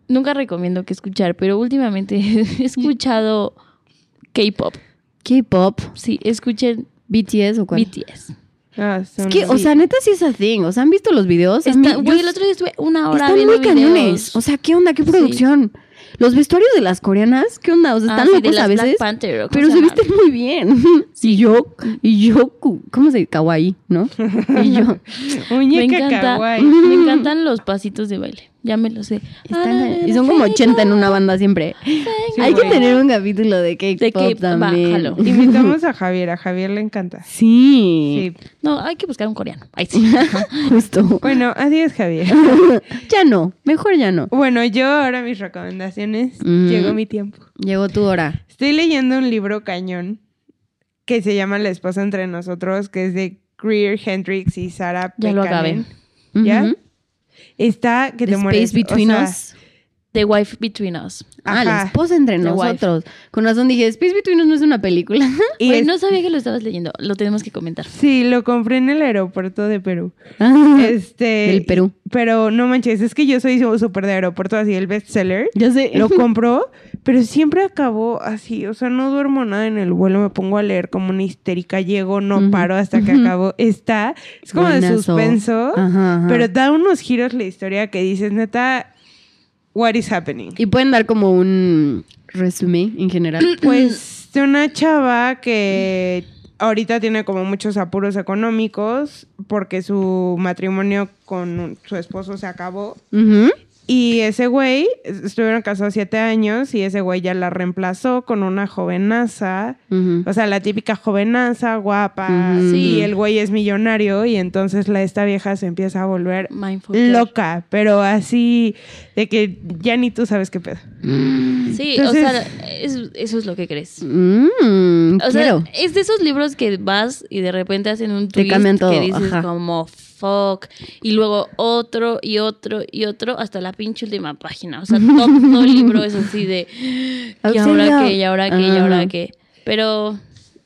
[SPEAKER 2] Nunca recomiendo que escuchar, pero últimamente he escuchado K-pop.
[SPEAKER 4] K-pop,
[SPEAKER 2] Sí, escuchen
[SPEAKER 4] BTS o cuál.
[SPEAKER 2] BTS.
[SPEAKER 3] Ah, son-
[SPEAKER 4] Es que, o
[SPEAKER 3] sí.
[SPEAKER 4] sea, neta sí es a thing. O sea, ¿han visto los videos? A mí-
[SPEAKER 2] Mm, Está-
[SPEAKER 4] yo-
[SPEAKER 2] Güey, el otro día estuve una hora
[SPEAKER 4] están
[SPEAKER 2] viendo
[SPEAKER 4] muy cañones.
[SPEAKER 2] videos.
[SPEAKER 4] O sea, ¿qué onda? ¿Qué producción? Los vestuarios de las coreanas, ¿qué onda? O sea,
[SPEAKER 2] Ah,
[SPEAKER 4] están
[SPEAKER 2] sí, de
[SPEAKER 4] locos
[SPEAKER 2] las
[SPEAKER 4] a
[SPEAKER 2] Black
[SPEAKER 4] veces.
[SPEAKER 2] Panther, ¿o cómo
[SPEAKER 4] pero se
[SPEAKER 2] llaman?
[SPEAKER 4] visten muy bien. Y yo, y yo, cu- ¿cómo se dice? Kawaii, ¿no? Y yo.
[SPEAKER 2] Me
[SPEAKER 3] Muñeca
[SPEAKER 2] encanta,
[SPEAKER 3] kawaii.
[SPEAKER 2] me encantan los pasitos de baile. Ya me lo sé. Ah,
[SPEAKER 4] Están- y son como 80 en una banda siempre. Hay que
[SPEAKER 2] güey.
[SPEAKER 4] tener un capítulo de
[SPEAKER 2] De
[SPEAKER 4] K-pop
[SPEAKER 2] K-pop,
[SPEAKER 4] también.
[SPEAKER 2] bájalo.
[SPEAKER 3] Invitamos a Javier, a Javier le encanta.
[SPEAKER 4] Sí,
[SPEAKER 3] Sí.
[SPEAKER 2] No, hay que buscar un coreano. Ay, sí.
[SPEAKER 4] justo.
[SPEAKER 3] Bueno, así es Javier.
[SPEAKER 4] ya no, mejor ya no.
[SPEAKER 3] Bueno, yo ahora mis recomendaciones.
[SPEAKER 4] Mm.
[SPEAKER 3] Llegó mi tiempo.
[SPEAKER 4] Llegó tu hora.
[SPEAKER 3] Estoy leyendo un libro cañón que se llama La esposa entre nosotros, que es de Greer Hendricks y Sara
[SPEAKER 2] Ya lo
[SPEAKER 3] Pekkanen.
[SPEAKER 2] acabé.
[SPEAKER 3] ¿Ya?
[SPEAKER 4] Ujú.
[SPEAKER 3] Está que
[SPEAKER 4] The
[SPEAKER 3] te mueres.
[SPEAKER 4] Space
[SPEAKER 3] o
[SPEAKER 4] Between
[SPEAKER 3] sea,
[SPEAKER 4] Us.
[SPEAKER 2] The Wife Between Us.
[SPEAKER 4] Ah, la
[SPEAKER 3] ajá.
[SPEAKER 4] esposa entre
[SPEAKER 2] The Wife.
[SPEAKER 4] nosotros. Con razón dije, Space Between Us no es una película.
[SPEAKER 3] y
[SPEAKER 2] Güey,
[SPEAKER 3] es-
[SPEAKER 2] no sabía que lo estabas leyendo. Lo tenemos que comentar.
[SPEAKER 3] Sí, lo compré en el aeropuerto de Perú. Este,
[SPEAKER 4] Del Perú.
[SPEAKER 3] Pero no manches, es que yo soy súper de aeropuerto, así el bestseller.
[SPEAKER 4] ya sé.
[SPEAKER 3] Lo compro, pero siempre acabó así. O sea, no duermo nada en el vuelo, me pongo a leer como una histérica, llego, no
[SPEAKER 4] Ujú.
[SPEAKER 3] paro hasta que acabo. Está, es como de
[SPEAKER 4] Buenazo.
[SPEAKER 3] suspenso,
[SPEAKER 4] Ajá, ajá.
[SPEAKER 3] pero da unos giros la historia que dices, neta, what is happening?
[SPEAKER 4] Y pueden dar como un resumen en general.
[SPEAKER 3] Pues de una chava que ahorita tiene como muchos apuros económicos porque su matrimonio con un- su esposo se acabó.
[SPEAKER 4] Ujú.
[SPEAKER 3] Y ese güey, es- estuvieron casados siete años y ese güey ya la reemplazó con una jovenaza.
[SPEAKER 4] Ujú.
[SPEAKER 3] O sea, la típica jovenaza, guapa.
[SPEAKER 4] Ujú.
[SPEAKER 2] Sí.
[SPEAKER 3] Y el güey es millonario y entonces la, esta vieja se empieza a volver
[SPEAKER 2] Mindful. Care.
[SPEAKER 3] loca, pero así de que ya ni tú sabes qué pedo.
[SPEAKER 2] Sí,
[SPEAKER 3] Entonces-
[SPEAKER 2] o sea, es- eso es lo que crees.
[SPEAKER 4] Mm,
[SPEAKER 2] O sea,
[SPEAKER 4] quiero.
[SPEAKER 2] es de esos libros que vas y de repente hacen un
[SPEAKER 4] Te
[SPEAKER 2] twist
[SPEAKER 4] cambian todo,
[SPEAKER 2] que dices
[SPEAKER 4] ajá.
[SPEAKER 2] como fuck y luego otro y otro y otro hasta la pinche última página. O sea, todo, todo el libro es así de y ahora
[SPEAKER 4] Auxilio.
[SPEAKER 2] qué, y ahora qué, y
[SPEAKER 4] Ajá.
[SPEAKER 2] ahora qué. Pero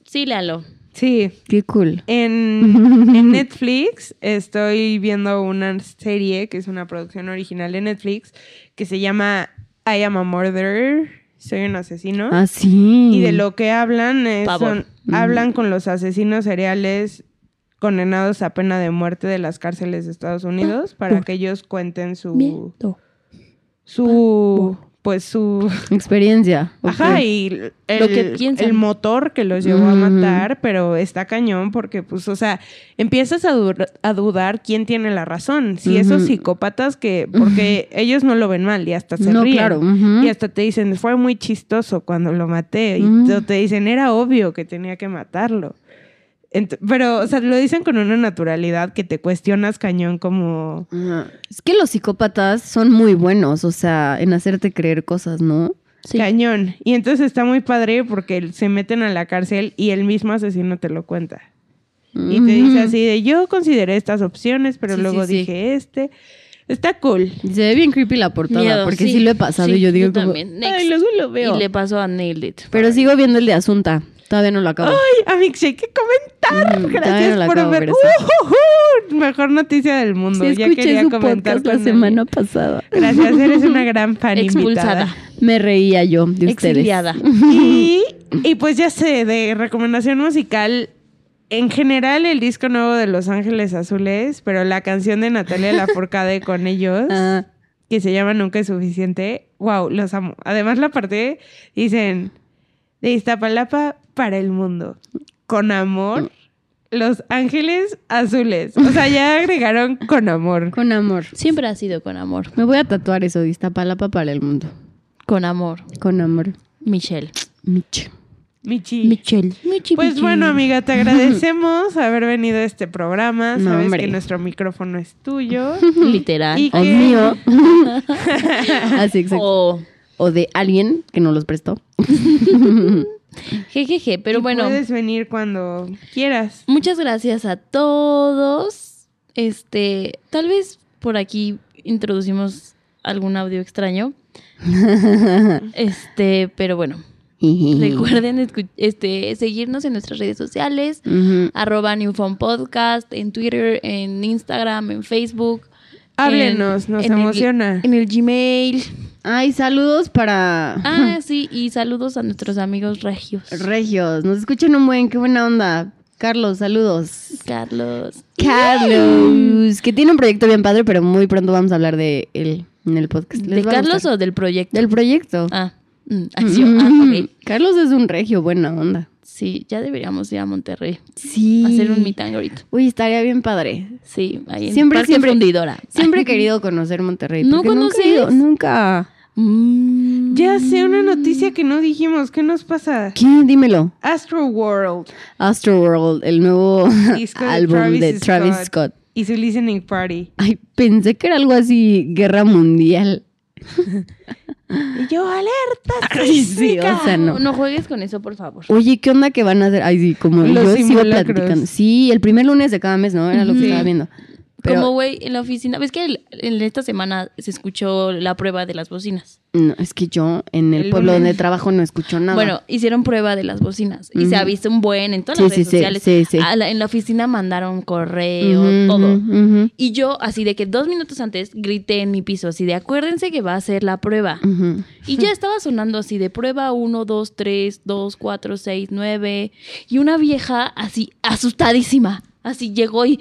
[SPEAKER 2] sí, léalo.
[SPEAKER 3] Sí,
[SPEAKER 4] Qué
[SPEAKER 3] ¿eh?
[SPEAKER 4] cool.
[SPEAKER 3] En, en Netflix estoy viendo una serie que es una producción original de Netflix que se llama I Am a Murderer, soy un asesino.
[SPEAKER 4] Ah, sí.
[SPEAKER 3] Y de lo que hablan es,
[SPEAKER 2] Mm. Pavor. Mm.
[SPEAKER 3] son- hablan con los asesinos seriales condenados a pena de muerte de las cárceles de Estados Unidos para que ellos cuenten su
[SPEAKER 2] Miedo.
[SPEAKER 3] su pues su
[SPEAKER 4] Experiencia.
[SPEAKER 3] Ajá,
[SPEAKER 4] Ok.
[SPEAKER 3] y el,
[SPEAKER 2] Lo que piensan. Mm.
[SPEAKER 3] el motor que los llevó a
[SPEAKER 4] Ujú.
[SPEAKER 3] matar, pero está cañón porque, pues, o sea, empiezas a, dur- a dudar quién tiene la razón. Si esos
[SPEAKER 4] Ujú.
[SPEAKER 3] psicópatas que, porque ellos no lo ven mal y hasta se
[SPEAKER 4] No,
[SPEAKER 3] ríen.
[SPEAKER 4] claro. ujú.
[SPEAKER 3] Y hasta te dicen, fue muy chistoso cuando lo maté. Y
[SPEAKER 4] Ujú.
[SPEAKER 3] te- te dicen, era obvio que tenía que matarlo. Ent- pero, o sea, lo dicen con una naturalidad que te cuestionas cañón como...
[SPEAKER 4] Ajá. Es que los psicópatas son muy buenos, o sea, en hacerte creer cosas, ¿no?
[SPEAKER 2] Sí.
[SPEAKER 3] Cañón. Y entonces está muy padre porque se meten a la cárcel y el mismo asesino te lo cuenta. Y te dice así de, yo consideré estas opciones, pero
[SPEAKER 4] Sí,
[SPEAKER 3] luego
[SPEAKER 4] sí, sí.
[SPEAKER 3] dije este. Está cool.
[SPEAKER 4] Se ve bien creepy la portada,
[SPEAKER 2] Miedo,
[SPEAKER 4] porque sí. lo he pasado
[SPEAKER 2] Sí,
[SPEAKER 4] y yo digo como...
[SPEAKER 2] también. Next.
[SPEAKER 3] Ay, luego lo veo.
[SPEAKER 2] Y le pasó a Nailed It.
[SPEAKER 4] Pero sigo viendo el de Asunta. Todavía no lo acabo.
[SPEAKER 3] Ay, Amix, hay que comentar.
[SPEAKER 4] Mm, todavía no
[SPEAKER 3] Gracias
[SPEAKER 4] la
[SPEAKER 3] por
[SPEAKER 4] acabo de
[SPEAKER 3] ver.
[SPEAKER 4] ver esa.
[SPEAKER 3] ¡Ujujú! Mejor noticia del mundo.
[SPEAKER 4] Sí,
[SPEAKER 3] ya
[SPEAKER 4] escuché
[SPEAKER 3] quería
[SPEAKER 4] su
[SPEAKER 3] comentar
[SPEAKER 4] podcast la
[SPEAKER 3] con
[SPEAKER 4] semana
[SPEAKER 3] alguien.
[SPEAKER 4] pasada.
[SPEAKER 3] Gracias, eres una gran fan
[SPEAKER 2] Expulsada.
[SPEAKER 3] invitada.
[SPEAKER 4] Me reía yo de ustedes.
[SPEAKER 2] Exiliada.
[SPEAKER 3] Y, y pues ya sé, de recomendación musical, en general el disco nuevo de Los Ángeles Azules, pero la canción de Natalia Lafourcade con ellos,
[SPEAKER 4] Ah,
[SPEAKER 3] que se llama Nunca es suficiente, wow, los amo. Además la parte dicen de Iztapalapa para el mundo, con amor, Los Ángeles Azules. O sea, ya agregaron con amor.
[SPEAKER 4] con amor.
[SPEAKER 2] Siempre ha sido con amor.
[SPEAKER 4] Me voy a tatuar eso de Iztapalapa para el mundo.
[SPEAKER 2] Con amor.
[SPEAKER 4] Con amor.
[SPEAKER 2] Michelle.
[SPEAKER 4] Mich.
[SPEAKER 3] Michi.
[SPEAKER 2] Michelle. Michi,
[SPEAKER 3] Pues bueno, amiga, te agradecemos haber venido a este programa.
[SPEAKER 4] No,
[SPEAKER 3] Sabes
[SPEAKER 4] hombre.
[SPEAKER 3] que nuestro micrófono es tuyo.
[SPEAKER 2] Literal.
[SPEAKER 3] Y
[SPEAKER 4] O
[SPEAKER 3] que-
[SPEAKER 4] mío. Así,
[SPEAKER 3] Oh.
[SPEAKER 4] exacto.
[SPEAKER 2] O
[SPEAKER 4] O de alguien que nos los prestó.
[SPEAKER 2] jejeje. Pero
[SPEAKER 3] y
[SPEAKER 2] bueno,
[SPEAKER 3] Puedes venir cuando quieras.
[SPEAKER 2] muchas gracias a todos. Este, tal vez por aquí introducimos algún audio extraño. Este, pero bueno, recuerden escu- este, seguirnos en nuestras redes sociales.
[SPEAKER 4] Ujú.
[SPEAKER 2] arroba Newfound Podcast, en Twitter, en Instagram, en Facebook.
[SPEAKER 3] Háblenos, nos
[SPEAKER 2] el-
[SPEAKER 3] emociona.
[SPEAKER 2] en el Gmail.
[SPEAKER 4] Ay, saludos para
[SPEAKER 2] Ah, sí, y saludos a nuestros amigos regios.
[SPEAKER 4] Regios. Nos escuchan un buen, qué buena onda. Carlos, saludos.
[SPEAKER 2] Carlos.
[SPEAKER 4] Carlos, que tiene un proyecto bien padre, pero muy pronto vamos a hablar de él en el podcast.
[SPEAKER 2] ¿De
[SPEAKER 4] Les va a
[SPEAKER 2] Carlos
[SPEAKER 4] gustar.
[SPEAKER 2] o del proyecto?
[SPEAKER 4] Del mm. proyecto.
[SPEAKER 2] Ah, mm, acción. Ah, ok.
[SPEAKER 4] Carlos es un regio, buena onda.
[SPEAKER 2] Sí, ya deberíamos ir a Monterrey
[SPEAKER 4] Sí.
[SPEAKER 2] a hacer un meet and greet.
[SPEAKER 4] Uy, estaría bien padre.
[SPEAKER 2] Sí, ahí en
[SPEAKER 4] Siempre,
[SPEAKER 2] Parque
[SPEAKER 4] siempre.
[SPEAKER 2] Fundidora.
[SPEAKER 4] Siempre he querido conocer Monterrey.
[SPEAKER 2] ¿No
[SPEAKER 4] porque nunca he
[SPEAKER 2] conoces?
[SPEAKER 4] ido, Nunca.
[SPEAKER 2] Mm.
[SPEAKER 3] Ya sé una noticia que no dijimos. ¿Qué nos pasa?
[SPEAKER 4] ¿Qué? Dímelo.
[SPEAKER 3] Astro World,
[SPEAKER 4] Astroworld, el nuevo
[SPEAKER 3] Disco de
[SPEAKER 4] álbum
[SPEAKER 3] Travis
[SPEAKER 4] de Travis
[SPEAKER 3] Scott.
[SPEAKER 4] Scott.
[SPEAKER 3] y su listening party.
[SPEAKER 4] Ay, pensé que era algo así, guerra mundial.
[SPEAKER 3] Y yo, alerta.
[SPEAKER 4] Ay, sí, o sea, no.
[SPEAKER 2] no. no juegues con eso, por favor.
[SPEAKER 4] Oye, ¿qué onda que van a hacer? Ay, sí, como
[SPEAKER 3] Los
[SPEAKER 4] yo sigo
[SPEAKER 3] simulacros.
[SPEAKER 4] platicando. Sí, el primer lunes de cada mes, ¿no? Era lo que
[SPEAKER 3] Ujú.
[SPEAKER 4] estaba viendo. Pero
[SPEAKER 2] Como güey en la oficina. ¿Ves que el- en esta semana se escuchó la prueba de las bocinas?
[SPEAKER 4] no, es que yo en el,
[SPEAKER 3] El
[SPEAKER 4] pueblo
[SPEAKER 3] lunes.
[SPEAKER 4] donde trabajo no escucho nada.
[SPEAKER 2] Bueno, hicieron prueba de las bocinas y se
[SPEAKER 4] Ujú.
[SPEAKER 2] ha visto un buen en todas
[SPEAKER 4] Sí,
[SPEAKER 2] las
[SPEAKER 4] sí,
[SPEAKER 2] redes
[SPEAKER 4] sí,
[SPEAKER 2] sociales.
[SPEAKER 4] sí, sí.
[SPEAKER 2] A la- en la oficina mandaron correo,
[SPEAKER 4] Ujú,
[SPEAKER 2] todo.
[SPEAKER 4] ujú,
[SPEAKER 2] Y yo, así de que dos minutos antes, grité en mi piso, así de acuérdense que va a ser la prueba.
[SPEAKER 4] ujú.
[SPEAKER 2] Y ya estaba sonando así de prueba 1, 2, 3, 2, 4, 6, 9. Y una vieja así, asustadísima, así llegó y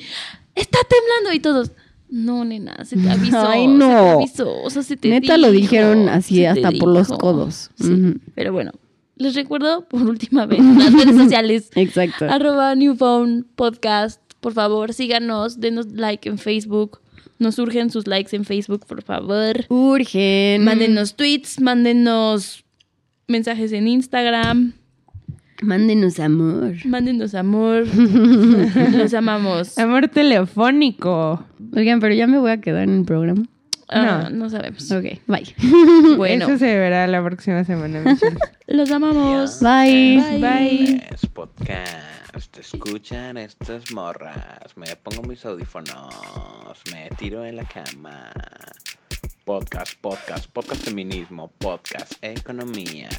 [SPEAKER 2] está temblando y todos. No, nena, se te avisó.
[SPEAKER 4] Ay,
[SPEAKER 2] se te
[SPEAKER 4] no.
[SPEAKER 2] avisó, o sea, se te
[SPEAKER 4] Neta lo
[SPEAKER 2] dijo,
[SPEAKER 4] dijeron así
[SPEAKER 2] se te
[SPEAKER 4] hasta por los
[SPEAKER 2] dijo".
[SPEAKER 4] codos.
[SPEAKER 2] Sí,
[SPEAKER 4] Ujú.
[SPEAKER 2] Pero bueno, les recuerdo por última vez las redes sociales.
[SPEAKER 4] Exacto.
[SPEAKER 2] arroba Newfound Podcast. Por favor, síganos, denos like en Facebook. Nos surgen sus likes en Facebook, por favor.
[SPEAKER 4] Urgen.
[SPEAKER 3] Mm.
[SPEAKER 2] Mándenos tweets, mándenos mensajes en Instagram,
[SPEAKER 4] Mándenos amor.
[SPEAKER 2] mándenos amor. Los amamos.
[SPEAKER 3] Amor telefónico.
[SPEAKER 4] Oigan, pero ya me voy a quedar en el programa.
[SPEAKER 2] Ah,
[SPEAKER 3] no.
[SPEAKER 2] no sabemos.
[SPEAKER 4] Ok, bye.
[SPEAKER 2] Bueno,
[SPEAKER 3] Eso se verá la próxima semana, Michelle.
[SPEAKER 2] los amamos.
[SPEAKER 4] Bye.
[SPEAKER 2] Bye.
[SPEAKER 7] Es podcast. Escuchan estas morras. Me pongo mis audífonos. Me tiro en la cama. Podcast, podcast, podcast feminismo, podcast economía.